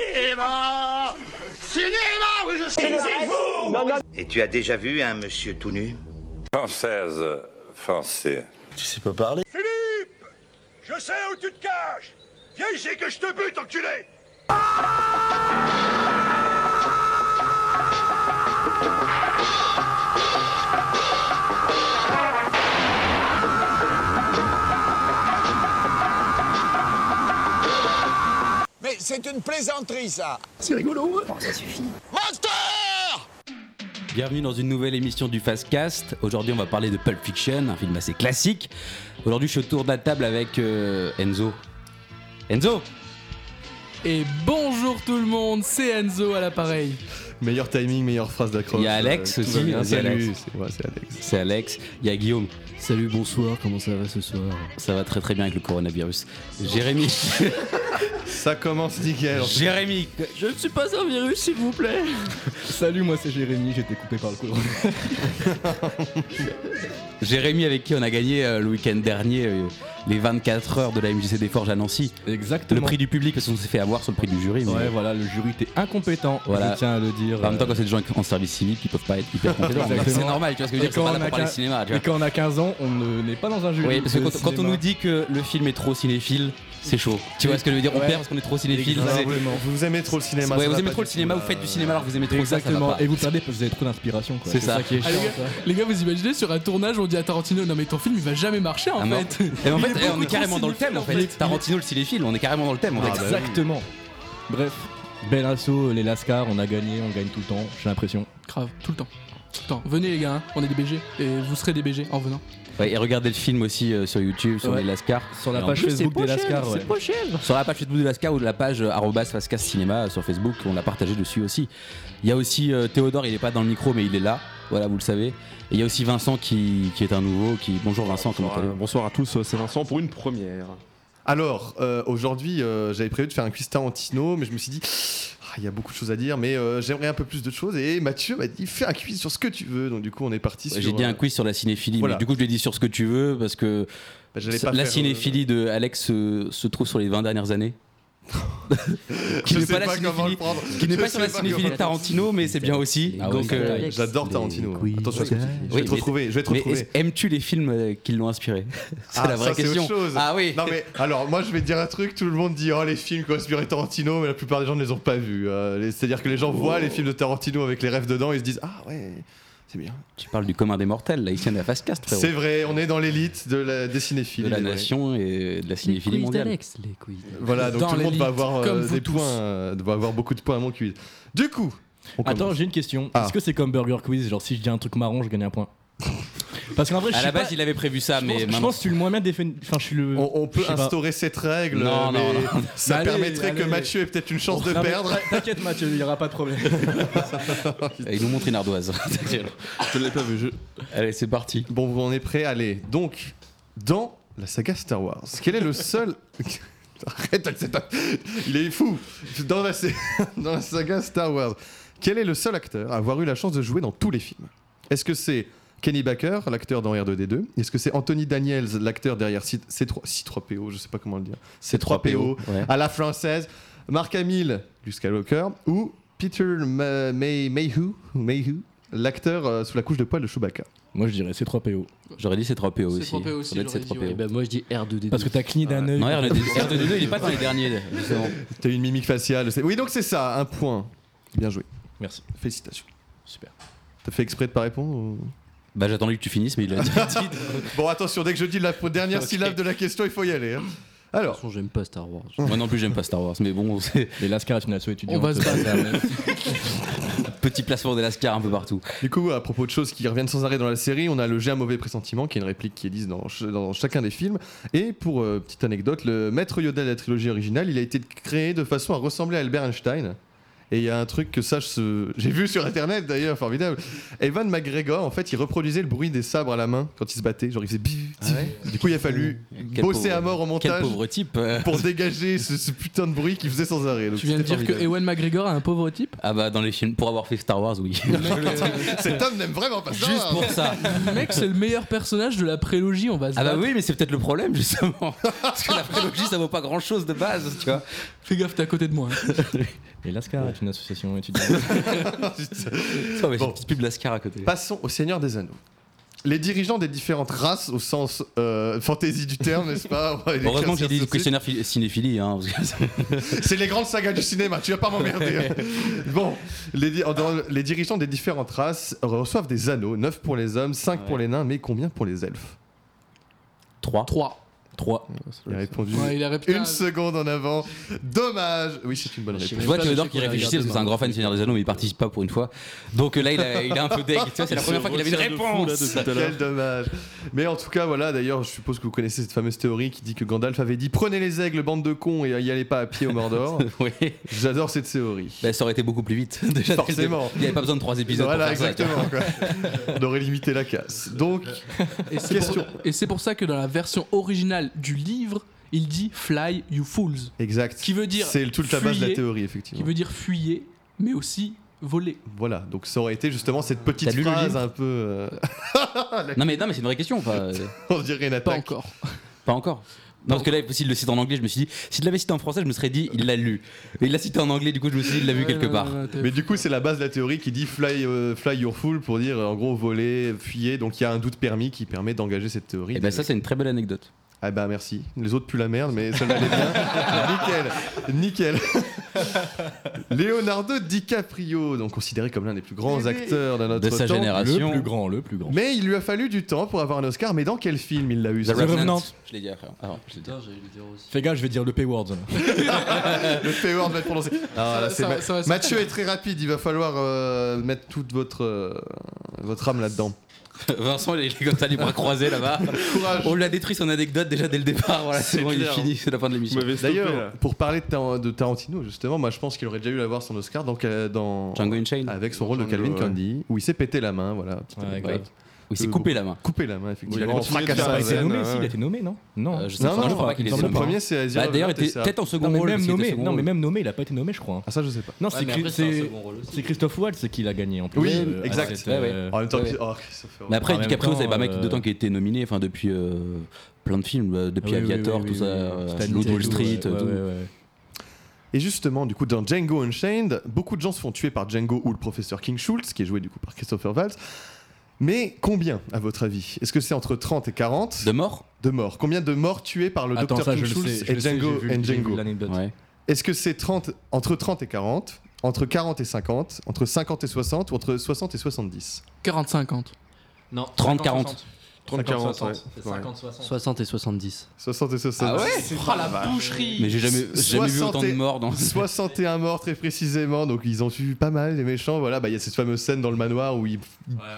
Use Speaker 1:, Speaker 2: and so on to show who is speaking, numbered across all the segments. Speaker 1: Cinéma Cinéma Oui, je sais C'est vous
Speaker 2: Et tu as déjà vu un monsieur tout nu
Speaker 3: Française, euh, français.
Speaker 4: Tu sais pas parler
Speaker 1: Philippe Je sais où tu te caches Viens ici que je te bute, enculé
Speaker 5: Mais c'est une plaisanterie, ça
Speaker 6: Bienvenue dans une nouvelle émission du Fastcast. Aujourd'hui, on va parler de Pulp Fiction, un film assez classique. Aujourd'hui, je suis autour de la table avec euh, Enzo. Enzo
Speaker 7: Et bonjour tout le monde, c'est Enzo à l'appareil.
Speaker 8: Meilleur timing, meilleure phrase d'accroche. Euh,
Speaker 6: Il y a Alex
Speaker 8: tout va
Speaker 6: aussi,
Speaker 8: bien.
Speaker 6: vas-y,
Speaker 8: Salut,
Speaker 6: Alex.
Speaker 8: c'est ouais, c'est Alex.
Speaker 6: C'est Alex. Il y a Guillaume.
Speaker 9: Salut, bonsoir, comment ça va ce soir
Speaker 6: Ça va très très bien avec le coronavirus. Jérémy.
Speaker 8: Ça commence nickel.
Speaker 6: Jérémy. Je ne suis pas un virus, s'il vous plaît.
Speaker 9: Salut, moi c'est Jérémy, j'étais coupé par le courant.
Speaker 6: Jérémy avec qui on a gagné euh, le week-end dernier euh, les 24 heures de la MJC des Forges à Nancy.
Speaker 9: Exactement.
Speaker 6: Le prix du public, parce qu'on s'est fait avoir sur le prix du jury. mais-
Speaker 9: Ouais, voilà, le jury était incompétent,
Speaker 6: Voilà. Bah,
Speaker 9: je tiens à le dire.
Speaker 6: En même temps, quand c'est des gens en service civique, ils peuvent pas être hyper compétents.
Speaker 9: Exactement.
Speaker 6: c'est normal, tu vois ce que je veux
Speaker 9: Et
Speaker 6: dire, c'est
Speaker 9: quand
Speaker 6: pas
Speaker 9: on
Speaker 6: là
Speaker 9: a
Speaker 6: pour parler
Speaker 9: qu'un-
Speaker 6: cinéma, tu
Speaker 9: Euh, Et
Speaker 6: vois.
Speaker 9: quand on a 15 ans, on ne- n'est pas dans un jury.
Speaker 6: Oui, parce que
Speaker 9: de
Speaker 6: quand, quand on
Speaker 9: Euh, cinéma.
Speaker 6: nous dit que le film est trop cinéphile, c'est chaud. Tu vois ce que je veux dire On
Speaker 9: Ouais.
Speaker 6: perd parce qu'on est trop cinéphile.
Speaker 8: Alors,
Speaker 6: c'est-
Speaker 8: vous, vous aimez trop le cinéma.
Speaker 6: Ouais,
Speaker 8: ça
Speaker 6: vous
Speaker 8: va
Speaker 6: aimez
Speaker 8: pas
Speaker 6: trop
Speaker 8: du
Speaker 6: le cinéma,
Speaker 8: tout,
Speaker 6: vous faites
Speaker 8: euh,
Speaker 6: du cinéma alors que vous aimez trop ça, ça va
Speaker 9: Exactement,
Speaker 6: pas.
Speaker 9: et vous perdez parce que vous avez trop d'inspiration. quoi.
Speaker 6: C'est ça.
Speaker 9: qui est
Speaker 7: Ah, les,
Speaker 9: chiant.
Speaker 7: gars, les gars, vous imaginez sur un tournage, on dit à Tarantino Non, mais ton film il va jamais marcher en
Speaker 6: Ah, non.
Speaker 7: fait.
Speaker 6: Et en
Speaker 7: Il
Speaker 6: fait,
Speaker 7: est
Speaker 6: eh, on
Speaker 7: beaucoup
Speaker 6: est
Speaker 7: trop
Speaker 6: carrément dans le
Speaker 7: cinéphile,
Speaker 6: thème en
Speaker 7: en
Speaker 6: fait.
Speaker 7: fait.
Speaker 6: Tarantino le cinéphile, on est carrément dans le thème en fait.
Speaker 9: Exactement. Bref, bel assaut, les Lascars, on a gagné, on gagne tout le temps, j'ai l'impression.
Speaker 7: Grave, tout le temps. Tout le temps. Venez les gars, hein, on est des BG et vous serez des BG en venant.
Speaker 6: Ouais, et regardez le film aussi euh, sur YouTube, sur
Speaker 9: Ouais.
Speaker 6: les Lascar.
Speaker 9: Sur la
Speaker 6: Et en
Speaker 8: Ah,
Speaker 9: page
Speaker 6: plus, c'est
Speaker 9: Facebook des
Speaker 6: pas cher,
Speaker 9: Lascars, ouais.
Speaker 6: c'est pas cher. Sur la page Facebook de Lascar ou de la page euh, arrobas Fascast Cinéma euh, sur Facebook, on l'a partagé dessus aussi. Il y a aussi euh, Théodore, il est pas dans le micro, mais il est là. Voilà, vous le savez. Et il y a aussi Vincent qui, qui est un nouveau. Qui... Bonjour Vincent, comment
Speaker 10: Bonsoir,
Speaker 6: allez-vous
Speaker 10: bonsoir à tous, c'est Vincent pour une première.
Speaker 8: Alors, euh, aujourd'hui, euh, j'avais prévu de faire un quiz Tarantino, mais je me suis dit, Ah, il y a beaucoup de choses à dire, mais euh, j'aimerais un peu plus de choses. Et Mathieu m'a dit, fais un quiz sur ce que tu veux. Donc, du coup, on est parti sur.
Speaker 6: J'ai dit
Speaker 8: euh,
Speaker 6: un quiz sur la cinéphilie,
Speaker 8: voilà.
Speaker 6: mais du coup je l'ai dit sur ce que tu veux parce que
Speaker 8: bah, j'allais pas
Speaker 6: la
Speaker 8: faire, euh,
Speaker 6: cinéphilie de Alex euh, se trouve sur les 20 dernières années. qui
Speaker 8: Je
Speaker 6: n'est
Speaker 8: sais
Speaker 6: pas la
Speaker 8: pas comment le
Speaker 6: cinéphilie,
Speaker 8: prendre.
Speaker 6: qui n'est
Speaker 8: Je
Speaker 6: pas sur la
Speaker 8: sais pas
Speaker 6: cinéphilie de
Speaker 8: comment-
Speaker 6: Tarantino, mais c'est bien aussi.
Speaker 9: Ah ouais,
Speaker 6: Donc,
Speaker 9: c'est
Speaker 6: euh,
Speaker 9: vrai.
Speaker 8: J'adore
Speaker 9: Les
Speaker 8: Tarantino.
Speaker 9: quiz.
Speaker 8: Attention, à ce que tu dis. je
Speaker 6: Oui,
Speaker 8: vais te
Speaker 6: mais-
Speaker 8: retrouver. Je vais te
Speaker 6: Mais
Speaker 8: retrouver.
Speaker 6: est-ce- aimes-tu les films euh, qui l'ont inspiré C'est
Speaker 8: Ah,
Speaker 6: la vraie
Speaker 8: ça,
Speaker 6: question.
Speaker 8: autre chose.
Speaker 6: Ah oui.
Speaker 8: Non mais alors moi je vais te dire un truc, tout le monde dit oh les films qui ont inspiré Tarantino, mais la plupart des gens ne les ont pas vus. Euh, les- C'est-à-dire que les gens voient les films de Tarantino avec les rêves dedans, ils se disent ah ouais c'est bien.
Speaker 6: Tu parles du commun des mortels, là, ici on est à Fastcast, frérot.
Speaker 8: C'est vrai, on est dans l'élite de la des cinéphiles.
Speaker 6: de la
Speaker 8: il est vrai.
Speaker 6: nation et de la cinéphilie mondiale.
Speaker 9: les quiz.
Speaker 8: Voilà donc
Speaker 7: Dans
Speaker 8: tout le monde
Speaker 7: l'élite,
Speaker 8: va avoir euh,
Speaker 7: comme vous
Speaker 8: des
Speaker 7: tous.
Speaker 8: points, euh, va avoir beaucoup de points à mon quiz. Du coup, on
Speaker 9: Attends,
Speaker 8: commence.
Speaker 9: j'ai une question.
Speaker 8: Ah.
Speaker 9: Est-ce que c'est comme Burger Quiz Genre, si je dis un truc marron, je gagne un point Parce qu'en vrai, je
Speaker 6: À
Speaker 9: sais
Speaker 6: la base,
Speaker 9: pas-
Speaker 6: il avait prévu ça,
Speaker 9: je
Speaker 6: mais
Speaker 9: pense- je
Speaker 6: maintenant.
Speaker 9: pense que je suis le moins bien défini. Enfin, je suis le.
Speaker 8: on, on peut
Speaker 9: je sais pas.
Speaker 8: instaurer cette règle,
Speaker 6: Non,
Speaker 8: mais
Speaker 6: non, non.
Speaker 8: ça
Speaker 9: Mais allez,
Speaker 8: permettrait que
Speaker 9: allez.
Speaker 8: Mathieu ait peut-être une chance de
Speaker 9: Non, mais
Speaker 8: perdre.
Speaker 9: T'inquiète, Mathieu, il n'y aura pas de problème.
Speaker 6: Il nous montre une ardoise.
Speaker 10: Je ne l'ai pas vu, je...
Speaker 6: Allez, c'est parti.
Speaker 8: Bon, on est prêt, allez. Donc, dans la saga Star Wars, quel est le seul. Arrête, c'est pas- il est fou dans la... sa- dans la saga Star Wars, quel est le seul acteur à avoir eu la chance de jouer dans tous les films Est-ce que c'est Kenny Baker, l'acteur dans R2D2 Est-ce que c'est Anthony Daniels, l'acteur derrière C- C3... C3PO, je sais pas comment le dire. C3PO,
Speaker 6: ouais.
Speaker 8: à la française, Mark Hamill, Luke Skywalker, ou Peter Ma- May- Mayhew, Mayhew l'acteur euh, sous la couche de poil de Chewbacca
Speaker 9: Moi, je dirais C3PO.
Speaker 6: J'aurais dit C3PO aussi.
Speaker 7: C3PO aussi,
Speaker 6: Ça doit être
Speaker 7: j'aurais dit,
Speaker 6: C3PO.
Speaker 7: ouais.
Speaker 9: ben, moi, je dis R2D2. Parce que t'as cligné d'un œil.
Speaker 6: Non, E
Speaker 9: E
Speaker 6: R2D2, il est pas dans les derniers, justement.
Speaker 8: T'as une mimique faciale. c'est- Oui, donc c'est ça, un point. Bien joué.
Speaker 9: Merci.
Speaker 8: Félicitations.
Speaker 9: Super.
Speaker 8: T'as fait exprès de pas répondre ou-
Speaker 6: Bah, j'attendais que tu finisses, mais il a dit.
Speaker 8: Bon, attention, dès que je dis la dernière syllabe de la question, il faut y aller. hein. Alors,
Speaker 9: j'aime pas Star Wars.
Speaker 6: Moi non plus, j'aime pas Star Wars, mais bon, c'est
Speaker 9: Les Lascars, une asso étudiante.
Speaker 7: On va se
Speaker 9: battre.
Speaker 6: petit placement des Lascar un peu partout.
Speaker 8: du coup, à propos de choses qui reviennent sans arrêt dans la série, on a le J'ai un mauvais pressentiment, qui est une réplique qui est dite dans, ch- dans chacun des films. Et pour euh, petite anecdote, le maître Yoda de la trilogie originale, il a été créé de façon à ressembler à Albert Einstein. Et il y a un truc que ça, je se- j'ai vu sur internet d'ailleurs, formidable. Evan McGregor, en fait, il reproduisait le bruit des sabres à la main quand il se battait. Genre, il faisait biu, biu. Du coup, il a fallu
Speaker 6: Ah Oh, Quel
Speaker 8: bosser
Speaker 6: pauvre-
Speaker 8: à mort en
Speaker 6: Quel
Speaker 8: montage
Speaker 6: pauvre type euh.
Speaker 8: pour dégager ce, ce putain de bruit qu'il faisait sans arrêt. Donc,
Speaker 7: Tu viens de
Speaker 8: c'était
Speaker 7: dire que
Speaker 8: formidable.
Speaker 7: Ewan McGregor a un pauvre type euh,
Speaker 6: Ah bah dans les films, pour avoir fait Star Wars, oui.
Speaker 8: Cet homme n'aime vraiment pas ça.
Speaker 6: Juste pour ça.
Speaker 7: Le mec, c'est le meilleur personnage de la prélogie, on va se
Speaker 6: Ah bah
Speaker 7: battre.
Speaker 6: oui, mais c'est peut-être le problème justement. Parce que la prélogie, ça vaut pas grand-chose de base, tu vois.
Speaker 7: Fais gaffe, t'es à côté de moi. hein.
Speaker 9: Et l'ASCAR est une association étudiante.
Speaker 6: Oh, mais
Speaker 8: Bon.
Speaker 6: une petite pub Lascar à côté.
Speaker 8: Passons au Seigneur des Anneaux. Les dirigeants des différentes races, au sens euh, fantaisie du terme, n'est-ce pas On va les
Speaker 6: Heureusement que j'ai dit
Speaker 8: éclaircir tout de suite.
Speaker 6: questionnaire fi- cinéphilie, hein, parce que ça-
Speaker 8: C'est les grandes sagas du cinéma, tu vas pas m'emmerder. bon, les, di- dans- les dirigeants des différentes races reçoivent des anneaux, 9 pour les hommes, 5 pour les nains, mais combien pour les elfes
Speaker 6: 3.
Speaker 7: 3.
Speaker 6: 3.
Speaker 8: Il a répondu
Speaker 7: Ouais, il a
Speaker 8: une
Speaker 7: répondu.
Speaker 8: seconde en avant. Dommage Oui, c'est une bonne réponse.
Speaker 6: Je vois
Speaker 7: pas,
Speaker 6: Théodore qui
Speaker 7: je sais qu'on la
Speaker 6: réfléchissait parce que c'est un grand fan du Seigneur des Anneaux, mais il participe pas pour une fois. Donc euh, là, il a, il a un peu deg. Tu vois, c'est la première fois qu'il avait une réponse.
Speaker 8: Quel dommage. Mais en tout cas, voilà, d'ailleurs, je suppose que vous connaissez cette fameuse théorie qui dit que Gandalf avait dit prenez les aigles, bande de cons, et y allez pas à pied au Mordor.
Speaker 6: Oui,
Speaker 8: J'adore cette théorie.
Speaker 6: Bah, ça aurait été beaucoup plus vite. Déjà, dès le début.
Speaker 8: Forcément.
Speaker 6: Il n'y avait pas besoin de trois épisodes.
Speaker 8: Voilà,
Speaker 6: pour faire ça, tu vois.
Speaker 8: exactement. quoi. On aurait limité la casse. Donc,
Speaker 7: Et c'est pour-
Speaker 8: Question.
Speaker 7: et c'est pour ça que dans la version originale du livre, il dit Fly, you fools.
Speaker 8: exact.
Speaker 7: Qui veut dire
Speaker 8: C'est le- tout le tabac de la
Speaker 7: fuyez,
Speaker 8: théorie,
Speaker 7: Qui
Speaker 8: effectivement.
Speaker 7: veut dire fuyer, mais aussi voler.
Speaker 8: Voilà, donc ça aurait été justement cette petite
Speaker 6: T'as lu le
Speaker 8: phrase
Speaker 6: livre
Speaker 8: un peu. euh,
Speaker 6: Non, mais, non, mais c'est une vraie question. Pas, euh,
Speaker 8: on dirait une
Speaker 7: Pas
Speaker 8: attaque.
Speaker 7: encore.
Speaker 6: pas encore. Non, parce que là, s'il le cite en anglais, je me suis dit, s'il l'avait cité en français, je me serais dit, il l'a lu. Mais il l'a cité en anglais, du coup, je me suis dit, il l'a vu
Speaker 7: Ouais,
Speaker 6: quelque
Speaker 8: Euh,
Speaker 7: non,
Speaker 6: part.
Speaker 7: non, non, t'as-
Speaker 8: Mais du coup, c'est la base de la théorie qui dit fly, euh, fly your fool pour dire euh, en gros voler, fuyer. Donc il y a un doute permis qui permet d'engager cette théorie.
Speaker 6: Et ben ça, c'est une très belle anecdote.
Speaker 8: Ah bah merci. Les autres puent la merde, mais ça m'allait bien. Nickel, nickel. Leonardo DiCaprio, donc considéré comme l'un des plus
Speaker 7: Eh
Speaker 8: grands acteurs de notre
Speaker 6: De sa
Speaker 8: temps.
Speaker 6: génération.
Speaker 9: le plus grand, le plus grand.
Speaker 8: Mais il lui a fallu du temps pour avoir un Oscar. Mais dans quel film il l'a eu
Speaker 6: The
Speaker 8: ça
Speaker 6: Revenant.
Speaker 9: Revenant.
Speaker 6: Je l'ai dit après. hein. Avant, je l'ai dit.
Speaker 9: Fais gaffe, je vais dire le P-Word.
Speaker 8: Le Payward va le prononcer. Ah, là, c'est
Speaker 7: ça-
Speaker 8: ma-
Speaker 7: ça va- ça-
Speaker 8: Mathieu est très rapide, il va falloir euh, mettre toute votre, euh, votre âme là-dedans.
Speaker 6: Vincent, il est comme ça, les bras croisés là-bas.
Speaker 8: Courage.
Speaker 6: On lui a détruit son anecdote déjà dès le départ. Voilà, c'est
Speaker 10: C'est
Speaker 6: bon, il est
Speaker 10: clair.
Speaker 6: fini, c'est la fin de l'émission.
Speaker 8: D'ailleurs, pour parler de, Tar- de Tarantino, justement, moi je pense qu'il aurait déjà eu l'avoir son Oscar donc, euh, dans,
Speaker 6: Django Unchained,
Speaker 8: avec son rôle de
Speaker 10: Django,
Speaker 8: Calvin
Speaker 10: ouais.
Speaker 8: Candy, où il s'est pété la main, voilà. Petite
Speaker 9: Ouais,
Speaker 8: anecdote.
Speaker 9: grave.
Speaker 6: où il s'est coupé la main.
Speaker 8: Coupé la main, effectivement.
Speaker 10: Il a
Speaker 8: en
Speaker 10: continué de
Speaker 8: fracassant
Speaker 10: faire
Speaker 8: la
Speaker 10: la
Speaker 9: il a été
Speaker 8: veine.
Speaker 10: scène.
Speaker 9: nommé
Speaker 10: ouais,
Speaker 9: aussi, il a
Speaker 10: ouais.
Speaker 9: été nommé, non Non.
Speaker 6: Euh, je sais pas,
Speaker 8: Non, non,
Speaker 6: je crois pas qu'il
Speaker 9: dans
Speaker 6: est
Speaker 9: le
Speaker 8: Le
Speaker 9: Pas.
Speaker 8: premier, c'est Asia
Speaker 6: Bah, d'ailleurs,
Speaker 8: Revenant,
Speaker 6: il
Speaker 8: et
Speaker 6: était
Speaker 8: ça-
Speaker 6: peut-être en second
Speaker 9: Non, mais
Speaker 6: rôle.
Speaker 9: même
Speaker 6: s'il était
Speaker 9: nommé,
Speaker 6: second
Speaker 9: non, mais
Speaker 6: rôle.
Speaker 9: même nommé, il a pas été nommé, je crois.
Speaker 8: Ah, ça, je sais pas.
Speaker 9: Non, c'est Chris- c'est c'est Christophe Waltz qui l'a gagné en plus.
Speaker 8: Oui,
Speaker 9: euh, à
Speaker 8: exact.
Speaker 9: cette, euh,
Speaker 8: En même temps,
Speaker 6: Ouais. Ah, Bah,
Speaker 8: oh, Christopher.
Speaker 6: Mais après,
Speaker 9: En même
Speaker 6: DiCaprio,
Speaker 9: temps,
Speaker 6: c'est pas un mec
Speaker 9: euh,
Speaker 6: d'autant qui a été nominé, enfin depuis euh, plein de films, euh, depuis
Speaker 9: Ah, oui, oui,
Speaker 6: Aviator,
Speaker 9: oui,
Speaker 6: tout
Speaker 9: oui,
Speaker 6: ça,
Speaker 9: oui.
Speaker 6: euh,
Speaker 9: Titanic
Speaker 6: Loup de
Speaker 9: et
Speaker 6: Wall
Speaker 9: tout,
Speaker 6: Street, euh,
Speaker 9: ouais,
Speaker 6: tout.
Speaker 9: ouais, ouais.
Speaker 8: Et justement, du coup, dans Django Unchained, beaucoup de gens se font tuer par Django ou le professeur King Schultz, qui est joué du coup par Christopher Waltz. Mais combien, à votre avis Est-ce que c'est entre 30 et 40
Speaker 6: De mort
Speaker 8: de morts Combien de morts tués par le
Speaker 9: Attends,
Speaker 8: docteur
Speaker 9: ça,
Speaker 8: King
Speaker 9: je le sais.
Speaker 8: Schultz
Speaker 9: je
Speaker 8: et
Speaker 9: le sais, j'ai
Speaker 8: Django
Speaker 9: vu-
Speaker 8: and
Speaker 9: j'ai vu
Speaker 8: Django
Speaker 9: l'anecdote.
Speaker 6: Ouais.
Speaker 8: Est-ce que c'est 30, entre 30 et 40 Entre 40 et 50 Entre 50 et 60 Ou entre 60 et 70
Speaker 7: 40-50.
Speaker 4: Non,
Speaker 6: 30,
Speaker 10: 30-40, ouais.
Speaker 4: 50-60.
Speaker 11: 60 et 70.
Speaker 8: 60 et 70.
Speaker 9: Ah
Speaker 7: Oh la boucherie
Speaker 6: Mais j'ai jamais, j'ai jamais vu
Speaker 8: 60
Speaker 6: autant de
Speaker 8: et-
Speaker 6: morts dans.
Speaker 8: 61 morts très précisément, donc ils ont tué pas mal les méchants. Voilà, bah il y a cette fameuse scène dans le manoir où il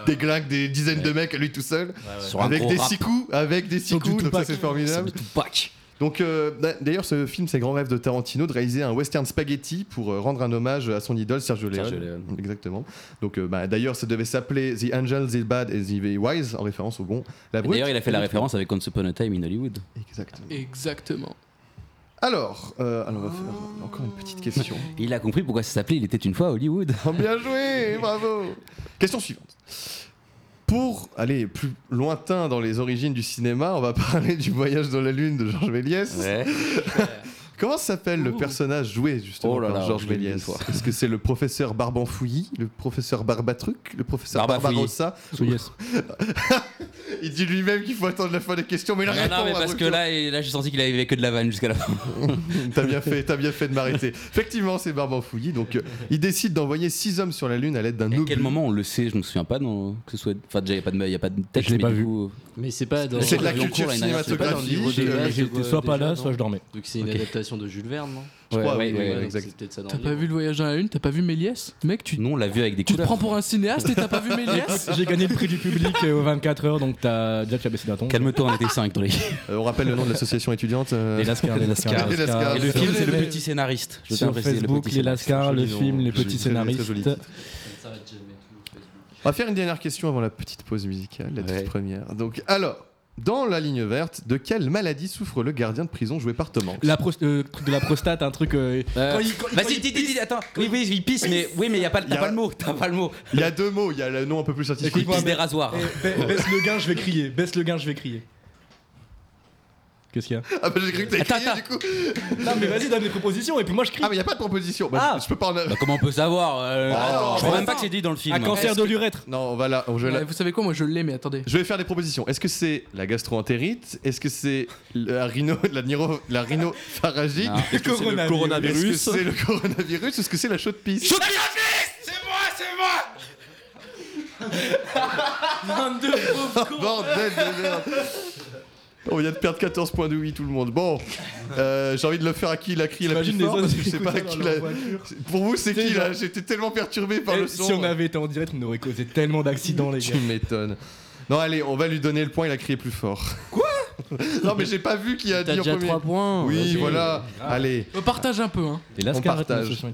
Speaker 8: déglingue des dizaines de mecs lui tout seul,
Speaker 6: Sur un
Speaker 8: avec
Speaker 6: gros
Speaker 8: des
Speaker 6: rap.
Speaker 8: six coups, avec des six
Speaker 9: Sur du
Speaker 8: coups, donc ça
Speaker 9: Tupac.
Speaker 8: c'est formidable.
Speaker 6: Tupac.
Speaker 8: Donc euh, d'a- d'ailleurs ce film c'est grand rêve de Tarantino de réaliser un western spaghetti pour euh, rendre un hommage à son idole Sergio Leone.
Speaker 6: Sergio Leone.
Speaker 8: Exactement. Donc euh, bah, d'ailleurs ça devait s'appeler The Angel, The Bad et The Wise en référence au bon. La brute.
Speaker 6: D'ailleurs, il a fait la référence avec Once Upon a Time in Hollywood.
Speaker 8: Exactement.
Speaker 7: Exactement.
Speaker 8: Alors, euh, alors on va faire encore une petite question.
Speaker 6: Il a compris pourquoi ça s'appelait Il était une fois à Hollywood.
Speaker 8: Oh, bien joué, bravo. Question suivante. Pour aller plus lointain dans les origines du cinéma, on va parler du voyage dans la lune de Georges Méliès. Comment s'appelle le personnage joué justement
Speaker 6: Oh là
Speaker 8: par
Speaker 6: là,
Speaker 8: Georges
Speaker 6: je l'ai dit une
Speaker 8: Méliès
Speaker 6: fois.
Speaker 8: Est-ce que c'est le professeur Barbanfouilly, le professeur Barbatruc, le professeur
Speaker 6: Barbafouilly.
Speaker 8: Barbarossa
Speaker 9: Souillès.
Speaker 8: Il dit lui-même qu'il faut attendre la fin des questions, mais il
Speaker 6: Non,
Speaker 8: répond
Speaker 6: non, mais
Speaker 8: à
Speaker 6: parce que
Speaker 8: votre-
Speaker 6: là, et là j'ai senti qu'il avait que de la vanne jusqu'à la fin.
Speaker 8: T'as bien fait, t'as bien fait de m'arrêter. Effectivement, c'est Barbanfouilly. Donc, euh, il décide d'envoyer six hommes sur la lune à l'aide d'un
Speaker 6: À quel
Speaker 8: obus.
Speaker 6: moment on le sait Je me souviens pas. Non, que ce soit. Enfin, déjà, il n'y a, pas de- y a pas de texte.
Speaker 9: Je l'ai
Speaker 6: mais
Speaker 9: pas
Speaker 6: du
Speaker 9: vu.
Speaker 6: coup,
Speaker 4: Mais c'est pas dans.
Speaker 8: C'est de la
Speaker 6: Avion court,
Speaker 8: culture
Speaker 6: là, il y en a- c'est
Speaker 4: pas dans le livre
Speaker 8: cinématographique.
Speaker 4: de
Speaker 8: euh,
Speaker 4: base,
Speaker 9: J'étais
Speaker 4: euh,
Speaker 9: soit pas
Speaker 4: déjà,
Speaker 9: là,
Speaker 4: non
Speaker 9: soit je dormais.
Speaker 4: Donc c'est une
Speaker 8: Ok.
Speaker 4: adaptation de Jules Verne, non
Speaker 8: je
Speaker 6: Ouais,
Speaker 8: crois,
Speaker 6: ouais,
Speaker 8: oui,
Speaker 6: ouais,
Speaker 8: oui,
Speaker 4: donc
Speaker 8: exact.
Speaker 4: C'est peut-être ça dans
Speaker 7: T'as
Speaker 4: le
Speaker 7: pas
Speaker 4: livre.
Speaker 7: vu le voyage dans la lune T'as pas vu Méliès Mec, tu,
Speaker 6: Nous, on l'a vu avec des
Speaker 7: tu te
Speaker 6: couleurs.
Speaker 7: prends pour un cinéaste et t'as pas vu Méliès
Speaker 9: J'ai gagné le prix du public euh, aux 24 heures, donc t'as déjà tu as baissé d'un ton.
Speaker 6: Calme-toi, on était 5 dans les. Et
Speaker 8: Euh, on rappelle le nom de l'association étudiante. euh,
Speaker 9: Les Lascars, les Lascars.
Speaker 8: Les Lascars.
Speaker 6: le film, c'est le
Speaker 9: Mais-
Speaker 6: petit scénariste. Je tiens à
Speaker 9: Ah, Sur
Speaker 6: préciser, le
Speaker 9: Facebook,
Speaker 6: petit
Speaker 9: les
Speaker 6: scénariste.
Speaker 9: Lascars, le
Speaker 8: joli nom,
Speaker 9: film, les
Speaker 8: joli,
Speaker 9: petits
Speaker 8: très, très joli
Speaker 9: scénaristes.
Speaker 8: titre. On va faire une dernière question avant la petite pause musicale, la
Speaker 6: Ouais.
Speaker 8: toute première. Donc, alors, dans la ligne verte, de quelle maladie souffre le gardien de prison joué par Tom Hanks
Speaker 9: La pros- euh, truc de la prostate, un truc. euh,
Speaker 6: Euh,
Speaker 9: quand il- quand il- quand
Speaker 6: Vas-y,
Speaker 9: il
Speaker 6: dis,
Speaker 9: pisse.
Speaker 6: dis, dis, attends. Oui, oui, il pisse, mais oui, mais y a pas,
Speaker 8: Y
Speaker 6: t'as
Speaker 8: a-
Speaker 6: pas le mot, t'as pas le mot.
Speaker 8: Il y a deux mots, il y a le nom un peu plus
Speaker 6: Il
Speaker 8: scientifique.
Speaker 9: Écoute-moi,
Speaker 6: pisse
Speaker 9: mais-
Speaker 6: des rasoirs.
Speaker 9: Eh, ba- Baisse le gain, je vais crier. Baisse le gain, je vais crier. Qu'est-ce qu'il y a
Speaker 8: Ah, bah j'ai cru que t'avais
Speaker 6: Attends,
Speaker 8: crié,
Speaker 6: attends.
Speaker 8: du coup.
Speaker 9: Non, mais vas-y, donne des propositions et puis moi je crie.
Speaker 8: Ah, mais il n'y a pas de proposition. Bah,
Speaker 9: Ah.
Speaker 8: je, je peux pas en.
Speaker 6: Bah, comment on peut savoir euh,
Speaker 8: Ah,
Speaker 6: Je
Speaker 8: non,
Speaker 6: crois même pas que c'est dit dans le film.
Speaker 9: Un cancer de l'urètre.
Speaker 8: Non, on va là. on- je vais là-
Speaker 7: Ouais, Vous savez quoi Moi je l'ai, mais attendez.
Speaker 8: Je vais faire des propositions. Est-ce que c'est la gastroentérite Est-ce que c'est la rhino, la, niro, la rhinopharyngie
Speaker 6: Non.
Speaker 9: Le
Speaker 8: Est-ce que c'est le coronavirus ou est-ce que c'est la chaude pisse Bordel de merde ben, On vient de perdre 14 points de oui tout le monde. Bon, euh, j'ai envie de le faire à qui il a crié la plus
Speaker 9: T'imagines les
Speaker 8: fort
Speaker 9: autres
Speaker 8: parce que je sais
Speaker 9: qui
Speaker 8: pas à
Speaker 9: écoutent ça
Speaker 8: qui
Speaker 9: dans
Speaker 8: l'a-
Speaker 9: leur voiture.
Speaker 8: Pour vous c'est qui
Speaker 9: T'es
Speaker 8: là
Speaker 9: là.
Speaker 8: J'étais tellement perturbé par
Speaker 9: Eh,
Speaker 8: le son.
Speaker 9: Si on avait été en direct, on aurait causé tellement d'accidents, les
Speaker 8: Tu
Speaker 9: gars.
Speaker 8: m'étonnes. Non allez, on va lui donner le point, il a crié plus fort. Quoi Non mais j'ai pas vu qui a
Speaker 4: T'as
Speaker 8: dit en
Speaker 4: déjà
Speaker 8: premier.
Speaker 4: 3 points.
Speaker 8: Oui,
Speaker 4: vas-y.
Speaker 8: voilà. Allez.
Speaker 7: Euh, Partage un peu, hein.
Speaker 9: Les
Speaker 8: Lascars, l'association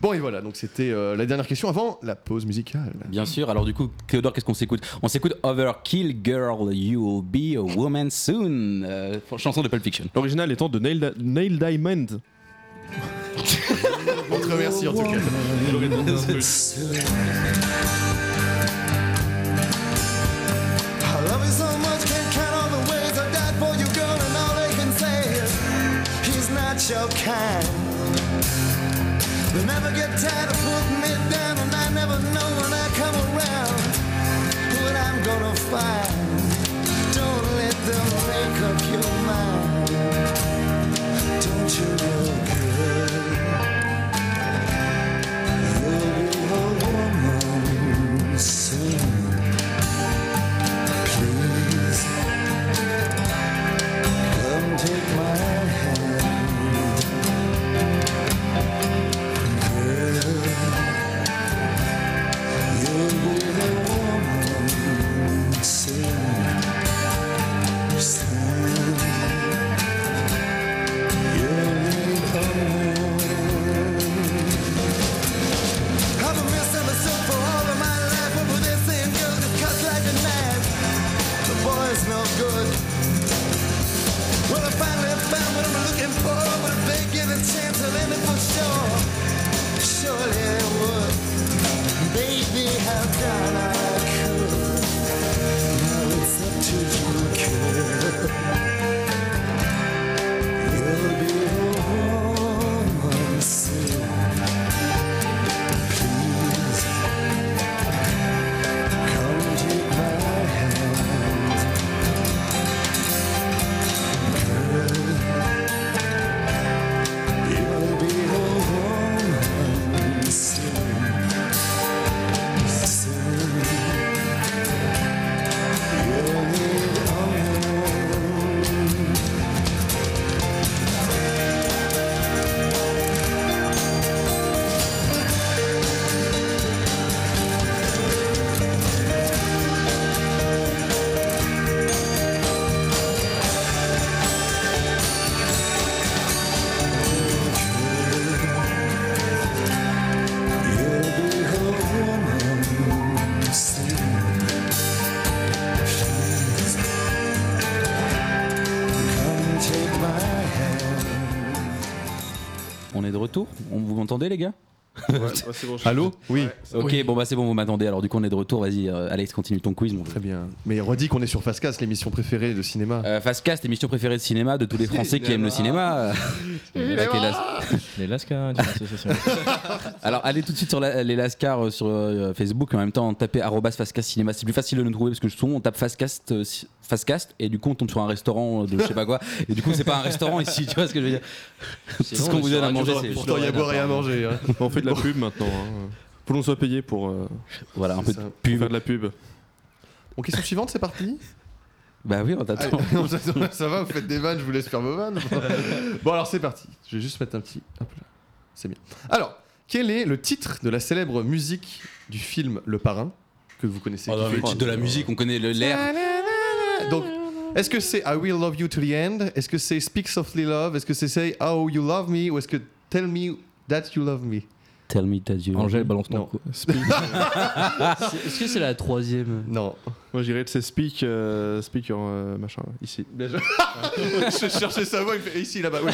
Speaker 8: Bon et voilà, donc c'était euh, la dernière question avant la pause musicale.
Speaker 6: Bien sûr, alors du coup, Théodore, qu'est-ce qu'on s'écoute On s'écoute Overkill Girl, You'll Be a Woman Soon, euh, chanson de Pulp Fiction.
Speaker 10: L'original étant de Nail, Di- Nail Diamond.
Speaker 8: On te remercie en tout cas.
Speaker 11: I love you so much, can't count all the ways I died for you, girl, and all I can say is he's not your kind. They never get tired of putting me down, and I never know when I come around what I'm gonna find. Don't let them make up your mind. Don't you look good? You'll be a woman soon. Please come take my hand, girl. You'll be the woman soon. Soon you'll be the woman. I've been misunderstood for all of my life, but with this same girl that cuts like a knife, the boy's no good. Well, I finally found what I'm looking for, but if they get a chance, I'll end it for sure. Surely it would. Baby, how done I could. Now it's up to you, kid. You'll be the woman soon. Please come take my hand, girl. You'll be a woman soon, soon. You'll be a woman.
Speaker 6: On est de retour On vous m'entendez, les gars
Speaker 8: Allô Oui.
Speaker 6: Ok,
Speaker 7: Oui.
Speaker 6: bon, bah c'est bon, vous m'attendez. Alors du coup, on est de retour. Vas-y, euh, Alex, continue ton quiz, mon
Speaker 8: Très bien. Mais redis qu'on est sur Fastcast, l'émission préférée de cinéma.
Speaker 6: Euh, Fastcast, émission préférée de cinéma de tous les Français qui aiment le cinéma. Euh, là, qu'est la-
Speaker 9: Les Lascars, d'une association.
Speaker 6: Alors allez tout de suite sur la- les Lascars euh, sur euh, Facebook et en même temps tapez arrobas Fastcast Cinéma. C'est plus facile de nous trouver parce que souvent on tape Fastcast, euh, si- Fastcast et du coup on tombe sur un restaurant euh, de je sais pas quoi. Et du coup c'est pas un restaurant ici, tu vois ce que je veux dire Tout ce
Speaker 4: bon,
Speaker 6: qu'on vous
Speaker 4: le
Speaker 6: donne à
Speaker 4: restaurant,
Speaker 6: manger,
Speaker 4: tu
Speaker 6: c'est.
Speaker 8: Pourtant, il y a à boire et à manger. hein.
Speaker 10: On fait de la pub maintenant. Hein. Pour nous soit payé pour euh,
Speaker 6: Voilà, un peu de
Speaker 8: ça.
Speaker 6: pub.
Speaker 10: faire de la pub.
Speaker 8: Bon, question suivante, c'est parti.
Speaker 6: Bah oui, on t'attend.
Speaker 8: Allez, on s'attend- ça va, vous faites des vannes, je vous laisse faire vos vannes. bon, alors c'est parti. Je vais juste mettre un petit. Hop là. C'est bien. Alors, quel est le titre de la célèbre musique du film Le Parrain que vous connaissez
Speaker 6: Oh,
Speaker 8: qui
Speaker 6: non,
Speaker 8: fait-
Speaker 6: le titre de la musique, on connaît le- l'air.
Speaker 8: Donc, est-ce que c'est I Will Love You to the End Est-ce que c'est Speak Softly Love Est-ce que c'est Say Oh You Love Me Ou est-ce que Tell Me That You Love Me
Speaker 6: Tell me that you.
Speaker 9: Angèle, balance ton
Speaker 8: Non.
Speaker 9: cou-
Speaker 4: Est-ce que c'est la
Speaker 6: Eh,
Speaker 4: troisième
Speaker 8: Non.
Speaker 10: Moi, j'irais de ces speak, euh, speak your, euh, machin, là, ici.
Speaker 8: je cherchais sa voix, il fait ici, là-bas. oui.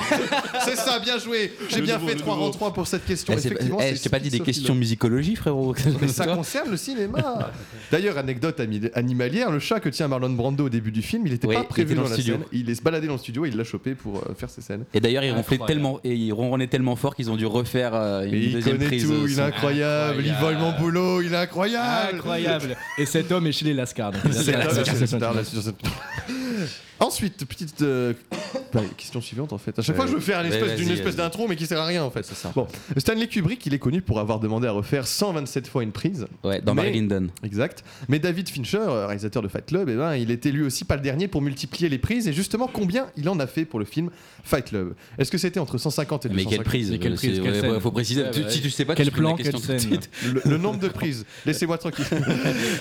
Speaker 8: c'est ça, bien joué. J'ai
Speaker 10: Le
Speaker 8: bien
Speaker 10: nouveau,
Speaker 8: fait
Speaker 10: le
Speaker 8: 3 en
Speaker 10: nouveau.
Speaker 8: 3 pour cette question.
Speaker 6: Eh, c'est-
Speaker 8: Effectivement,
Speaker 6: eh,
Speaker 8: c'est
Speaker 6: je t'ai pas dit des
Speaker 8: Speak Softly
Speaker 6: questions
Speaker 8: Love.
Speaker 6: musicologie, frérot.
Speaker 8: Mais ça concerne le cinéma. D'ailleurs, anecdote ami- animalière, le chat que tient Marlon Brando au début du film, il était
Speaker 6: Oui,
Speaker 8: pas
Speaker 6: il
Speaker 8: prévu
Speaker 6: était
Speaker 8: dans,
Speaker 6: dans
Speaker 8: la
Speaker 6: le studio.
Speaker 8: scène. Il est se baladé dans le studio, il l'a chopé pour euh, faire ses scènes.
Speaker 6: Et d'ailleurs, ils ronflaient
Speaker 4: Incroyable.
Speaker 6: tellement et ils ronronnaient tellement fort qu'ils ont dû refaire euh, une
Speaker 8: Et il
Speaker 6: deuxième
Speaker 8: connaît
Speaker 6: prise.
Speaker 8: tout,
Speaker 6: euh,
Speaker 8: il est
Speaker 6: son-
Speaker 8: incroyable, il vole mon boulot, il est incroyable.
Speaker 9: Incroyable Et cet homme est chez les Lascars. donc il a-
Speaker 8: C'est
Speaker 9: il a-
Speaker 8: un-
Speaker 9: il a-
Speaker 8: c'est un- c'est un- Ensuite, petite euh, bah, question suivante en fait. À chaque fois, je veux faire une
Speaker 6: Ouais,
Speaker 8: espèce
Speaker 6: vas-y,
Speaker 8: d'une espèce
Speaker 6: vas-y.
Speaker 8: d'intro, mais qui sert à rien en fait. Bon, Stanley Kubrick, il est connu pour avoir demandé à refaire 127 fois une prise.
Speaker 6: Ouais, dans Barry
Speaker 8: Mais-
Speaker 6: Lyndon.
Speaker 8: Exact. Mais David Fincher, euh, réalisateur de Fight Club, eh ben, il était lui aussi pas le dernier pour multiplier les prises. Et justement, combien il en a fait pour le film Fight Club Est-ce que c'était entre 150 et
Speaker 6: Mais
Speaker 8: 250
Speaker 6: quelle prise
Speaker 9: Et quelle
Speaker 6: euh,
Speaker 9: prise,
Speaker 6: c'est-
Speaker 9: quelle
Speaker 6: ouais,
Speaker 9: scène.
Speaker 6: ouais, Faut préciser.
Speaker 4: Ouais,
Speaker 6: Tu-
Speaker 4: bah
Speaker 6: Si
Speaker 4: ouais.
Speaker 6: tu sais pas, tu
Speaker 9: Quel
Speaker 6: poses la
Speaker 9: plan,
Speaker 6: question
Speaker 9: quelle
Speaker 6: tout de
Speaker 9: scène
Speaker 6: suite.
Speaker 8: le, le nombre de prises. Laissez-moi tranquille.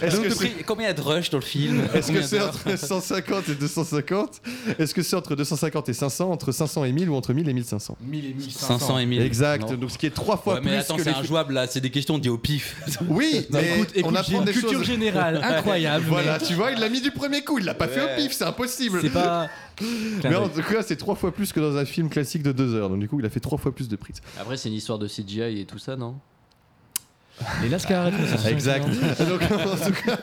Speaker 8: Est-ce
Speaker 6: Nombre
Speaker 8: que
Speaker 6: de
Speaker 8: c'est
Speaker 6: prix- Combien il y a de rush dans le film
Speaker 8: est-ce que
Speaker 6: Euh, Combien
Speaker 8: c'est
Speaker 6: d'heures
Speaker 8: entre 150 et 250 Est-ce que c'est entre 250 et 500 Entre 500 et 1000 ou entre 1000 et 1500
Speaker 6: 500 et 1000
Speaker 8: Exact,
Speaker 6: Non.
Speaker 8: donc ce qui est trois fois
Speaker 6: Ouais,
Speaker 8: plus
Speaker 6: mais attends,
Speaker 8: que
Speaker 6: c'est
Speaker 8: les...
Speaker 6: injouable là, c'est des questions dites au pif.
Speaker 8: Oui, mais
Speaker 9: Écoute, écoute,
Speaker 8: on
Speaker 9: j'ai
Speaker 8: apprend
Speaker 9: une
Speaker 8: des
Speaker 9: culture
Speaker 8: choses.
Speaker 9: générale incroyable.
Speaker 8: Voilà, tu vois, il l'a mis du premier coup, il l'a pas fait au pif, c'est impossible.
Speaker 9: mais C'est pas.
Speaker 8: Mais en tout cas, c'est trois fois plus que dans un film classique de deux heures. Donc du coup, il a fait trois fois plus de prises.
Speaker 4: Après, c'est une histoire de CGI et tout ça, non
Speaker 9: Les Lascars.
Speaker 8: Exact. Donc, en tout cas-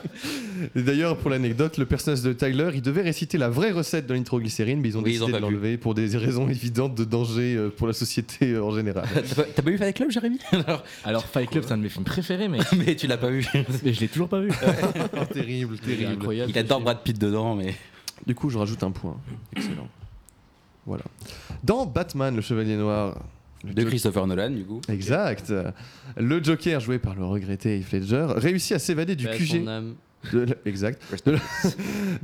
Speaker 8: Et D'ailleurs, pour l'anecdote, le personnage de Tyler, il devait réciter la vraie recette de l'nitroglycérine, mais ils ont
Speaker 6: Oui, ils ont
Speaker 8: décidé
Speaker 6: pas
Speaker 8: de
Speaker 6: pu.
Speaker 8: l'enlever pour des raisons évidentes de danger euh, pour la société euh, en général.
Speaker 6: T'as pas- t'as pas vu Fight Club, Jérémy Alors,
Speaker 9: Alors, Fight Club, c'est un de mes films préférés, mais,
Speaker 6: Mais tu l'as pas vu.
Speaker 9: mais je l'ai toujours pas vu.
Speaker 8: terrible,
Speaker 9: Il est
Speaker 8: terrible.
Speaker 9: incroyable.
Speaker 6: Il adore Brad Pitt dedans, mais.
Speaker 8: Du coup, je rajoute un point. Excellent. Voilà. Dans Batman, le Chevalier Noir. le
Speaker 6: De
Speaker 8: Joker-
Speaker 6: Christopher Nolan, du coup.
Speaker 8: Exact. Le Joker, joué par le regretté Heath Ledger, réussit à s'évader du
Speaker 4: Paix à
Speaker 8: QG.
Speaker 4: son âme.
Speaker 8: De la- exact. De la,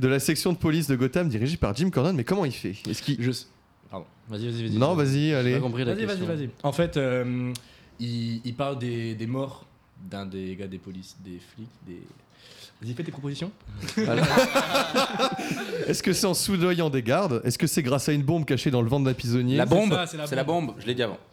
Speaker 8: de la section de police de Gotham dirigée par Jim Cordon, mais comment il fait Est-ce qu'il-
Speaker 9: Je sais-
Speaker 4: Pardon. Vas-y, vas-y, vas-y.
Speaker 8: Non, vas-y,
Speaker 4: J'ai
Speaker 8: allez.
Speaker 4: pas compris la
Speaker 9: Vas-y, vas-y,
Speaker 4: question.
Speaker 9: vas-y. En fait, euh, il, il parle des, des morts d'un des gars des polices, des flics, des. Vas-y, fais tes propositions.
Speaker 8: Est-ce que c'est en soudoyant des gardes Est-ce que c'est grâce à une bombe cachée dans le ventre d'un prisonnier
Speaker 6: La bombe
Speaker 9: ça, c'est la
Speaker 6: C'est la bombe, je l'ai dit avant.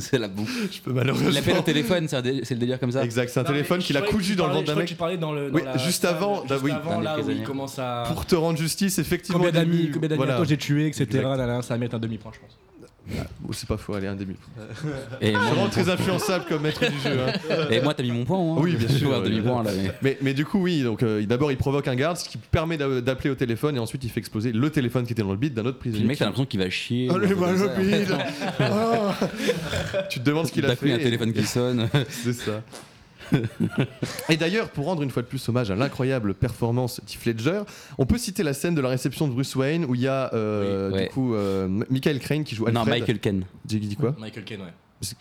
Speaker 6: C'est la bombe.
Speaker 8: Je peux malheureusement.
Speaker 6: L'appel au téléphone, c'est un dé- c'est le délire comme ça.
Speaker 8: Exact, c'est un
Speaker 9: Non, mais
Speaker 8: téléphone
Speaker 9: je
Speaker 8: qu'il a
Speaker 9: croyais que
Speaker 8: cousu
Speaker 9: tu
Speaker 8: dans le
Speaker 9: parlais-
Speaker 8: ventre d'un
Speaker 9: Je
Speaker 8: mec.
Speaker 9: crois que tu parlais dans le. dans
Speaker 8: Oui,
Speaker 9: la
Speaker 8: juste
Speaker 9: salle,
Speaker 8: avant,
Speaker 9: juste
Speaker 8: là, oui.
Speaker 9: avant,
Speaker 6: Dans les
Speaker 9: là où il
Speaker 6: prisonniers.
Speaker 9: commence à.
Speaker 8: Pour te rendre justice, effectivement.
Speaker 9: Combien
Speaker 8: au début,
Speaker 9: d'amis, combien d'amis
Speaker 8: voilà.
Speaker 9: à toi j'ai tué, etc.
Speaker 8: Exact.
Speaker 9: là, là, ça va mettre un demi-point, je pense.
Speaker 8: Oh, c'est pas faux, allez, un demi.
Speaker 6: Et moi,
Speaker 8: Vraiment très influençable comme maître du jeu. hein.
Speaker 6: et moi, t'as mis mon point. hein.
Speaker 8: Oui, bien
Speaker 6: Je
Speaker 8: sûr,
Speaker 6: vois un
Speaker 8: oui.
Speaker 6: demi-point là. mais-
Speaker 8: Mais, mais du coup, oui, donc euh, d'abord il provoque un garde, ce qui permet d'a- d'appeler au téléphone et ensuite il fait exploser le téléphone qui était dans le bid d'un autre
Speaker 6: Puis
Speaker 8: prisonnier.
Speaker 6: Le mec, t'as l'impression qu'il va chier. ou un truc
Speaker 8: Enlevez-moi
Speaker 6: comme
Speaker 8: le
Speaker 6: ça.
Speaker 8: bide Ah Tu te demandes ce qu'il
Speaker 6: D'un
Speaker 8: a
Speaker 6: coup, il y
Speaker 8: fait.
Speaker 6: a euh, un téléphone qui sonne.
Speaker 8: C'est ça. et d'ailleurs, pour rendre une fois de plus hommage à l'incroyable performance d'Heath Ledger, on peut citer la scène de la réception de Bruce Wayne où il y a euh,
Speaker 6: Oui,
Speaker 8: du
Speaker 6: ouais.
Speaker 8: coup euh, M- Michael Crane qui joue Alfred.
Speaker 6: Non, Michael Ken.
Speaker 8: J'ai dit quoi
Speaker 9: Michael Caine, ouais.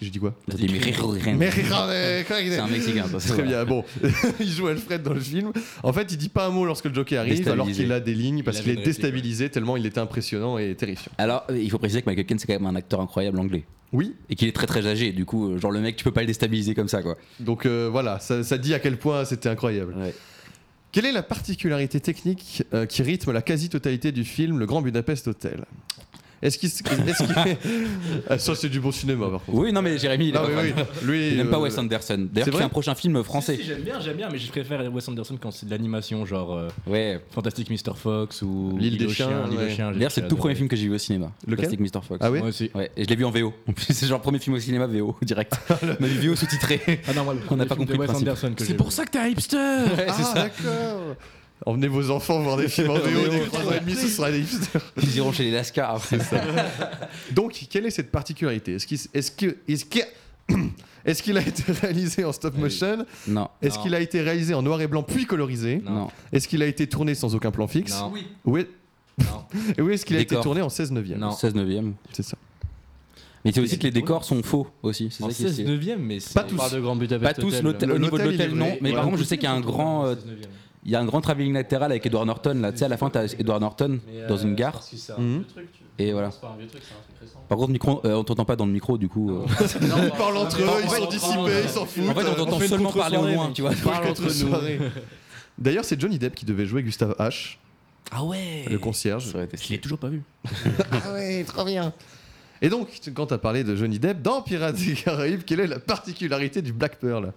Speaker 8: J'ai dit quoi
Speaker 6: T'as dit, mais rire, rien.
Speaker 8: Mais regardez, regardez.
Speaker 6: C'est un Mexicain, ça, c'est
Speaker 8: Très
Speaker 6: vrai.
Speaker 8: bien, bon. il joue Alfred dans le film. En fait, il dit pas un mot lorsque le Joker arrive, alors
Speaker 6: Déstabilisé.
Speaker 8: qu'il a des lignes, parce
Speaker 9: avait
Speaker 8: qu'il est
Speaker 9: une réplique,
Speaker 8: déstabilisé tellement il était impressionnant et terrifiant.
Speaker 6: Alors, euh, il faut préciser que Michael Ken, c'est quand même un acteur incroyable anglais.
Speaker 8: Oui,
Speaker 6: Et qu'il est très très âgé. Du coup, euh, genre le mec, tu peux pas le déstabiliser comme ça, quoi.
Speaker 8: donc euh, voilà, ça, ça dit à quel point c'était incroyable.
Speaker 6: Ouais.
Speaker 8: Quelle est la particularité technique euh, qui rythme la quasi-totalité du film Le Grand Budapest Hotel Est-ce qu'il. est-ce qu'il- Ah, ça, c'est du bon cinéma, par contre.
Speaker 6: Oui, non, mais Jérémy, il a
Speaker 8: Ah,
Speaker 6: pas mal.
Speaker 8: oui, oui. Lui,
Speaker 6: Il n'aime
Speaker 8: euh,
Speaker 6: pas Wes Anderson. D'ailleurs,
Speaker 8: c'est
Speaker 6: il fait
Speaker 8: vrai
Speaker 6: un prochain film français.
Speaker 9: Si, j'aime bien, j'aime bien, mais je préfère Wes Anderson quand c'est de l'animation, genre euh,
Speaker 6: Ouais.
Speaker 9: Fantastic Mr. Fox ou
Speaker 8: L'île des
Speaker 9: aux
Speaker 8: chiens,
Speaker 9: L'île aux
Speaker 8: ouais.
Speaker 9: chiens, j'ai-
Speaker 6: D'ailleurs, c'est le
Speaker 9: j'ai
Speaker 6: tout
Speaker 9: adoré.
Speaker 6: premier film que j'ai vu au cinéma.
Speaker 8: Lequel
Speaker 6: Fantastic Mr. Fox.
Speaker 8: Ah oui
Speaker 9: Moi aussi.
Speaker 6: Ouais, et je l'ai vu en VO. En plus, c'est genre le premier film au cinéma VO direct. On a vu VO sous-titré.
Speaker 9: Ah non, moi, le
Speaker 6: On
Speaker 9: premier
Speaker 6: n'a pas
Speaker 9: film de
Speaker 6: compris le
Speaker 9: Wes
Speaker 6: principe.
Speaker 9: Anderson que j'ai
Speaker 7: C'est
Speaker 9: vu.
Speaker 7: pour ça que t'es un hipster
Speaker 8: Ah, d'accord Emmenez vos enfants voir des films en VO des 3 ans et demi, ce sera des hipsters.
Speaker 6: Ils iront chez les Lascars.
Speaker 8: Donc, quelle est cette particularité Est-ce qu'il est-ce que- est-ce qu'il- est-ce qu'il a été réalisé en stop motion
Speaker 6: Non.
Speaker 8: Est-ce
Speaker 9: Eh Non.
Speaker 8: qu'il a été réalisé en noir et blanc puis colorisé
Speaker 9: Non.
Speaker 6: Non.
Speaker 8: Est-ce qu'il a été tourné sans aucun plan fixe
Speaker 9: Non.
Speaker 8: Ou est-
Speaker 9: Non.
Speaker 8: Et où est-ce qu'il a été
Speaker 6: Décor.
Speaker 8: tourné en 16 neuvième
Speaker 9: Non.
Speaker 6: 16 neuvième.
Speaker 8: C'est ça.
Speaker 6: Mais c'est aussi que les décors sont faux aussi. C'est
Speaker 9: En
Speaker 6: ça qui est-
Speaker 9: 16 neuvième, mais c'est-
Speaker 6: pas
Speaker 9: on
Speaker 6: tous.
Speaker 9: parle de Grand Budapest
Speaker 6: Pas tous.
Speaker 9: Hotel.
Speaker 6: l'hôtel- Au
Speaker 9: Le-
Speaker 6: niveau de
Speaker 9: l'hôtel, il est
Speaker 6: l'hôtel, non.
Speaker 9: vrai.
Speaker 6: Mais
Speaker 9: Ouais,
Speaker 6: par
Speaker 9: le
Speaker 6: contre, je
Speaker 9: côté,
Speaker 6: sais qu'il y a
Speaker 9: il
Speaker 6: un
Speaker 9: est
Speaker 6: grand. euh, Il y a un grand travelling latéral avec Edward Norton là. Tu sais, à la fin, t'as Edward Norton
Speaker 9: Mais,
Speaker 6: dans
Speaker 9: euh,
Speaker 6: une gare.
Speaker 9: parce que c'est un
Speaker 6: Mhm.
Speaker 9: vieux truc, tu-
Speaker 6: Et voilà.
Speaker 9: C'est pas un vieux truc, c'est un truc récent.
Speaker 6: Par contre, micro, euh, on t'entend pas dans le micro, du coup. euh.
Speaker 9: Non, on parle entre eux, ils sont dissipés, ils s'en
Speaker 6: En fait, on
Speaker 9: foutent.
Speaker 6: t'entend
Speaker 9: On fait une
Speaker 6: seulement parler au
Speaker 9: contre-soirée,
Speaker 6: loin,
Speaker 9: mec.
Speaker 6: tu vois.
Speaker 9: On parle entre nous.
Speaker 8: Soirée. D'ailleurs, c'est Johnny Depp qui devait jouer Gustave H.
Speaker 6: Ah ouais
Speaker 8: Le concierge.
Speaker 6: Je l'ai toujours pas vu.
Speaker 8: ah ouais, trop bien. Et donc, tu- quand t'as parlé de Johnny Depp dans Pirates des Caraïbes, quelle est la particularité du Black Pearl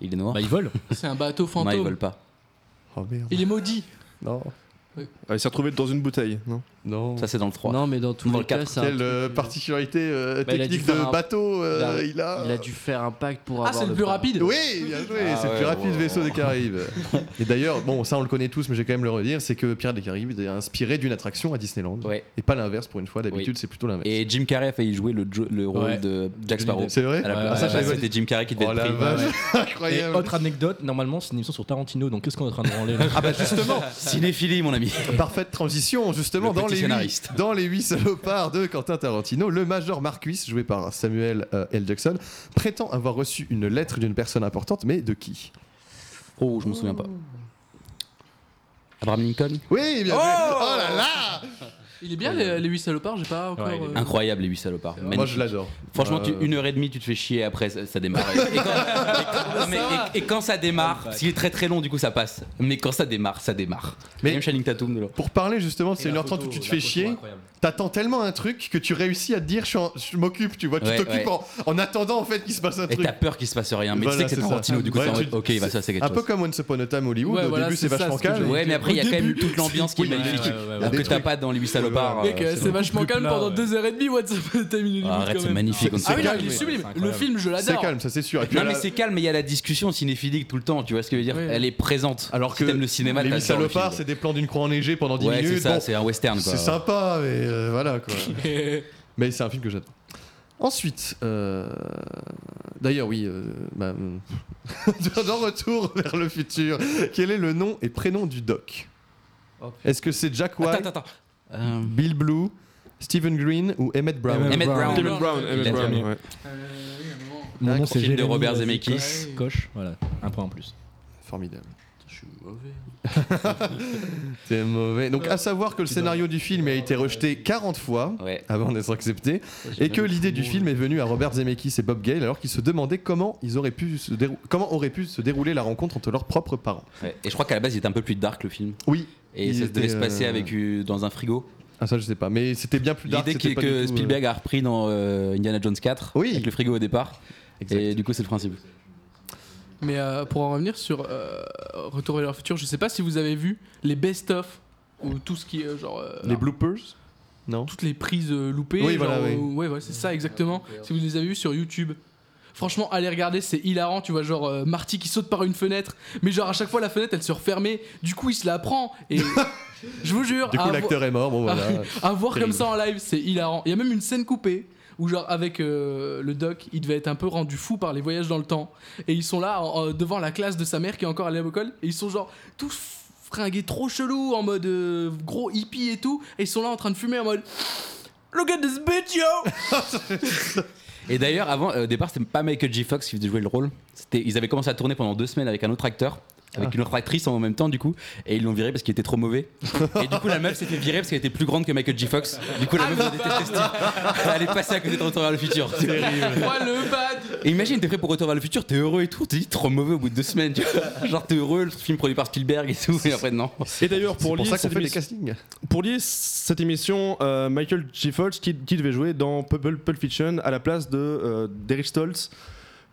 Speaker 6: Il est noir.
Speaker 9: Bah, il vole.
Speaker 7: C'est un bateau fantôme.
Speaker 6: Non, ils veulent pas.
Speaker 8: Oh merde.
Speaker 7: Il est maudit.
Speaker 8: Non.
Speaker 10: Ah, il s'est retrouvé dans une bouteille, non
Speaker 8: Non.
Speaker 6: Ça, c'est dans le 3.
Speaker 4: Non, mais dans tous
Speaker 6: Dans
Speaker 4: les
Speaker 6: le
Speaker 4: cas,
Speaker 6: quatre,
Speaker 4: c'est un-
Speaker 8: Quelle euh, particularité euh,
Speaker 9: Bah, il a dû
Speaker 8: technique de
Speaker 9: faire un-
Speaker 8: bateau euh, il,
Speaker 9: il
Speaker 8: a...
Speaker 9: Il a dû faire un pacte pour
Speaker 7: Ah,
Speaker 9: avoir.
Speaker 7: c'est le plus rapide.
Speaker 8: Oui, bien joué,
Speaker 6: Ah
Speaker 8: c'est le
Speaker 6: ouais,
Speaker 8: plus rapide
Speaker 6: wow.
Speaker 8: vaisseau des Caraïbes. Et d'ailleurs, bon, ça on le connaît tous, mais j'ai quand même le redire, c'est que Pirates des Caraïbes est inspiré d'une attraction à Disneyland.
Speaker 6: Ouais.
Speaker 8: Et pas l'inverse pour une fois, d'habitude c'est plutôt l'inverse.
Speaker 6: Et Jim Carrey a failli jouer le, jo- le rôle
Speaker 9: Ouais.
Speaker 6: de Jack Sparrow.
Speaker 8: C'est vrai Ah,
Speaker 6: À la
Speaker 9: Ouais,
Speaker 6: place,
Speaker 9: ouais,
Speaker 6: à la
Speaker 9: ouais.
Speaker 6: place, c'était Jim Carrey qui devait
Speaker 8: Oh
Speaker 6: être
Speaker 8: la
Speaker 6: pris.
Speaker 8: vache,
Speaker 9: Et euh,
Speaker 8: incroyable.
Speaker 9: autre anecdote, normalement c'est une émission sur Tarantino, donc qu'est-ce qu'on est en train de branler là
Speaker 6: Ah bah justement, cinéphilie mon ami.
Speaker 8: Parfaite transition, justement,
Speaker 6: Le
Speaker 8: dans
Speaker 6: petit
Speaker 8: les, huit,
Speaker 6: scénariste.
Speaker 8: dans les huit salopards de Quentin Tarantino, le major Marcus, joué par Samuel euh, L. Jackson, prétend avoir reçu une lettre d'une personne importante, mais de qui
Speaker 6: Oh, je me souviens pas. Abraham Lincoln
Speaker 8: Oui, bien joué. oh, là là
Speaker 7: Il est bien, les, les huit salopards, j'ai pas encore.
Speaker 9: Ouais, il est
Speaker 7: euh,
Speaker 6: Incroyable les 8 salopards.
Speaker 8: Moi
Speaker 6: Magnifique.
Speaker 8: je l'adore.
Speaker 6: Franchement, tu-
Speaker 8: Euh,
Speaker 6: une heure et demie, tu te fais chier après, ça, ça démarre. Et quand, et quand- non, mais- et- et quand ça démarre, s'il est très très long, du coup ça passe. Mais quand ça démarre, ça démarre.
Speaker 8: Mais-
Speaker 6: Même Shining Tatum de l'autre.
Speaker 8: Pour parler justement de ces
Speaker 9: Et la
Speaker 8: 1h30 où
Speaker 9: photo,
Speaker 8: tu te
Speaker 9: la
Speaker 8: fais
Speaker 9: photo
Speaker 8: chier,
Speaker 9: incroyable.
Speaker 8: t'attends tellement un truc que tu réussis à te dire je, suis en- je m'occupe, tu vois, tu
Speaker 6: Ouais,
Speaker 8: t'occupes
Speaker 6: ouais.
Speaker 8: en, en attendant en fait qu'il se passe un
Speaker 6: Et
Speaker 8: truc.
Speaker 6: t'as peur qu'il se passe rien. Mais
Speaker 8: Voilà,
Speaker 6: tu sais que c'est
Speaker 8: c'est ça.
Speaker 6: Tarantino, du coup
Speaker 8: Ouais,
Speaker 6: c'est en
Speaker 8: tu-
Speaker 6: mode, ok, il va se passer quelque
Speaker 8: Un peu euh,
Speaker 6: chose.
Speaker 8: comme Once Upon a Time Hollywood,
Speaker 7: Ouais,
Speaker 8: au
Speaker 7: voilà,
Speaker 8: début c'est
Speaker 7: c'est ça,
Speaker 8: vachement
Speaker 7: ce que
Speaker 8: calme.
Speaker 7: j'allais
Speaker 6: Ouais, mais après il y a quand même toute l'ambiance qui est
Speaker 9: Ouais, ouais,
Speaker 6: magnifique.
Speaker 9: ouais, ouais,
Speaker 6: Alors
Speaker 8: ouais.
Speaker 6: que t'as pas dans les 8 salopards.
Speaker 7: Mec,
Speaker 6: euh,
Speaker 7: euh, c'est vachement
Speaker 9: truc
Speaker 7: calme
Speaker 9: là,
Speaker 7: pendant
Speaker 9: ouais.
Speaker 7: deux heures et demie, What's Up Time in Hollywood,
Speaker 6: Ah, Arrête,
Speaker 7: quand
Speaker 6: c'est
Speaker 7: même.
Speaker 6: magnifique. on
Speaker 7: Ah
Speaker 6: sait
Speaker 7: oui,
Speaker 6: pas.
Speaker 7: non, il est sublime.
Speaker 9: incroyable.
Speaker 7: Le film, je
Speaker 8: C'est
Speaker 7: l'adore.
Speaker 8: calme, ça c'est sûr. Et puis euh,
Speaker 6: Non
Speaker 8: à
Speaker 6: mais
Speaker 8: la-
Speaker 6: c'est calme, mais il y a la discussion cinéphilique tout le temps, tu vois ce que je veux dire
Speaker 7: Ouais.
Speaker 6: Elle est présente.
Speaker 8: Alors
Speaker 6: si
Speaker 8: que
Speaker 6: t'aimes le cinéma,
Speaker 8: les
Speaker 6: t'as
Speaker 8: huit salopards, c'est des plans d'une croix enneigée pendant 10
Speaker 6: Ouais, c'est
Speaker 8: minutes.
Speaker 6: ça,
Speaker 8: Bon,
Speaker 6: c'est un western quoi.
Speaker 8: C'est sympa, mais euh, voilà quoi.
Speaker 7: Et-
Speaker 8: mais c'est un film que j'adore. Ensuite, euh, d'ailleurs, oui, euh, bah, hum. dans Retour vers le futur, quel est le nom et prénom du doc
Speaker 9: Oh,
Speaker 8: Est-ce que c'est Jack White,
Speaker 6: Attends, attends, attends. Euh,
Speaker 8: Bill Blue, Stephen Green ou Emmett Brown
Speaker 6: Emmett Brown.
Speaker 10: Emmett Brown,
Speaker 6: Il a
Speaker 10: Emmett Brown,
Speaker 6: terminé.
Speaker 10: ouais.
Speaker 9: Mon nom
Speaker 6: Profil
Speaker 9: c'est
Speaker 6: de
Speaker 9: Jérémy
Speaker 6: Robert
Speaker 9: Lazzy
Speaker 6: Zemeckis.
Speaker 9: Koch- Koch, voilà, un point en plus.
Speaker 8: Formidable.
Speaker 9: Je suis mauvais.
Speaker 8: C'est mauvais. Donc, à savoir que le scénario du film a été rejeté 40 fois
Speaker 6: Ouais.
Speaker 8: avant d'être accepté, et que l'idée du film est venue à Robert Zemeckis et Bob Gale alors qu'ils se demandaient comment ils auraient pu se dérou- comment aurait pu se dérouler la rencontre entre leurs propres parents.
Speaker 6: Ouais. Et je crois qu'à la base, il était un peu plus dark le film.
Speaker 8: Oui.
Speaker 6: Et
Speaker 8: Il
Speaker 6: ça devait
Speaker 8: était,
Speaker 6: se passer
Speaker 8: euh,
Speaker 6: avec euh, dans un frigo.
Speaker 8: Ah ça je sais pas, mais c'était bien plus dark.
Speaker 6: L'idée
Speaker 8: c'était
Speaker 6: qui-
Speaker 8: pas
Speaker 6: que
Speaker 8: du tout, euh,
Speaker 6: Spielberg a repris dans euh, Indiana Jones 4
Speaker 8: Oui.
Speaker 6: avec le frigo au départ.
Speaker 8: Exact.
Speaker 6: Et du coup, c'est le principe.
Speaker 7: Mais euh, pour en revenir sur euh, Retour vers le futur, je sais pas si vous avez vu les best-of ou tout ce qui est genre. euh,
Speaker 8: Les bloopers Non.
Speaker 7: toutes les prises euh, loupées.
Speaker 8: Oui, voilà,
Speaker 7: genre,
Speaker 8: oui.
Speaker 7: euh, ouais, ouais, c'est ça exactement. Si vous les avez vues sur YouTube. Franchement, allez regarder, c'est hilarant. Tu vois, genre euh, Marty qui saute par une fenêtre, mais genre à chaque fois la fenêtre elle se refermait. Du coup, il se la prend. Et je vous
Speaker 6: Ah,
Speaker 7: jure,
Speaker 8: Du
Speaker 7: à
Speaker 8: coup
Speaker 7: vo-
Speaker 8: l'acteur est mort, bon
Speaker 7: à-
Speaker 8: voilà.
Speaker 7: à voir
Speaker 8: Terrible.
Speaker 7: comme ça en live, c'est hilarant. Il y a même une scène coupée où genre avec euh, le doc, il devait être un peu rendu fou par les voyages dans le temps. Et ils sont là en- en- devant la classe de sa mère qui est encore allée à l'école. Et ils sont genre tous fringués trop chelous en mode euh, gros hippie et tout. Et ils sont là en train de fumer en mode... Look at this bitch, yo!
Speaker 6: Et d'ailleurs, avant, euh, au départ, c'était pas Michael J. Fox qui faisait jouer le rôle. C'était, ils avaient commencé à tourner pendant deux semaines avec un autre acteur, avec
Speaker 8: Ah.
Speaker 6: une autre actrice en même temps, du coup, et ils l'ont viré parce qu'il était trop mauvais. et du coup, la meuf s'est fait virer parce qu'elle était plus grande que Michael J. Fox. Du
Speaker 8: Ah,
Speaker 6: coup, la meuf a détesté Steve. Elle est passée à côté de Retour vers le futur.
Speaker 7: Moi, le bad!
Speaker 6: Et imagine, t'es prêt pour Retour vers le futur, t'es heureux et tout, t'es dit trop mauvais au bout de deux semaines. tu vois. Genre, t'es heureux, le film produit par Spielberg et tout, et après, non.
Speaker 10: Et d'ailleurs, pour
Speaker 8: C'est pour
Speaker 10: lier
Speaker 8: ça qu'on
Speaker 10: cette
Speaker 8: fait des
Speaker 10: émission,
Speaker 8: castings.
Speaker 10: pour lier cette émission, euh, Michael G. Fox qui, qui devait jouer dans Pulp, Pulp Fiction à la place de euh, d'Eric Stoltz,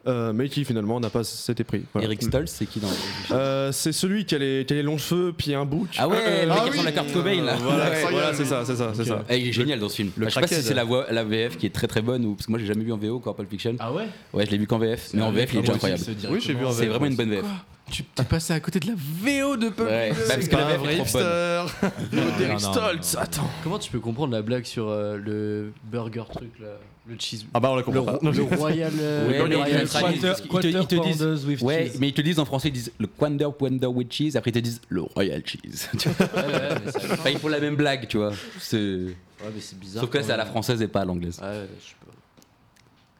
Speaker 10: euh, mais qui finalement n'a pas été pris. Voilà.
Speaker 6: Eric Stoltz, c'est qui dans le.
Speaker 10: Euh, c'est celui qui a, les, qui a les longs cheveux puis un bouc.
Speaker 6: Ah ouais, le mec
Speaker 8: ah
Speaker 6: qui
Speaker 8: oui.
Speaker 6: ressemble à Kurt Cobain là.
Speaker 10: Voilà,
Speaker 8: Ouais.
Speaker 10: voilà, c'est ça, c'est ça, c'est ça.
Speaker 6: Eh, il est génial dans ce film. Enfin, je sais pas si
Speaker 8: crackhead.
Speaker 6: c'est la, voix- la VF qui est très très bonne ou parce que moi j'ai jamais vu en VO encore Pulp Fiction.
Speaker 9: Ah ouais
Speaker 6: Ouais, je l'ai vu qu'en VF, mais en VF il est déjà incroyable.
Speaker 8: Oui, j'ai vu en
Speaker 6: C'est vraiment une bonne VF.
Speaker 7: Tu t'es passé à côté de la VO de Pulp
Speaker 6: Ouais,
Speaker 7: Fiction.
Speaker 6: bah, parce que la
Speaker 8: Pas un
Speaker 6: VF
Speaker 8: vrai
Speaker 6: est trop bonne.
Speaker 8: hipster.
Speaker 9: Derek
Speaker 10: Stoltz, attends.
Speaker 9: Comment tu peux comprendre la blague sur euh, le burger truc là Le cheese.
Speaker 8: Ah bah on la
Speaker 9: Le,
Speaker 8: comprend pas.
Speaker 9: ro- le Royal. euh,
Speaker 6: Ouais,
Speaker 9: le
Speaker 6: mais
Speaker 9: Royal
Speaker 6: ils te traduisent, parce qu'ils te- ils te disent-
Speaker 9: Pandas with
Speaker 6: Ouais,
Speaker 9: cheese.
Speaker 6: mais ils te le disent en français, ils disent le Quander Wonder with cheese, après ils te disent le Royal cheese. Tu vois,
Speaker 9: Ouais, ouais, mais ça-
Speaker 6: enfin, ils font la même blague, tu vois. C'est-
Speaker 9: ouais, mais c'est
Speaker 1: Ah
Speaker 9: bizarre.
Speaker 6: Sauf que là c'est à la française et pas à l'anglaise.
Speaker 9: Ouais, je sais pas.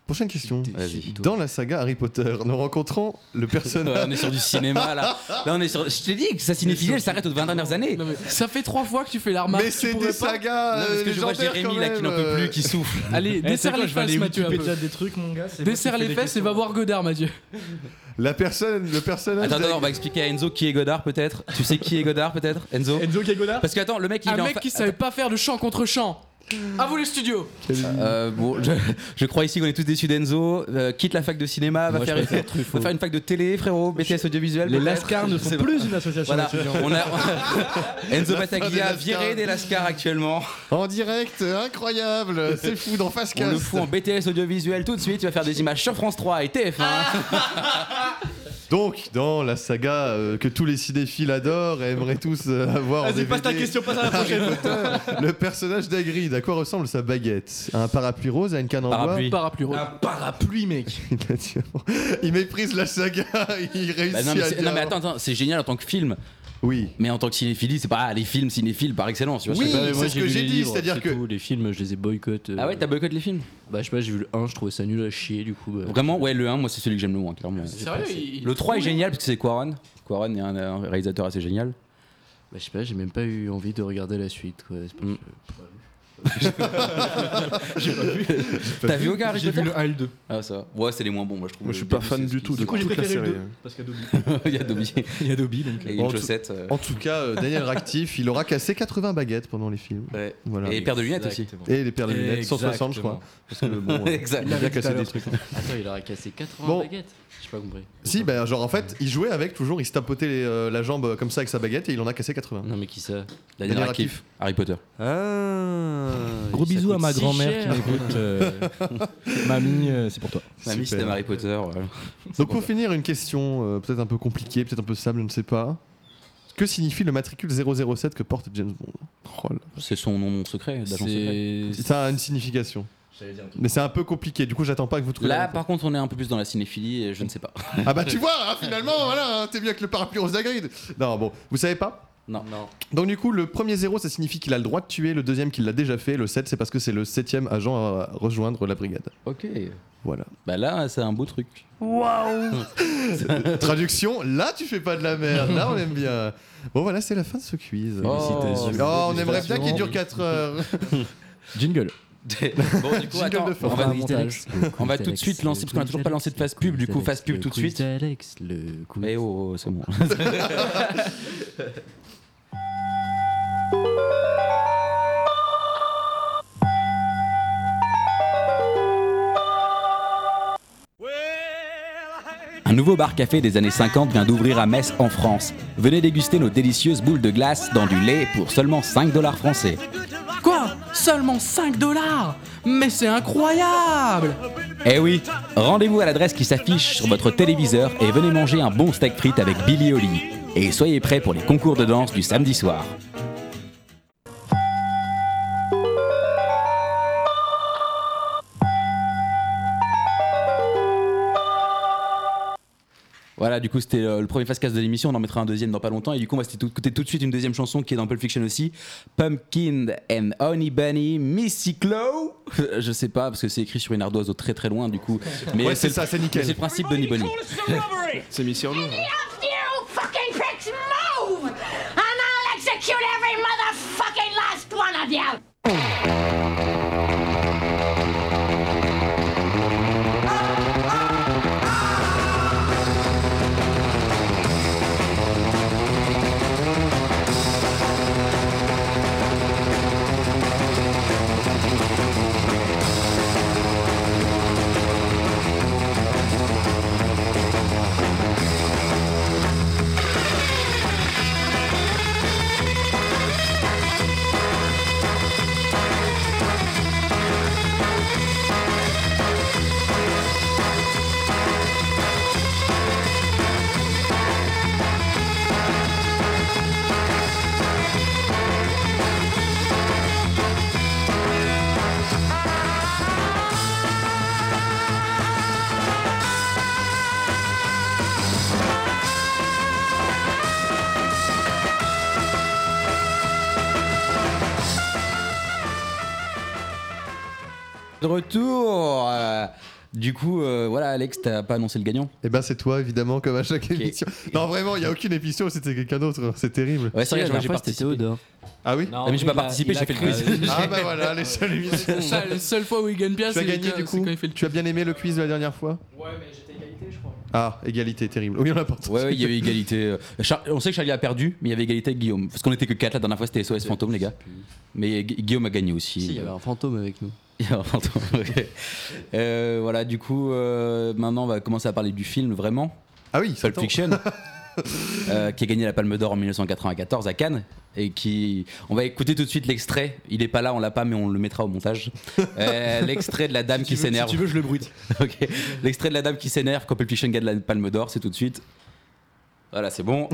Speaker 8: Prochaine question.
Speaker 6: Vas-y.
Speaker 8: Dans la saga Harry Potter, nous rencontrons le
Speaker 6: Ouais, on est
Speaker 8: personnage.
Speaker 6: sur du cinéma là. Là on est sur. Je t'ai dit que sa cinéphilie elle s'arrête aux 20 dernières années.
Speaker 7: Non, mais ça fait trois fois que tu fais la remarque.
Speaker 8: Mais
Speaker 7: tu
Speaker 8: c'est
Speaker 7: pourrais
Speaker 8: des
Speaker 7: pas-
Speaker 6: Non,
Speaker 8: sagas.
Speaker 6: parce
Speaker 8: euh,
Speaker 6: que je vois
Speaker 8: légendaires
Speaker 6: Jérémy
Speaker 8: quand
Speaker 6: là qui n'en peut
Speaker 8: même,
Speaker 6: plus,
Speaker 8: euh,
Speaker 6: qui souffle.
Speaker 9: Eh,
Speaker 7: Allez, desserre les fesses, Mathieu. un peu.
Speaker 9: déjà des trucs, mon gars. c'est moi
Speaker 7: Desserre
Speaker 9: qui fais
Speaker 7: les
Speaker 9: des
Speaker 7: fesses et
Speaker 9: questions.
Speaker 7: va voir Godard, Mathieu.
Speaker 8: La personne, le personnage.
Speaker 6: Attends, attends,
Speaker 8: d'Ag-
Speaker 6: on va expliquer à Enzo qui est Godard peut-être. Tu sais qui est Godard peut-être Enzo
Speaker 9: Enzo Kegoda
Speaker 6: Parce que attends, le mec il est
Speaker 7: Un
Speaker 6: en
Speaker 7: mec
Speaker 6: fa-
Speaker 7: qui savait pas faire de chant contre chant. À vous les studios.
Speaker 6: Euh, bon, je, je crois ici qu'on est tous déçus d'Enzo. Euh, quitte la fac de cinéma,
Speaker 4: Moi,
Speaker 6: va,
Speaker 4: je
Speaker 6: faire,
Speaker 4: préfère Truffaut.
Speaker 6: va faire une fac de télé, frérot, BTS audiovisuel.
Speaker 9: Les
Speaker 6: peut-être.
Speaker 9: Lascars ne
Speaker 6: Je sais
Speaker 9: sont
Speaker 6: pas.
Speaker 9: plus une association
Speaker 6: Voilà,
Speaker 9: étudiante.
Speaker 6: on a Enzo
Speaker 8: La fin des
Speaker 6: Bataglia
Speaker 8: Lascars.
Speaker 6: viré des Lascars actuellement.
Speaker 8: En direct, incroyable. C'est fou d'en face
Speaker 6: On le
Speaker 8: cast.
Speaker 6: fout en BTS audiovisuel tout de suite. Tu vas faire des images sur France 3 et TF1.
Speaker 8: Donc, dans la saga euh, que tous les cinéphiles adorent et aimeraient tous euh,
Speaker 6: Ah,
Speaker 8: avoir. en
Speaker 9: Vas-y, passe ta
Speaker 8: DVD,
Speaker 9: question, passe à la prochaine.
Speaker 8: Le personnage d'Agrid, à quoi ressemble sa baguette À un parapluie rose, à une canne en bois
Speaker 6: Parapluie.
Speaker 7: Parapluie rose.
Speaker 9: Un
Speaker 4: Ah.
Speaker 9: parapluie, mec.
Speaker 8: Il méprise la saga, il réussit
Speaker 6: Bah non, mais
Speaker 8: à
Speaker 6: c'est-
Speaker 8: dire-
Speaker 6: non, mais attends, attends, c'est génial en tant que film,
Speaker 8: Oui.
Speaker 6: mais en tant que cinéphilie, c'est pas ah, les films cinéphiles par excellence. Tu vois,
Speaker 8: Oui,
Speaker 6: c'est pas-
Speaker 8: c'est ce que j'ai dit, c'est-à-dire que-
Speaker 4: Tous les films, je les ai boycottés.
Speaker 6: Ah ouais, t'as boycotté les films
Speaker 4: Bah, je sais pas, j'ai vu le 1, je trouvais ça nul à chier, du coup. bah,
Speaker 6: Vraiment, ouais, le 1, moi c'est celui que j'aime le moins, clairement.
Speaker 7: Ah, Sérieux il-
Speaker 6: Le 3 est génial parce que c'est Quaron. Quaron est un, un réalisateur assez génial.
Speaker 4: bah, je sais pas, j'ai même pas eu envie de regarder la suite, quoi. C'est pas-
Speaker 6: Mm. T'as vu aucun Harry
Speaker 9: J'ai
Speaker 6: Potter
Speaker 9: vu le 1 et le 2.
Speaker 6: Ah, ça. va. Ouais, c'est les moins bons, moi je trouve.
Speaker 10: Moi, je suis pas fan du tout de
Speaker 9: Du coup, j'ai
Speaker 10: toute la
Speaker 9: préféré le
Speaker 10: série.
Speaker 9: 2. Parce qu'Adobe.
Speaker 6: Il y a Dobby.
Speaker 9: Il y a Adobe, donc.
Speaker 6: Et
Speaker 8: En
Speaker 6: une
Speaker 8: tout-
Speaker 6: chaussette. euh,
Speaker 8: En tout cas, euh, Daniel Radcliffe, il aura cassé 80 baguettes pendant les films.
Speaker 6: ouais.
Speaker 8: Voilà.
Speaker 6: Et
Speaker 8: Et,
Speaker 6: paire de lunettes aussi.
Speaker 8: les paires de lunettes, 160 je crois. Parce que bon, euh,
Speaker 6: Exact.
Speaker 8: il a bien cassé des trucs.
Speaker 4: Attends, il aurait cassé 80
Speaker 8: Bon.
Speaker 4: baguettes. J'ai pas compris.
Speaker 8: Si, bah, genre en fait, il jouait avec toujours, il se tapotait les, euh, la jambe euh, comme ça avec sa baguette et il en a cassé 80.
Speaker 4: Non, mais qui ça
Speaker 6: Daniel
Speaker 8: Daniel
Speaker 6: Radcliffe,
Speaker 8: Radcliffe.
Speaker 6: Harry Potter.
Speaker 4: Gros bisous à ma grand-mère qui
Speaker 9: m'écoute. Mamie, euh, c'est pour toi.
Speaker 6: Mamie,
Speaker 8: Super.
Speaker 6: c'était Harry Potter. ouais.
Speaker 8: Donc pour finir, une question euh, peut-être un peu compliquée, peut-être un peu sable, je ne sais pas. Que signifie le matricule 007 que porte James Bond
Speaker 6: C'est son nom secret, d'agent secret.
Speaker 8: Ça a une signification. Mais c'est un peu compliqué, du coup j'attends pas que vous trouviez. la
Speaker 6: Là,
Speaker 8: réponse.
Speaker 6: par contre, on est un peu plus dans la cinéphilie et je ne sais pas.
Speaker 8: Ah bah tu vois, hein, finalement, voilà, hein, t'es mieux avec le parapluie rose d'Agrid. Non, bon, vous savez pas
Speaker 6: Non.
Speaker 8: Donc du coup, le premier zéro, ça signifie qu'il a le droit de tuer, le deuxième qu'il l'a déjà fait, le 7, c'est parce que c'est le septième agent à rejoindre la brigade.
Speaker 6: Ok.
Speaker 8: Voilà.
Speaker 6: Bah là, c'est un beau truc.
Speaker 8: Traduction, là tu fais pas de la merde, là on aime bien. Bon voilà, c'est la fin de ce quiz.
Speaker 6: Félicitations.
Speaker 8: Oh, on aimerait bien qu'il dure 4 heures.
Speaker 9: Jingle.
Speaker 6: bon, du coup, attends,
Speaker 8: de fin.
Speaker 6: on va,
Speaker 4: Alex,
Speaker 6: on va tout de suite lancer, parce qu'on a toujours pas lancé de phase pub, du coup, phase pub tout de suite.
Speaker 4: Alex, le coup.
Speaker 6: Mais oh, oh, c'est bon. Un nouveau bar café des années 50 vient d'ouvrir à Metz en France. Venez déguster nos délicieuses boules de glace dans du lait pour seulement 5 dollars français.
Speaker 7: Quoi Seulement 5 dollars Mais c'est incroyable
Speaker 6: Eh oui, rendez-vous à l'adresse qui s'affiche sur votre téléviseur et venez manger un bon steak frites avec Billy Oli. Et soyez prêts pour les concours de danse du samedi soir. Voilà, du coup, c'était euh, le premier fast de l'émission. On en mettra un deuxième dans pas longtemps. Et du coup, on va écouter tout de suite une deuxième chanson qui est dans Pulp Fiction aussi Pumpkin and Honey Bunny, Missy Chloe. Je sais pas, parce que c'est écrit sur une ardoise au très très loin, du coup. Mais
Speaker 8: Ouais, c'est
Speaker 6: le-
Speaker 8: ça, c'est nickel.
Speaker 6: mais C'est le principe de Honey Bunny.
Speaker 10: C'est mis sur nous.
Speaker 12: You fucking pricks move! And I'll execute every motherfucking last one of you!
Speaker 6: De retour euh, Du coup, euh, voilà, Alex, t'as pas annoncé le gagnant
Speaker 8: Eh ben c'est toi évidemment comme à chaque émission. Non vraiment, il y a aucune émission où c'était quelqu'un d'autre, c'est terrible.
Speaker 6: Ouais, c'est vrai, Si, la j'ai dernière pas fois, c'était participé. Théodore.
Speaker 8: Ah oui
Speaker 6: Non, Ah, mais j'ai pas il a- participé, il j'ai a fait le quiz. créé-
Speaker 8: Ah bah voilà, les seules émissions.
Speaker 7: C'est ça, la seule fois où il gagne bien,
Speaker 8: Tu as
Speaker 7: c'est
Speaker 8: gagné
Speaker 7: quand-
Speaker 8: du
Speaker 7: c'est
Speaker 8: coup
Speaker 7: quand il fait le-
Speaker 8: Tu as bien aimé le quiz de la dernière fois
Speaker 7: Ouais, mais j'étais égalité, je crois.
Speaker 8: Ah, égalité terrible. Oui, on l'a pas entendu.
Speaker 6: Ouais, ouais, il y avait égalité. euh, Char- on sait que Charlie a perdu, mais il y avait égalité avec Guillaume. Parce qu'on était que 4 la dernière fois, c'était SOS Fantôme, les gars. Mais Gu- Guillaume a gagné aussi.
Speaker 4: Si, il y avait un fantôme avec nous.
Speaker 6: Il y a un fantôme, ok. Euh, voilà, du coup, euh, maintenant on va commencer à parler du film vraiment.
Speaker 8: Ah oui,
Speaker 6: Pulp Fiction. euh, qui a gagné la Palme d'Or en 1994 à Cannes et qui on va écouter tout de suite l'extrait il est pas là on l'a pas mais on le mettra au montage Euh, l'extrait de la dame qui s'énerve
Speaker 9: Si tu veux, je le bruite.
Speaker 6: Ok. l'extrait de la dame qui s'énerve quand Pulp Fiction gagne la Palme d'Or c'est tout de suite voilà c'est bon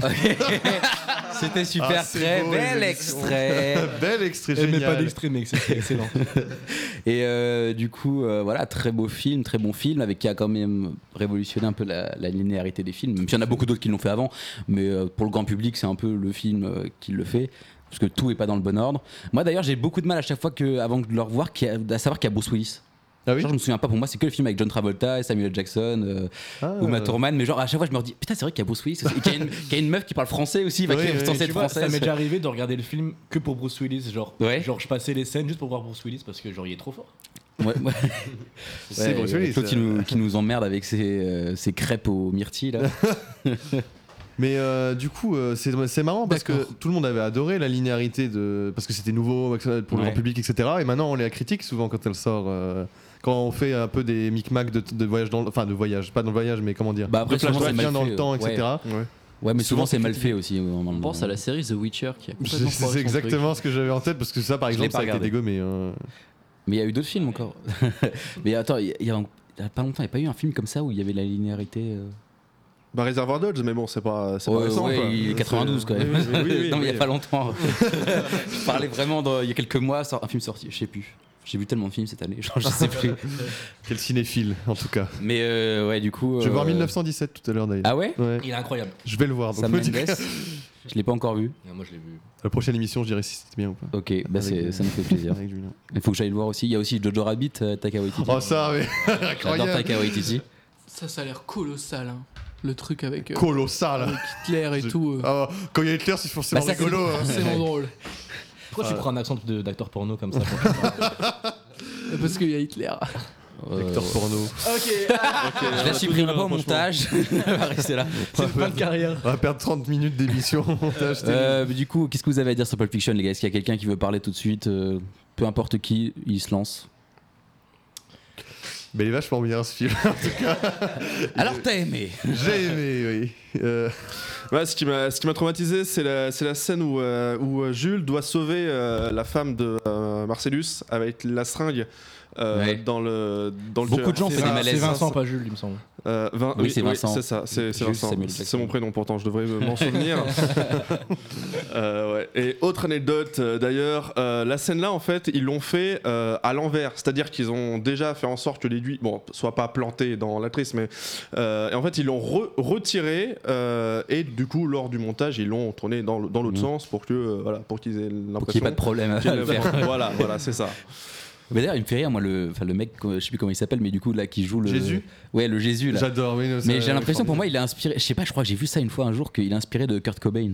Speaker 6: c'était super
Speaker 8: Ah, c'est
Speaker 6: très
Speaker 8: beau,
Speaker 6: bel
Speaker 8: les émissions.
Speaker 6: extrait
Speaker 8: bel extrait,
Speaker 6: Eh,
Speaker 9: Elle met
Speaker 8: génial.
Speaker 9: pas d'extrait, mec, c'est excellent.
Speaker 6: Et euh, du coup, euh, voilà, très beau film, très bon film, avec qui a quand même révolutionné un peu la, la linéarité des films. Même s'il y en a beaucoup d'autres qui l'ont fait avant, mais euh, pour le grand public, c'est un peu le film euh, qui le fait. Parce que tout est pas dans le bon ordre. Moi d'ailleurs, j'ai beaucoup de mal à chaque fois que, avant de le revoir, qu'il y a- à savoir qu'il y a Bruce Willis.
Speaker 8: Ah
Speaker 6: genre, je me souviens pas, pour moi, c'est que le film avec John Travolta et Samuel Jackson euh,
Speaker 8: Ah.
Speaker 6: ou Matt Thurman. Mais genre, à chaque fois, je me redis, putain, c'est vrai qu'il y a Bruce Willis. aussi. Et qu'il y, a une- qu'il y a une meuf qui parle français aussi, bah, qui est censée
Speaker 9: Tu
Speaker 6: être
Speaker 9: vois, Ça
Speaker 6: française.
Speaker 9: m'est déjà arrivé de regarder le film que pour Bruce Willis. Genre,
Speaker 6: Ouais.
Speaker 9: genre je passais les scènes juste pour voir Bruce Willis parce que genre il est trop fort.
Speaker 6: Ouais, ouais.
Speaker 8: C'est Bruce Willis,
Speaker 6: Claude qui
Speaker 8: euh.
Speaker 6: nous, qui nous emmerde avec ses, euh, ses crêpes aux myrtilles là.
Speaker 8: Mais euh, du coup, euh, c'est c'est marrant parce que tout le monde avait adoré la linéarité de parce que c'était nouveau pour le
Speaker 6: Ouais.
Speaker 8: grand public, etc. Et maintenant, on les critique souvent quand elle sort. euh, Quand on fait un peu des micmacs de, de voyage dans le... Enfin, de voyage, pas dans le voyage, mais comment dire
Speaker 6: Bah après,
Speaker 8: De flash
Speaker 6: souvent, c'est
Speaker 8: bien
Speaker 6: mal
Speaker 8: dans
Speaker 6: fait,
Speaker 8: le temps,
Speaker 6: euh,
Speaker 8: etc.
Speaker 6: Ouais, mais souvent
Speaker 8: Souvent,
Speaker 6: c'est
Speaker 8: c'est
Speaker 6: mal fait aussi. euh, On
Speaker 4: Je pense à la série The Witcher qui a
Speaker 8: C'est
Speaker 4: complètement foiré son
Speaker 8: c'est exactement ce que j'avais en tête parce que ça, par
Speaker 6: Je l'ai
Speaker 8: exemple, ça
Speaker 6: pas
Speaker 8: a été
Speaker 6: regardé.
Speaker 8: dégommé. hein.
Speaker 6: Mais il y a eu d'autres films encore. mais attends, il y, a- il y a il y a pas longtemps, il n'y a pas eu un film comme ça où il y avait la linéarité. euh,
Speaker 10: Bah, Reservoir Dogs, mais bon, c'est pas, c'est pas
Speaker 6: ouais,
Speaker 10: récent.
Speaker 6: ouais,
Speaker 10: quoi.
Speaker 6: il est
Speaker 10: C'est-
Speaker 6: 92 quand même.
Speaker 10: Oui, oui, oui, oui,
Speaker 6: non, mais il n'y
Speaker 10: oui.
Speaker 6: a pas longtemps. je parlais vraiment dans- il y a quelques mois, sort- un film sorti, je sais plus. J'ai vu tellement de films cette année, genre, je sais plus.
Speaker 8: Quel cinéphile, en tout cas.
Speaker 6: Mais euh, ouais, du coup.
Speaker 8: Je vais voir
Speaker 6: euh,
Speaker 8: 1917 tout à l'heure d'ailleurs.
Speaker 6: Ah ouais
Speaker 9: Il est incroyable.
Speaker 8: Je vais le voir. Donc
Speaker 6: Sam
Speaker 8: me dites-
Speaker 6: Mendes Je l'ai pas encore vu.
Speaker 9: Non, moi je l'ai vu.
Speaker 8: La prochaine émission, je dirai si c'était bien ou pas.
Speaker 6: Ok, bah
Speaker 8: Avec
Speaker 6: c'est-
Speaker 8: du-
Speaker 6: ça me fait plaisir.
Speaker 8: Avec Julien.
Speaker 6: Il faut que j'aille le voir aussi. Il y a aussi Jojo Rabbit, euh, Taika Waititi.
Speaker 8: Oh, ça, mais
Speaker 6: J'adore
Speaker 8: incroyable.
Speaker 6: Taika Waititi.
Speaker 7: Ça, ça a l'air colossal, hein. Le truc avec, euh,
Speaker 8: Colossal.
Speaker 7: avec Hitler et
Speaker 8: Je-
Speaker 7: tout. euh,
Speaker 8: Ah, quand il y a Hitler, c'est forcément
Speaker 6: Bah, ça, c'est-
Speaker 8: rigolo. hein.
Speaker 7: forcément drôle.
Speaker 9: Pourquoi tu prends un accent de- d'acteur porno comme ça pour-
Speaker 7: Parce qu'il y a Hitler.
Speaker 6: Euh,
Speaker 8: Acteur porno.
Speaker 6: Je la supprimerai
Speaker 8: hein,
Speaker 6: pas au montage. Elle va rester là.
Speaker 8: On va perdre- On va perdre 30 minutes d'émission au montage. c'était-
Speaker 6: Euh, du coup, qu'est-ce que vous avez à dire sur Pulp Fiction, les gars Est-ce qu'il y a quelqu'un qui veut parler tout de suite Euh, Peu importe qui, il se lance.
Speaker 8: Mais les vaches font bien ce film.
Speaker 6: Alors t'as aimé
Speaker 8: J'ai aimé, oui. Euh,
Speaker 10: Ouais, ce qui m'a ce qui m'a traumatisé, c'est la, c'est la scène où, euh, où euh, Jules doit sauver euh, la femme de euh, Marcellus avec la seringue euh,
Speaker 6: Ouais.
Speaker 10: dans le dans le
Speaker 6: Beaucoup
Speaker 10: cœur.
Speaker 6: de gens ont fait des
Speaker 10: Vin-
Speaker 6: malaises. hein,
Speaker 10: c'est
Speaker 9: Vincent, pas Jules, il me semble.
Speaker 10: Euh, Vin-
Speaker 6: Oui, c'est Vincent.
Speaker 10: c'est ça, c'est c'est
Speaker 6: Jules
Speaker 10: Vincent.
Speaker 6: Samuel
Speaker 10: C'est
Speaker 6: Jackson.
Speaker 10: mon prénom pourtant, je devrais m'en souvenir. Euh, ouais. Et autre anecdote euh, d'ailleurs, euh, la scène là en fait, ils l'ont fait euh, à l'envers, c'est-à-dire qu'ils ont déjà fait en sorte que l'aiguille, bon, soit pas plantée dans l'actrice, mais euh, et en fait ils l'ont re- retirée euh, et du coup lors du montage ils l'ont tournée dans l- dans l'autre
Speaker 6: Mhm.
Speaker 10: sens pour que euh, voilà pour qu'ils aient
Speaker 6: Pour qu'il n'y ait
Speaker 10: l'impression.
Speaker 6: pas de problème à
Speaker 10: qu'il y ait
Speaker 6: le faire.
Speaker 10: vraiment- voilà, voilà, c'est ça.
Speaker 6: Mais d'ailleurs, il me fait rire, moi, le, enfin, le mec, euh, je sais plus comment il s'appelle, mais du coup, là, qui joue le.
Speaker 8: Jésus
Speaker 6: Ouais, le Jésus, là.
Speaker 8: J'adore, euh, oui. non,
Speaker 6: Mais
Speaker 8: ça-
Speaker 6: j'ai l'impression, pour moi, il est inspiré. Je sais pas, je crois que j'ai vu ça une fois un jour, qu'il est inspiré de Kurt Cobain.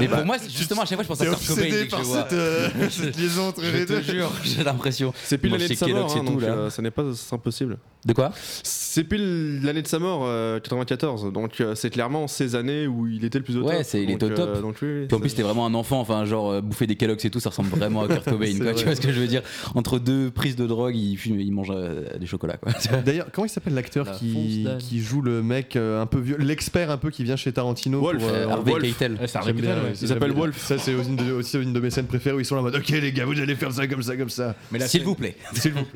Speaker 6: Mais pour moi, c'est- justement, à chaque fois, je pense à
Speaker 8: Bah, T'es
Speaker 6: Kurt Cobain dès
Speaker 8: obsédé
Speaker 6: que je le
Speaker 8: par
Speaker 6: vois.
Speaker 8: cette, euh, cette liaison entre
Speaker 6: Je
Speaker 8: les
Speaker 6: te
Speaker 8: deux.
Speaker 6: jure, j'ai l'impression.
Speaker 10: C'est pile
Speaker 6: Moi, je
Speaker 10: l'année de
Speaker 6: sais
Speaker 10: sa mort,
Speaker 6: Kellogg's et
Speaker 10: hein,
Speaker 6: tout,
Speaker 10: donc
Speaker 6: là.
Speaker 10: euh, ça n'est pas impossible.
Speaker 6: De quoi
Speaker 10: C'est pile l'année de sa mort, euh, 94. Donc euh, c'est clairement ces années où il était le plus au
Speaker 6: Ouais,
Speaker 10: top.
Speaker 6: c'est- il
Speaker 10: Donc,
Speaker 6: était au top.
Speaker 10: euh, donc, oui,
Speaker 6: Puis
Speaker 10: oui,
Speaker 6: en
Speaker 10: ça-
Speaker 6: plus, c'était vraiment un enfant, enfin, genre euh, bouffer des Kellogg's et tout, ça ressemble vraiment à Kurt Cobain.
Speaker 8: C'est
Speaker 6: quoi,
Speaker 8: vrai.
Speaker 6: tu vois ce que je veux dire Entre deux prises de drogue, il, fume, il mange euh, des chocolats. Quoi.
Speaker 8: D'ailleurs, comment il s'appelle l'acteur
Speaker 4: La
Speaker 8: qui,
Speaker 4: fonce d'âne.
Speaker 8: qui joue le mec euh, un peu vieux, l'expert un peu qui vient chez Tarantino
Speaker 10: Wolf.
Speaker 8: pour,
Speaker 10: Euh,
Speaker 6: Harvey
Speaker 10: Wolf.
Speaker 6: Keitel.
Speaker 9: Ouais, c'est un
Speaker 8: J'aime bien,
Speaker 9: réputation,
Speaker 8: ouais,
Speaker 9: ouais.
Speaker 8: ça,
Speaker 10: s'appelle
Speaker 8: j'aime bien.
Speaker 10: Wolf.
Speaker 8: Ça, c'est aussi une de- aussi une de mes scènes préférées où ils sont là en mode Ok, les gars, vous allez faire ça comme ça, comme ça.
Speaker 9: Mais la
Speaker 6: S'il
Speaker 9: scène,
Speaker 6: vous plaît.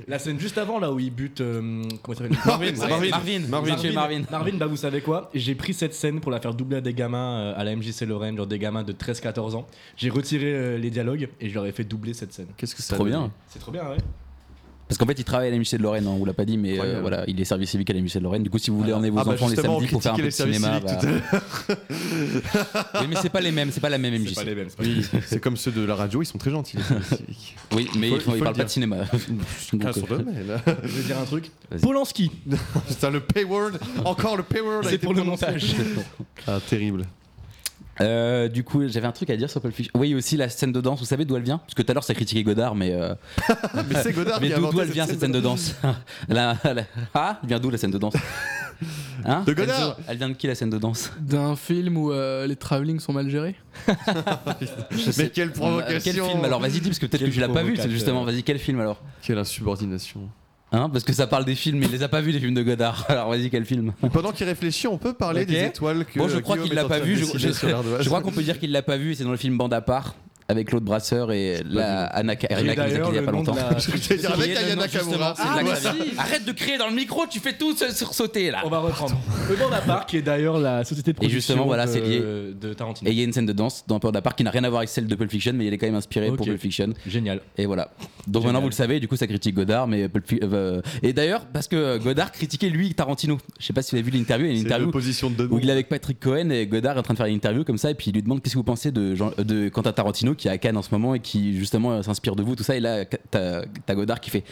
Speaker 9: la scène juste avant là où il bute. euh, comment il s'appelle Marvin.
Speaker 6: Marvin. Marvin. Marvin. Monsieur Marvin.
Speaker 9: Marvin, bah vous savez quoi J'ai pris cette scène pour la faire doubler à des gamins euh, à la MJC Lorraine, genre des gamins de 13-14 ans. J'ai retiré euh, les dialogues et je leur ai fait doubler cette scène.
Speaker 8: Qu'est-ce que ça
Speaker 6: Trop bien.
Speaker 9: C'est trop bien, ouais.
Speaker 6: Parce qu'en fait, il travaille à la MJC de Lorraine, hein, on vous l'a pas dit, mais euh, voilà, il est service civique à la MJC de Lorraine. Du coup, si vous voulez emmener vos
Speaker 8: Ah bah
Speaker 6: enfants les
Speaker 8: justement, on
Speaker 6: samedis pour faire un peu de
Speaker 8: critiquait les
Speaker 6: cinéma.
Speaker 8: services
Speaker 6: bah- oui, mais c'est pas les mêmes, c'est pas la même MJC.
Speaker 8: Oui, c'est comme ceux de la radio, ils sont très gentils.
Speaker 6: Oui, mais ils font- ils parlent pas de cinéma.
Speaker 8: Chacun
Speaker 6: euh,
Speaker 8: son domaine.
Speaker 10: Je vais dire un truc.
Speaker 8: Polanski
Speaker 6: Bah,
Speaker 8: Putain, le payword Encore le payword a
Speaker 6: C'est
Speaker 8: été
Speaker 6: pour le
Speaker 8: prononcé.
Speaker 6: montage.
Speaker 8: Ah, terrible.
Speaker 6: Euh, du coup, j'avais un truc à dire sur Pulp Fiction. Oui, aussi la scène de danse, vous savez d'où elle vient Parce que tout à l'heure, ça critiquait Godard, mais. euh,
Speaker 8: Ah, Mais c'est Godard
Speaker 6: mais
Speaker 8: qui a
Speaker 6: d'où-
Speaker 8: inventé
Speaker 6: d'où elle
Speaker 8: cette
Speaker 6: vient cette scène de danse La- la- Ah, elle vient d'où la scène de danse Hein
Speaker 8: De Godard
Speaker 6: elle, elle vient de qui la scène de danse
Speaker 7: D'un film où euh, les travelling sont mal gérés
Speaker 8: Mais quelle provocation
Speaker 6: Euh, Quel film alors Vas-y, dis, parce que peut-être que tu l'as pas vu, c'est justement. Vas-y, quel film alors
Speaker 8: Quelle insubordination.
Speaker 6: Hein Parce que ça parle des films, mais il les a pas vus les films de Godard. Alors vas-y, quel film
Speaker 8: Mais pendant qu'il réfléchit, on peut parler
Speaker 6: Ok.
Speaker 8: des étoiles que.
Speaker 6: Bon, je crois qu'il l'a pas vu. Je, je- je crois qu'on peut dire qu'il l'a pas vu. C'est dans le film Bande à part avec Claude Brasseur et la Anna Karina qui nous a quittés il y a pas longtemps.
Speaker 8: dire avec Aya Nakamura.
Speaker 6: C'est Black Sabbath. Arrête de crier dans le micro, tu fais tout se- sursauter là.
Speaker 8: Oh.
Speaker 9: On va reprendre. Le Bande à part, qui est d'ailleurs la société de
Speaker 6: Et
Speaker 9: production
Speaker 6: justement, voilà,
Speaker 9: de-
Speaker 6: c'est lié.
Speaker 9: de Tarantino.
Speaker 6: Et il y a une scène de danse dans Peur part qui n'a rien à voir avec celle de Pulp Fiction, mais elle est quand même inspirée pour
Speaker 9: Ok.
Speaker 6: Pulp Fiction.
Speaker 9: Génial.
Speaker 6: Et voilà. Donc maintenant, vous le savez, du coup, ça critique Godard, mais Pulp Fi- euh, Et d'ailleurs, parce que Godard critiquait lui Tarantino. Je sais pas si vous avez vu l'interview, il y a une
Speaker 8: C'est
Speaker 6: interview
Speaker 8: l'opposition de deux
Speaker 6: où il est avec Patrick Cohen et Godard est en train de faire une interview comme ça, et puis il lui demande qu'est-ce que vous pensez de, Jean- de Quentin Tarantino qui est à Cannes en ce moment et qui justement euh, s'inspire de vous, tout ça. Et là, t'as t'as Godard qui fait.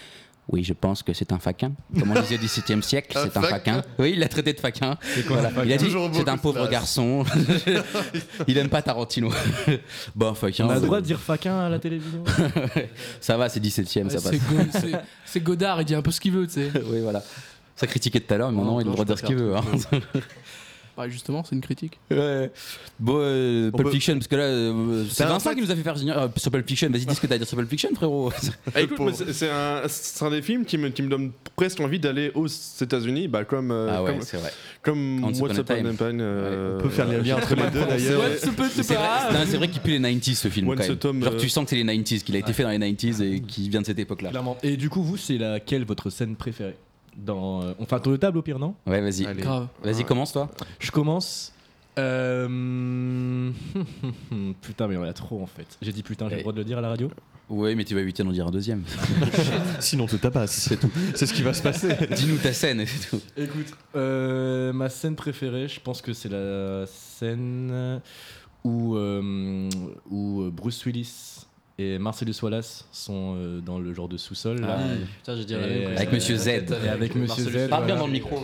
Speaker 6: Oui, je pense que c'est un faquin. Comme on disait du 7 siècle,
Speaker 8: Un
Speaker 6: c'est un
Speaker 8: faquin.
Speaker 6: faquin. Oui, il l'a traité de faquin. Voilà.
Speaker 8: faquin
Speaker 6: Il a dit
Speaker 8: Toujours beau
Speaker 6: c'est un
Speaker 8: comme
Speaker 6: pauvre
Speaker 8: phrase.
Speaker 6: garçon. il aime pas Tarantino. bon, faquin.
Speaker 9: On a le
Speaker 6: c'est-
Speaker 9: droit de dire faquin à la télévision
Speaker 6: ça va, c'est 17 e ça
Speaker 7: C'est
Speaker 6: passe.
Speaker 7: Go- c'est- C'est Godard, il dit un peu ce qu'il veut, tu sais.
Speaker 6: oui, voilà. Ça critiquait tout à l'heure, mais maintenant il a le droit de dire ce qu'il veut. hein.
Speaker 7: Bah, justement, c'est une critique.
Speaker 6: Ouais. Bon, euh, Pulp Fiction, parce que là, euh, c'est
Speaker 8: Bah, en
Speaker 6: Vincent
Speaker 8: fait-
Speaker 6: qui nous a fait faire Junior, euh, sur Pulp Fiction. Vas-y, dis ce que t'as à dire sur Pulp Fiction, frérot.
Speaker 8: Euh,
Speaker 10: Ah, écoute, moi, c'est c'est un, c'est un des films qui me, qui me donne presque envie d'aller aux États-Unis, bah, comme, euh,
Speaker 6: ah ouais,
Speaker 10: comme,
Speaker 6: c'est vrai.
Speaker 10: comme
Speaker 6: Once
Speaker 10: What's Up
Speaker 6: Upon a
Speaker 10: in
Speaker 6: Time.
Speaker 10: Empire, euh,
Speaker 8: On peut faire les liens entre les deux d'ailleurs.
Speaker 7: Ouais, c'est peut- c'est
Speaker 6: C'est
Speaker 7: pas
Speaker 6: vrai,
Speaker 7: grave.
Speaker 6: non, c'est vrai qu'il pue les 90s ce film.
Speaker 10: Once
Speaker 6: Quand même.
Speaker 10: Upon,
Speaker 6: Genre,
Speaker 10: euh,
Speaker 6: tu sens que c'est les 90s, qu'il a été fait dans les 90s et qui vient de cette époque-là.
Speaker 9: Clairement. Et du coup, vous, c'est laquelle votre scène préférée dans, euh, On fait un tour de table au pire, non
Speaker 6: Ouais, vas-y.
Speaker 8: Allez. Ah.
Speaker 7: Grave.
Speaker 6: Vas-y, commence toi.
Speaker 9: Je commence. Euh, putain, mais on a trop en fait. J'ai dit putain, j'ai
Speaker 6: Ouais.
Speaker 9: le droit de le dire à la radio
Speaker 6: Ouais, mais tu vas 8 on dira un deuxième.
Speaker 8: Sinon, on te tabasse. C'est tout. C'est ce qui va se passer.
Speaker 6: Dis-nous ta scène et c'est tout.
Speaker 9: Écoute, euh, ma scène préférée, je pense que c'est la scène où, euh, où euh, Bruce Willis et Marcellus Wallace sont euh, dans le genre de sous-sol. là.
Speaker 13: Putain, j'ai dit
Speaker 9: la même
Speaker 6: Avec Monsieur Z.
Speaker 9: Et avec Monsieur Z.
Speaker 13: Parle bien
Speaker 9: voilà.
Speaker 13: dans le micro.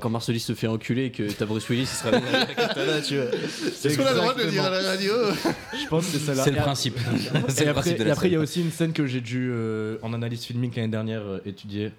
Speaker 13: quand Marcelis se fait enculer et que t'as Bruce Willis, il sera bien avec la katana, tu vois.
Speaker 8: Est-ce qu'on a le droit de le dire à la radio
Speaker 9: Je pense que c'est celle-là.
Speaker 6: C'est le
Speaker 9: Et après-
Speaker 6: principe.
Speaker 9: Et
Speaker 6: C'est le
Speaker 9: après,
Speaker 6: principe de
Speaker 9: et
Speaker 6: la
Speaker 9: après, il y a
Speaker 6: scène.
Speaker 9: aussi une scène que j'ai dû, euh, en analyse filmique l'année dernière, euh, étudier.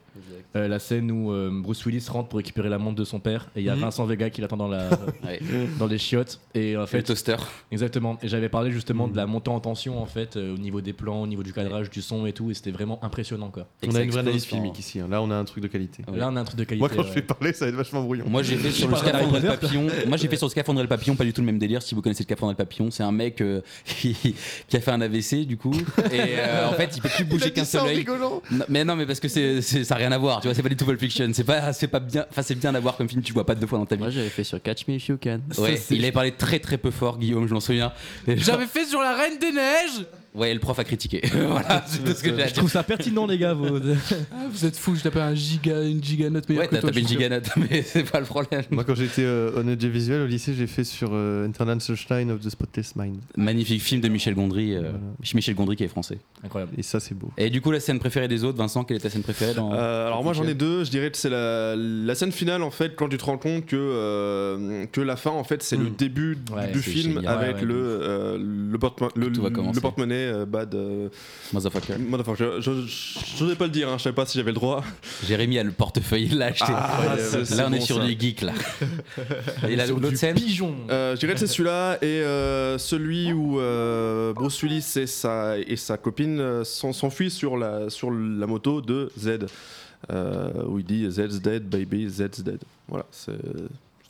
Speaker 9: Euh, la scène où euh, Bruce Willis rentre pour récupérer la montre de son père et il y a
Speaker 6: Mhm.
Speaker 9: Vincent Vega qui l'attend dans, la,
Speaker 6: Ouais.
Speaker 9: dans les chiottes. Et en
Speaker 6: Le
Speaker 9: fait,
Speaker 6: toaster.
Speaker 9: exactement. Et j'avais parlé justement de la montée en tension en fait, euh, au niveau des plans, au niveau du cadrage, du son et tout. Et c'était vraiment impressionnant quoi.
Speaker 8: On a une vraie
Speaker 6: Explose
Speaker 8: analyse
Speaker 6: dans-
Speaker 8: filmique ici. hein. Là, on a un truc de qualité.
Speaker 9: Là, on a un truc de qualité. euh,
Speaker 8: Moi, quand je
Speaker 9: ouais.
Speaker 8: vais parler, ça va être vachement brouillon.
Speaker 6: Moi j'ai fait sur le scaphandre et le papillon. Moi j'ai fait sur le scaphandre et le papillon, pas du tout le même délire. Si vous connaissez le scaphandre et le papillon, c'est un mec euh, qui, qui a fait un AVC du coup. Et euh, en fait il peut plus bouger qu'un seul œil.
Speaker 8: rigolant.
Speaker 6: Non, mais non, mais parce que c'est, c'est- ça n'a rien à voir. Tu vois, c'est pas du tout Pulp Fiction. C'est pas, c'est pas bien. Enfin, c'est bien d'avoir comme film. Tu le vois pas deux fois dans ta vie.
Speaker 13: Moi, j'avais fait sur Catch Me If You Can.
Speaker 6: Ouais, il avait parlé très très peu fort, Guillaume. Je m'en souviens. Et genre-
Speaker 7: J'avais fait sur la Reine des Neiges
Speaker 6: Ouais, le prof a critiqué. voilà, c'est tout ce que j'ai à
Speaker 9: Je
Speaker 6: dire.
Speaker 9: trouve ça pertinent, les gars. Vos...
Speaker 7: Ah, Vous êtes fous, je tapais un giga, une giganote meilleure
Speaker 6: Ouais,
Speaker 7: que
Speaker 6: t'as
Speaker 7: toi.
Speaker 6: tapé
Speaker 7: je
Speaker 6: une
Speaker 7: suis sûr.
Speaker 6: giganote, mais c'est pas le problème.
Speaker 8: Moi, quand j'étais euh, en audiovisuel au lycée, j'ai fait sur euh, Internal Sunshine of the Spotless Mind.
Speaker 6: Magnifique film de Michel Gondry. euh,
Speaker 8: Voilà.
Speaker 6: Michel Gondry qui est français.
Speaker 9: Incroyable.
Speaker 8: Et ça, c'est beau.
Speaker 6: Et du coup, la scène préférée des autres, Vincent, quelle est ta scène préférée dans...
Speaker 10: Euh, alors moi j'en ai deux, je dirais que c'est la, la scène finale en fait quand tu te rends compte que, euh, que la fin en fait c'est le début d-
Speaker 9: Ouais,
Speaker 10: du
Speaker 6: Hmm. c'est
Speaker 10: film
Speaker 6: génial.
Speaker 10: avec
Speaker 6: Ouais, ouais,
Speaker 10: le, euh, le, porte- le,
Speaker 6: Tout va
Speaker 10: le
Speaker 6: commencer.
Speaker 10: porte-monnaie euh, bad euh,
Speaker 6: Motherfucker.
Speaker 10: motherfucker. Je, je, je n'osais pas le dire, hein, je savais pas si j'avais le droit.
Speaker 6: Jérémy a le portefeuille, il l'a acheté.
Speaker 10: Ah, c'est- c'est
Speaker 6: là, on est
Speaker 10: bon,
Speaker 6: sur
Speaker 10: ça.
Speaker 6: du geek, là. Et là, l'autre
Speaker 9: Du
Speaker 6: scène
Speaker 9: Pigeon.
Speaker 10: Euh, je dirais que c'est celui-là et euh, celui où euh, Bruce Willis et sa, et sa copine euh, s'en- s'enfuient sur la, sur la moto de Z. Euh, où il dit Z's dead, baby, Z's dead. Voilà, c'est.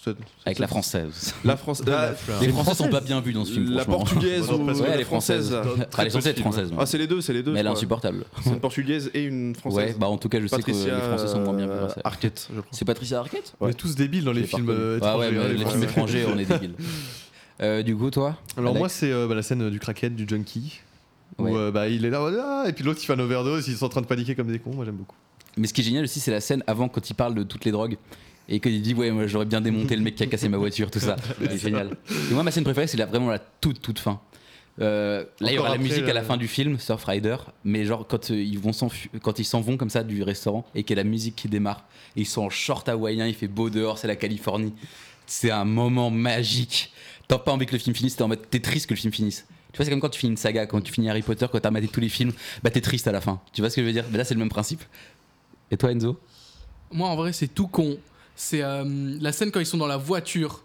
Speaker 10: c'est-
Speaker 6: Avec la française.
Speaker 10: La France. La,
Speaker 6: Les Français sont pas bien vus dans ce film.
Speaker 10: la
Speaker 6: Ah, franchement.
Speaker 10: portugaise ou
Speaker 6: parce que
Speaker 10: la
Speaker 6: elle est française.
Speaker 10: française.
Speaker 6: Elle est censée être française. hein.
Speaker 10: Ah, c'est les deux, c'est les deux.
Speaker 6: mais elle est
Speaker 10: je crois.
Speaker 6: insupportable.
Speaker 10: C'est une portugaise et une
Speaker 6: Ouais,
Speaker 10: française.
Speaker 6: bah en tout cas, je sais que
Speaker 10: Patricia
Speaker 6: les Français sont moins bien vus.
Speaker 10: euh,
Speaker 6: grâce à elle.
Speaker 10: Arquette, je crois.
Speaker 6: C'est Patricia Arquette
Speaker 8: On est tous débiles dans les
Speaker 6: Je l'ai pas
Speaker 8: films
Speaker 6: reconnu.
Speaker 8: euh,
Speaker 6: Ah ouais,
Speaker 8: étrangers.
Speaker 6: mais
Speaker 8: hein, les
Speaker 6: les
Speaker 8: Français.
Speaker 6: films étrangers, on est débiles. Euh, du coup, toi
Speaker 8: Alors
Speaker 6: Alex
Speaker 8: moi c'est euh, bah, la scène euh, du crackhead, du junkie. Où euh, bah, il est là, ah, et puis l'autre il fait un overdose, ils sont en train de paniquer comme des cons. Moi j'aime beaucoup.
Speaker 6: Mais ce qui est génial aussi, c'est la scène avant quand il parle de toutes les drogues. Et qu'il dit, ouais, moi j'aurais bien démonté le mec qui a cassé ma voiture, tout ça. C'est génial. Et moi, ma scène préférée, c'est la- vraiment la toute, toute fin. Euh, là, il y
Speaker 13: Encore
Speaker 6: aura la
Speaker 13: après,
Speaker 6: musique à la
Speaker 13: le-
Speaker 6: fin du film, Surfrider. Mais genre, quand euh, ils vont s'enfu- quand ils s'en vont comme ça du restaurant et qu'il y a la musique qui démarre, et ils sont en short hawaïen, il fait beau dehors, c'est la Californie. C'est un moment magique. T'as pas envie que le film finisse, t'es en mode, t'es triste que le film finisse. Tu vois, c'est comme quand tu finis une saga, quand tu finis Harry Potter, quand t'as maté tous les films, bah t'es triste à la fin. Tu vois ce que je veux dire Bah, Là, c'est le même principe. Et toi, Enzo
Speaker 7: Moi, en vrai, c'est tout con. C'est euh, la scène quand ils sont dans la voiture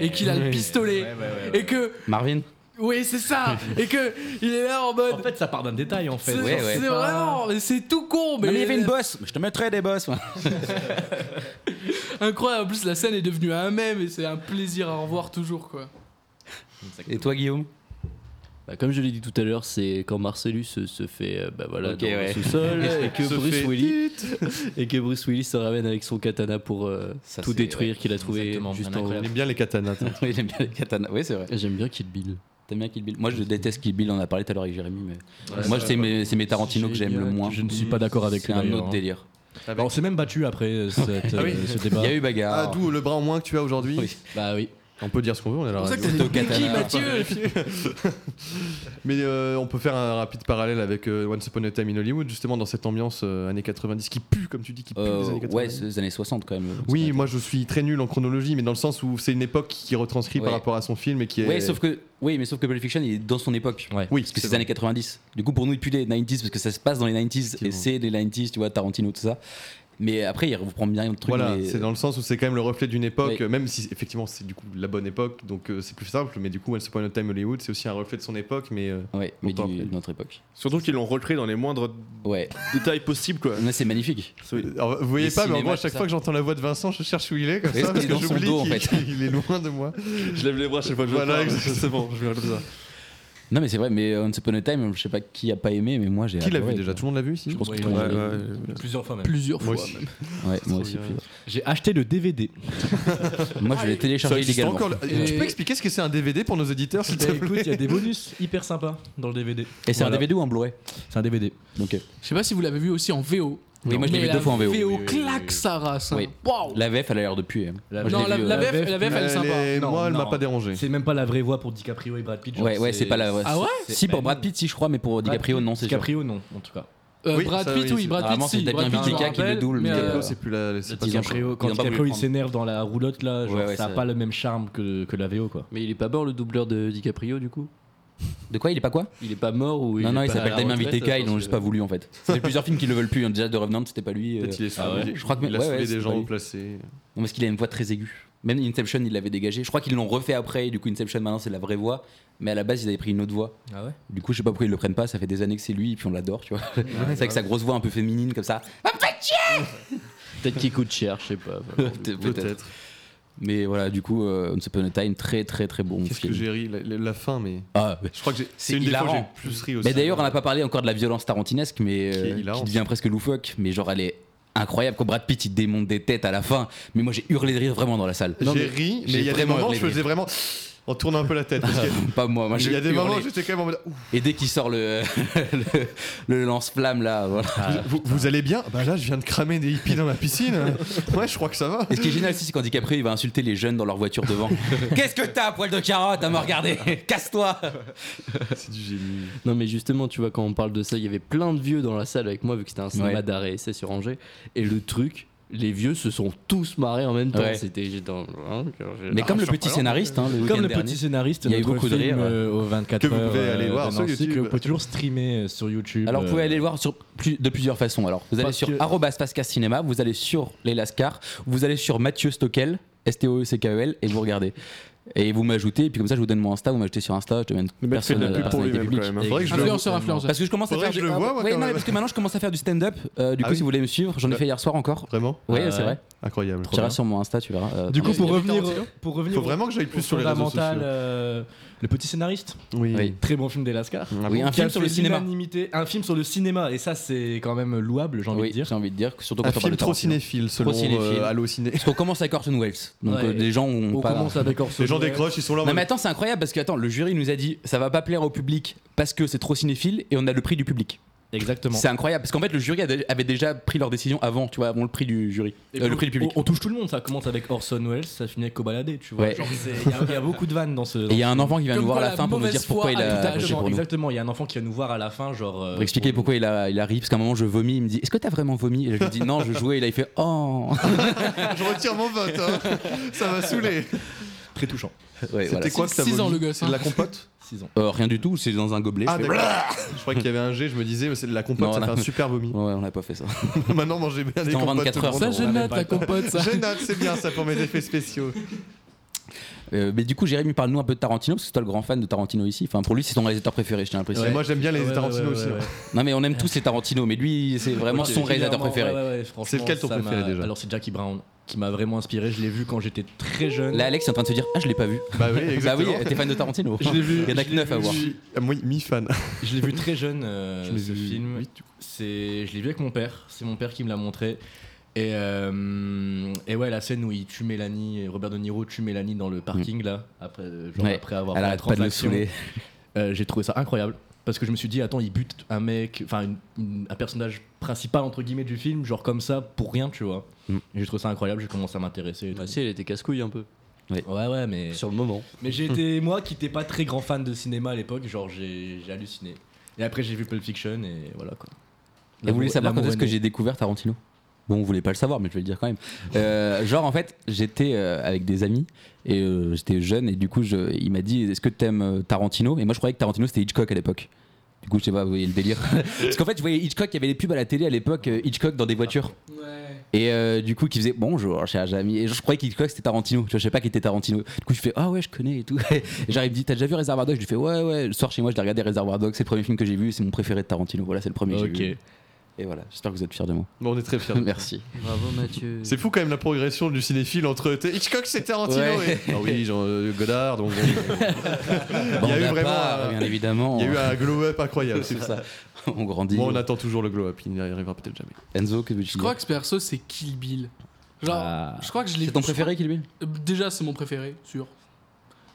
Speaker 7: et qu'il a le
Speaker 6: Oui.
Speaker 7: pistolet
Speaker 6: Ouais, ouais, ouais.
Speaker 7: et que.
Speaker 6: Marvin
Speaker 7: Oui, c'est ça! Et que il est là en mode. En
Speaker 9: fait, ça part d'un détail en fait.
Speaker 7: C'est
Speaker 6: Ouais, ouais.
Speaker 7: c'est vraiment, mais c'est tout con! Mais,
Speaker 6: Non, mais il y
Speaker 13: euh,
Speaker 6: avait une bosse Je te mettrais des bosses, moi
Speaker 7: Incroyable, en plus la scène est devenue un mème et c'est un plaisir à revoir toujours quoi.
Speaker 6: Et toi, Guillaume
Speaker 13: Bah, comme je l'ai dit tout à l'heure, c'est quand Marcellus se, se fait euh, bah, voilà,
Speaker 6: Ok,
Speaker 13: dans
Speaker 6: ouais.
Speaker 13: le sous-sol et que
Speaker 6: Se
Speaker 13: Bruce
Speaker 6: fait
Speaker 13: Willis et que Bruce Willis se ramène avec son katana pour euh, tout détruire qu'il a trouvé juste en haut.
Speaker 8: Il aime bien les katanas. toi.
Speaker 6: Oui, j'aime bien les katanas. Oui, c'est vrai.
Speaker 13: J'aime bien Kill Bill.
Speaker 6: T'aimes bien Kill Bill Moi, je déteste Kill Bill, on en a parlé tout à l'heure avec Jérémy, mais.
Speaker 13: Ouais,
Speaker 6: moi,
Speaker 13: ça
Speaker 6: c'est
Speaker 13: va.
Speaker 6: mes, c'est mes Tarantino que j'aime le
Speaker 13: Génial,
Speaker 6: moins.
Speaker 13: je ne suis pas d'accord avec
Speaker 6: C'est
Speaker 13: lui,
Speaker 6: un
Speaker 13: d'ailleurs,
Speaker 6: autre
Speaker 13: hein.
Speaker 6: délégire.
Speaker 9: Bah, on s'est même battu après euh, cette,
Speaker 8: Ah oui.
Speaker 9: euh, ce débat.
Speaker 6: Il y a eu bagarre.
Speaker 8: Ah, d'où le bras en moins que tu as aujourd'hui
Speaker 13: Bah oui.
Speaker 8: On peut dire ce qu'on veut, on est à
Speaker 6: Ah,
Speaker 8: la
Speaker 9: C'est
Speaker 8: radio.
Speaker 9: pour ça que t'as des Au katana. béquilles,
Speaker 8: Mais euh, on peut faire un rapide parallèle avec euh, Once Upon a Time in Hollywood, justement dans cette ambiance euh, années 90 qui pue, comme tu dis, qui pue
Speaker 6: Euh,
Speaker 8: des années 90.
Speaker 6: ouais, c'est les années 60 quand même.
Speaker 8: Oui, moi je suis très nul en chronologie, mais dans le sens où c'est une époque qui retranscrit
Speaker 6: Ouais.
Speaker 8: par rapport à son film et qui est.
Speaker 6: Ouais, sauf que, oui, mais sauf que Pulp Fiction, il est dans son époque. Oui, parce que c'est les années 90. Du coup, pour nous, il pue les 90s parce que ça se passe dans les 90s et c'est les 90s, tu vois, Tarantino, tout ça. Mais après, il reprend bien le truc.
Speaker 8: Voilà,
Speaker 6: mais- euh,
Speaker 8: c'est dans le sens où c'est quand même le reflet d'une époque,
Speaker 6: Oui.
Speaker 8: euh, même si effectivement c'est du coup la bonne époque, donc euh, c'est plus simple, mais du coup Once Upon a Time Hollywood c'est aussi un reflet de son époque, mais. euh,
Speaker 6: mais du- de notre époque.
Speaker 10: Surtout qu'ils l'ont recréé dans les moindres détails possibles quoi.
Speaker 6: c'est magnifique.
Speaker 8: Alors, vous voyez
Speaker 10: Les
Speaker 8: pas, mais
Speaker 10: cinémas,
Speaker 8: moi à
Speaker 10: tout
Speaker 8: chaque
Speaker 10: ça.
Speaker 8: fois que j'entends la voix de Vincent, je cherche où il est comme
Speaker 10: Est-ce
Speaker 8: ça, parce
Speaker 10: qu'il est
Speaker 8: que
Speaker 10: dans son
Speaker 8: j'oublie
Speaker 10: dos, en
Speaker 8: qu'il
Speaker 10: fait
Speaker 8: qu'il est loin de moi.
Speaker 10: Je lève les bras chaque fois que je
Speaker 8: Voilà,
Speaker 10: parle,
Speaker 8: exactement.
Speaker 10: c'est bon, je vais comme ça.
Speaker 6: Non, mais c'est vrai, mais Once Upon a Time, je sais pas qui a pas aimé, mais moi j'ai.
Speaker 8: Qui l'a
Speaker 6: adoré,
Speaker 8: vu déjà
Speaker 6: quoi.
Speaker 8: Tout le monde l'a vu ici
Speaker 6: Je pense que
Speaker 8: Oui,
Speaker 6: tout le monde
Speaker 8: ouais,
Speaker 6: l'a
Speaker 8: ouais,
Speaker 6: vu.
Speaker 8: ouais.
Speaker 9: Plusieurs fois même.
Speaker 7: Plusieurs
Speaker 8: Moi
Speaker 7: fois
Speaker 8: aussi.
Speaker 7: même.
Speaker 6: Ouais, moi
Speaker 8: Trop
Speaker 6: aussi.
Speaker 8: bien.
Speaker 6: plusieurs.
Speaker 9: J'ai acheté le DVD.
Speaker 6: Moi, je l'ai téléchargé
Speaker 8: Ça existe
Speaker 6: illégalement.
Speaker 8: encore, le-
Speaker 9: Et-
Speaker 8: Tu peux expliquer ce que c'est un DVD pour nos auditeurs s'il
Speaker 9: Bah,
Speaker 8: te
Speaker 9: écoute,
Speaker 8: plaît
Speaker 9: il y a des bonus hyper sympas dans le DVD.
Speaker 6: Et c'est un DVD ou un Blu-ray
Speaker 9: C'est un DVD.
Speaker 6: Ok.
Speaker 7: Je sais pas si vous l'avez vu aussi en VO.
Speaker 6: Oui, moi, je l'ai
Speaker 7: Mais
Speaker 6: vu
Speaker 7: la
Speaker 6: deux fois en VO.
Speaker 7: VO
Speaker 6: Oui, oui,
Speaker 7: claque sa race. hein.
Speaker 6: Oui.
Speaker 7: Waouh.
Speaker 6: La VF, elle a l'air de puer. hein. Moi, je
Speaker 7: Non,
Speaker 6: l'ai
Speaker 7: la,
Speaker 6: vu,
Speaker 7: la
Speaker 6: euh,
Speaker 7: VF, la VF, elle est sympa.
Speaker 9: Non,
Speaker 8: moi, elle
Speaker 9: non.
Speaker 8: m'a pas dérangé.
Speaker 9: C'est même pas la vraie voix pour DiCaprio et Brad Pitt. genre,
Speaker 6: Ouais, ouais, c'est pas la. ouais,
Speaker 9: Ah ouais
Speaker 6: c'est- Si, pour Brad Pitt, si, je crois, mais pour DiCaprio, non, c'est sûr.
Speaker 9: DiCaprio, non, en tout cas.
Speaker 7: Euh, Brad Pitt, oui, Brad Pitt,
Speaker 6: Apparemment,
Speaker 7: si.
Speaker 6: c'est Damien
Speaker 7: Brad Pitt, je me
Speaker 6: Vitica qui le
Speaker 7: rappelle,
Speaker 6: double, mais,
Speaker 7: euh,
Speaker 6: euh,
Speaker 8: C'est plus la. c'est pas-
Speaker 9: DiCaprio, quand
Speaker 6: Ils ont pas voulu
Speaker 9: DiCaprio il
Speaker 6: prendre.
Speaker 9: s'énerve dans la roulotte là, genre,
Speaker 6: Ouais, ouais,
Speaker 9: ça a
Speaker 6: c'est-
Speaker 9: pas le même charme que, que la VO quoi.
Speaker 13: Mais il est pas mort le doubleur de DiCaprio du coup
Speaker 6: De quoi Il est pas quoi
Speaker 13: Il est pas mort ou
Speaker 6: Non, non,
Speaker 13: est
Speaker 6: il
Speaker 13: pas
Speaker 6: s'appelle
Speaker 13: à la
Speaker 6: Damien
Speaker 13: retraite,
Speaker 6: Vitica,
Speaker 13: je
Speaker 6: ils
Speaker 13: pense
Speaker 6: l'ont
Speaker 13: que-
Speaker 1: euh,
Speaker 6: juste pas voulu en fait. C'est plusieurs films qui le veulent plus. hein. Déjà, de Revenant, c'était pas lui. euh,
Speaker 8: Peut-être il est
Speaker 6: ah ouais.
Speaker 8: soulagé.
Speaker 6: Je crois que
Speaker 8: Il a
Speaker 6: ouais,
Speaker 8: saoulé
Speaker 6: ouais,
Speaker 8: des
Speaker 6: c'est
Speaker 8: gens
Speaker 6: pas lui.
Speaker 8: remplacés.
Speaker 6: Non, parce qu'il a une voix très aiguë. Même Inception, il l'avait dégagé. Je crois qu'ils l'ont refait après. et Du coup, Inception, maintenant, c'est la vraie voix. Mais à la base, ils avaient pris une autre voix.
Speaker 9: Ah ouais
Speaker 6: Du coup, je sais pas pourquoi ils le prennent pas. Ça fait des années que c'est lui, et puis on l'adore, tu vois. c'est avec sa grosse voix un peu féminine comme ça.
Speaker 13: Peut-être qu'il coûte cher, je sais pas.
Speaker 6: Peut-être. Mais voilà, du coup, euh, Once Upon a Time, très très très bon
Speaker 8: Qu'est-ce que
Speaker 6: film.
Speaker 8: j'ai ri la, la- la fin, mais.
Speaker 6: Ah, mais-
Speaker 8: Je crois que j'ai-
Speaker 6: c'est
Speaker 8: c'est une des fois où j'ai
Speaker 6: hilarant.
Speaker 8: le plus ri aussi.
Speaker 6: Mais d'ailleurs, on n'a pas parlé encore de la violence tarantinesque, mais euh,
Speaker 8: Qui est
Speaker 6: qui,
Speaker 8: hilarante.
Speaker 6: devient presque loufoque. Mais genre, elle est incroyable. Quand Brad Pitt, il démonte des têtes à la fin. Mais moi, j'ai hurlé de rire vraiment dans la salle.
Speaker 8: J'ai ri, mais il y a des moments où je faisais vraiment. En tournant un peu la tête. parce que-
Speaker 6: Pas moi, moi
Speaker 8: Il
Speaker 6: j'ai
Speaker 8: y a des
Speaker 6: hurlé.
Speaker 8: moments où j'étais quand même en mode. Ouh,
Speaker 6: Et dès qu'il sort le, le, le lance-flamme là, voilà.
Speaker 8: Vous, vous allez bien Bah là, je viens de cramer des hippies dans ma piscine. Ouais, je crois que ça va.
Speaker 6: Et ce qui est génial aussi, c'est quand DiCaprio il va insulter les jeunes dans leur voiture devant. Qu'est-ce que t'as, poil de carotte, à me regarder Casse-toi
Speaker 8: C'est du génie.
Speaker 13: Non mais justement, tu vois, quand on parle de ça, il y avait plein de vieux dans la salle avec moi, vu que c'était un cinéma
Speaker 6: Ouais.
Speaker 13: d'arrêt essai sur Angers. Et le truc, les vieux se sont tous marrés en même temps.
Speaker 6: Ouais.
Speaker 13: C'était j'étais dans...
Speaker 6: Mais comme le petit scénariste, hein, le
Speaker 13: Comme
Speaker 6: week-end
Speaker 13: le
Speaker 9: Petit
Speaker 6: dernier.
Speaker 9: scénariste,
Speaker 6: Il y a eu
Speaker 9: notre
Speaker 6: beaucoup de
Speaker 9: film,
Speaker 6: rire, ouais.
Speaker 9: euh, aux 24
Speaker 8: Que vous
Speaker 9: heures, euh,
Speaker 8: pouvez aller voir
Speaker 9: de
Speaker 8: sur
Speaker 9: Nancy,
Speaker 8: YouTube.
Speaker 9: Que vous pouvez toujours streamer euh, sur YouTube.
Speaker 6: Alors vous
Speaker 9: euh,
Speaker 6: pouvez aller le voir sur plus- de plusieurs façons. Alors vous allez
Speaker 9: Parce
Speaker 6: sur
Speaker 9: que-
Speaker 6: arrobas Fasca Cinéma, vous allez sur les Lascars, vous allez sur Mathieu Stockel, S-T-O-E-C-K-E-L, E et vous regardez. Et vous m'ajoutez, et puis comme ça je vous donne mon Insta, vous m'ajoutez sur Insta, je deviens une
Speaker 10: mec fait de
Speaker 6: personne
Speaker 10: la pub pour
Speaker 6: personnalité
Speaker 10: lui-même,
Speaker 6: publique.
Speaker 10: quand même, hein.
Speaker 6: Faudrait que je le-
Speaker 7: Influenceur, influenceur.
Speaker 6: Parce que je commence à
Speaker 8: Faudrait
Speaker 6: faire.
Speaker 8: que je
Speaker 6: du-
Speaker 8: le
Speaker 6: ah,
Speaker 8: voie, moi,
Speaker 6: ouais,
Speaker 8: quand
Speaker 6: non, mais
Speaker 8: même.
Speaker 6: parce que maintenant je commence à faire du stand-up. Euh, du
Speaker 8: Ah
Speaker 6: coup,
Speaker 8: oui
Speaker 6: si vous voulez me suivre, j'en ai fait hier soir encore.
Speaker 8: Vraiment
Speaker 6: Oui,
Speaker 13: Ah
Speaker 6: c'est
Speaker 13: ouais.
Speaker 6: vrai.
Speaker 8: Incroyable.
Speaker 6: Tu iras sur mon Insta, tu verras. Euh,
Speaker 9: Du coup,
Speaker 6: attends.
Speaker 9: pour revenir, pour revenir,
Speaker 8: Faut
Speaker 9: au-
Speaker 8: vraiment que j'aille
Speaker 9: au
Speaker 8: plus sur les réseaux
Speaker 9: fondamental,
Speaker 8: sociaux.
Speaker 9: euh, le petit scénariste.
Speaker 7: euh,
Speaker 8: Oui. Oui.
Speaker 9: Très bon film d'Elaska.
Speaker 6: Ah Oui, bon un
Speaker 9: Qui
Speaker 6: film
Speaker 9: a
Speaker 6: sur
Speaker 9: fait
Speaker 6: le cinéma.
Speaker 9: l'unanimité. Un film sur le cinéma, et ça, c'est quand même louable, j'ai envie de dire.
Speaker 6: J'ai envie de dire, surtout
Speaker 8: quand Un on parle film de trop Tarantino. cinéphile, selon, euh, Allociné.
Speaker 6: Parce qu'on commence avec Orson Welles. Donc
Speaker 9: Ouais.
Speaker 6: euh, les gens ont
Speaker 9: On
Speaker 6: pas.
Speaker 9: commence avec Orson
Speaker 8: Les gens Welles. décrochent, ils sont là en
Speaker 6: Non, mais
Speaker 8: mode-
Speaker 6: attends, c'est incroyable parce que attends, le jury nous a dit ça va pas plaire au public parce que c'est trop cinéphile et on a le prix du public.
Speaker 9: Exactement.
Speaker 6: C'est incroyable parce qu'en fait le jury a dé- avait déjà pris leur décision avant, tu vois, avant le prix du jury,
Speaker 9: Et
Speaker 6: Euh,
Speaker 9: puis,
Speaker 6: le prix du public.
Speaker 9: On, on touche tout le monde, ça commence avec Orson Welles, ça finit avec Kobalade, tu vois.
Speaker 6: Ouais.
Speaker 9: Genre, c'est- Il y a- il y, a beaucoup de vannes dans ce.
Speaker 6: Et il y a un enfant qui va
Speaker 9: Comme
Speaker 6: nous voir à
Speaker 9: quoi
Speaker 6: la fin pour nous
Speaker 9: mauvaise
Speaker 6: dire pourquoi
Speaker 9: foi
Speaker 6: il a
Speaker 9: tout à
Speaker 6: voté
Speaker 9: l'heure.
Speaker 6: pour nous.
Speaker 9: Exactement, il y a un enfant qui va nous voir à la fin, genre. euh,
Speaker 6: Pour expliquer pourquoi il a, il a ri, parce qu'à un moment je vomis, il me dit Est-ce que t'as vraiment vomi Et je lui dis Non, je jouais, et là il fait Oh
Speaker 8: Je retire mon vote, hein. ça m'a saoulé.
Speaker 9: Très touchant.
Speaker 6: Ouais, voilà.
Speaker 8: C'était quoi que t'as
Speaker 7: Six ans,
Speaker 8: vomi
Speaker 7: le gosse, hein.
Speaker 8: De La compote
Speaker 9: 6 ans.
Speaker 6: Euh, Rien du tout, c'est dans un gobelet.
Speaker 8: Ah,
Speaker 6: je fais-
Speaker 8: d'accord. Je croyais qu'il y avait un G, je me disais, mais c'est de la compote,
Speaker 6: Non,
Speaker 8: ça
Speaker 6: on a-
Speaker 8: fait un super vomi.
Speaker 6: Ouais, on n'a pas fait ça.
Speaker 8: Maintenant, mangez bien des
Speaker 6: C'était en
Speaker 8: compotes.
Speaker 6: 24
Speaker 8: tout le
Speaker 6: heures,
Speaker 8: monde.
Speaker 7: Ça, je note, la compote, ça.
Speaker 8: Je note, c'est bien ça pour mes effets spéciaux.
Speaker 6: Euh, mais du coup, Jérémy, parle-nous un peu de Tarantino, parce que c'est toi le grand fan de Tarantino ici. Enfin, pour lui, c'est ton réalisateur préféré, je tiens à le préciser.
Speaker 8: Moi, j'aime bien les
Speaker 9: ouais,
Speaker 8: Tarantino
Speaker 9: ouais,
Speaker 8: aussi.
Speaker 9: ouais,
Speaker 8: hein.
Speaker 9: ouais.
Speaker 6: Non, mais on aime tous les Tarantino, mais lui, c'est vraiment son réalisateur préféré.
Speaker 9: Ouais, ouais, ouais,
Speaker 8: C'est lequel ton
Speaker 9: franchement, ça
Speaker 8: préféré,
Speaker 9: m'a-
Speaker 8: déjà
Speaker 9: Alors c'est Jackie Brown qui m'a vraiment inspiré. Je l'ai vu quand j'étais très jeune.
Speaker 6: Là, Alex est en train de se dire Ah, je l'ai pas vu.
Speaker 8: Bah oui,
Speaker 6: bah oui,
Speaker 8: exactement.
Speaker 6: t'es fan de Tarantino.
Speaker 9: Je l'ai vu.
Speaker 6: Il y en a
Speaker 9: je
Speaker 6: que
Speaker 9: l'ai
Speaker 6: 9 à
Speaker 9: vu-
Speaker 6: voir.
Speaker 8: Ah, Moi, mi-fan.
Speaker 9: Je l'ai vu très jeune euh,
Speaker 8: Je l'ai
Speaker 9: ce
Speaker 8: vu
Speaker 9: film.
Speaker 8: vite, du
Speaker 9: C'est, je l'ai vu avec mon père. C'est mon père qui me l'a montré. Et, euh, et ouais, la scène où il tue Mélanie, Robert De Niro tue Mélanie dans le parking là, après, euh, genre
Speaker 6: Mm. Ouais.
Speaker 9: après avoir
Speaker 6: Elle
Speaker 9: fait la
Speaker 6: arrête pas de le
Speaker 9: transaction.
Speaker 6: saouler.
Speaker 9: Euh, j'ai trouvé ça incroyable parce que je me suis dit attends il bute un mec enfin une- une- un personnage principal entre guillemets du film genre comme ça pour rien tu vois
Speaker 6: Mm.
Speaker 9: et j'ai trouvé ça incroyable j'ai commencé à m'intéresser et tout.
Speaker 13: Bah, si, elle était casse-couille un peu.
Speaker 9: ouais ouais mais
Speaker 13: Sur le moment.
Speaker 9: mais j'ai été moi qui n'étais pas très grand fan de cinéma à l'époque genre j'ai j'ai halluciné et après j'ai vu Pulp Fiction et voilà quoi
Speaker 6: Et vous voulez savoir quand
Speaker 9: L'amour
Speaker 6: est-ce que
Speaker 9: né.
Speaker 6: j'ai découvert Tarantino Bon, on voulait pas le savoir, mais je vais le dire quand même. Euh, genre, en fait, j'étais euh, avec des amis et euh, j'étais jeune et du coup, je- il m'a dit Est-ce que t'aimes euh, Tarantino Et moi, je croyais que Tarantino c'était Hitchcock à l'époque. Du coup, je sais pas, vous voyez le délire. Parce qu'en fait, je voyais Hitchcock, il y avait les pubs à la télé à l'époque, euh, Hitchcock dans des voitures.
Speaker 7: Ouais.
Speaker 6: Et euh, du coup, qui faisait bonjour, cher ami. Et je croyais qu'Hitchcock c'était Tarantino. Tu vois, je sais pas qui était Tarantino. Du coup, je fais ah ouais, je connais et tout. Et j'arrive, il me dit t'as déjà vu Reservoir Dogs Je lui fais ouais, ouais. Le soir chez moi, je l'ai regardé Reservoir Dogs. C'est le premier film que j'ai vu. C'est mon préféré de Tarantino. Voilà, c'est le premier que
Speaker 9: Ok.
Speaker 6: j'ai vu. Et voilà, j'espère que vous êtes fiers de moi.
Speaker 8: Bon, on est très fiers.
Speaker 6: Merci.
Speaker 4: Bravo Mathieu.
Speaker 8: C'est fou quand même la progression du cinéphile entre t'es Hitchcock c'est Tarantino
Speaker 6: Ouais.
Speaker 8: et... Ah oui, Jean euh, Godard, donc bon,
Speaker 6: Bon,
Speaker 8: y a
Speaker 6: on
Speaker 8: eu
Speaker 6: n'a
Speaker 8: vraiment
Speaker 6: pas, hein.
Speaker 8: un-
Speaker 6: bien évidemment.
Speaker 8: il y a eu un glow-up incroyable.
Speaker 6: C'est ça. On grandit.
Speaker 8: Moi, on attend toujours le glow-up, il n'y arrivera peut-être jamais.
Speaker 6: Enzo, que veux-tu
Speaker 7: Je
Speaker 6: dire
Speaker 7: crois que ce perso, c'est Kill Bill. Genre,
Speaker 9: Ah.
Speaker 7: je crois que je l'ai
Speaker 6: c'est ton
Speaker 7: je crois-
Speaker 6: préféré, Kill Bill
Speaker 7: Euh, Déjà, c'est mon préféré, sûr.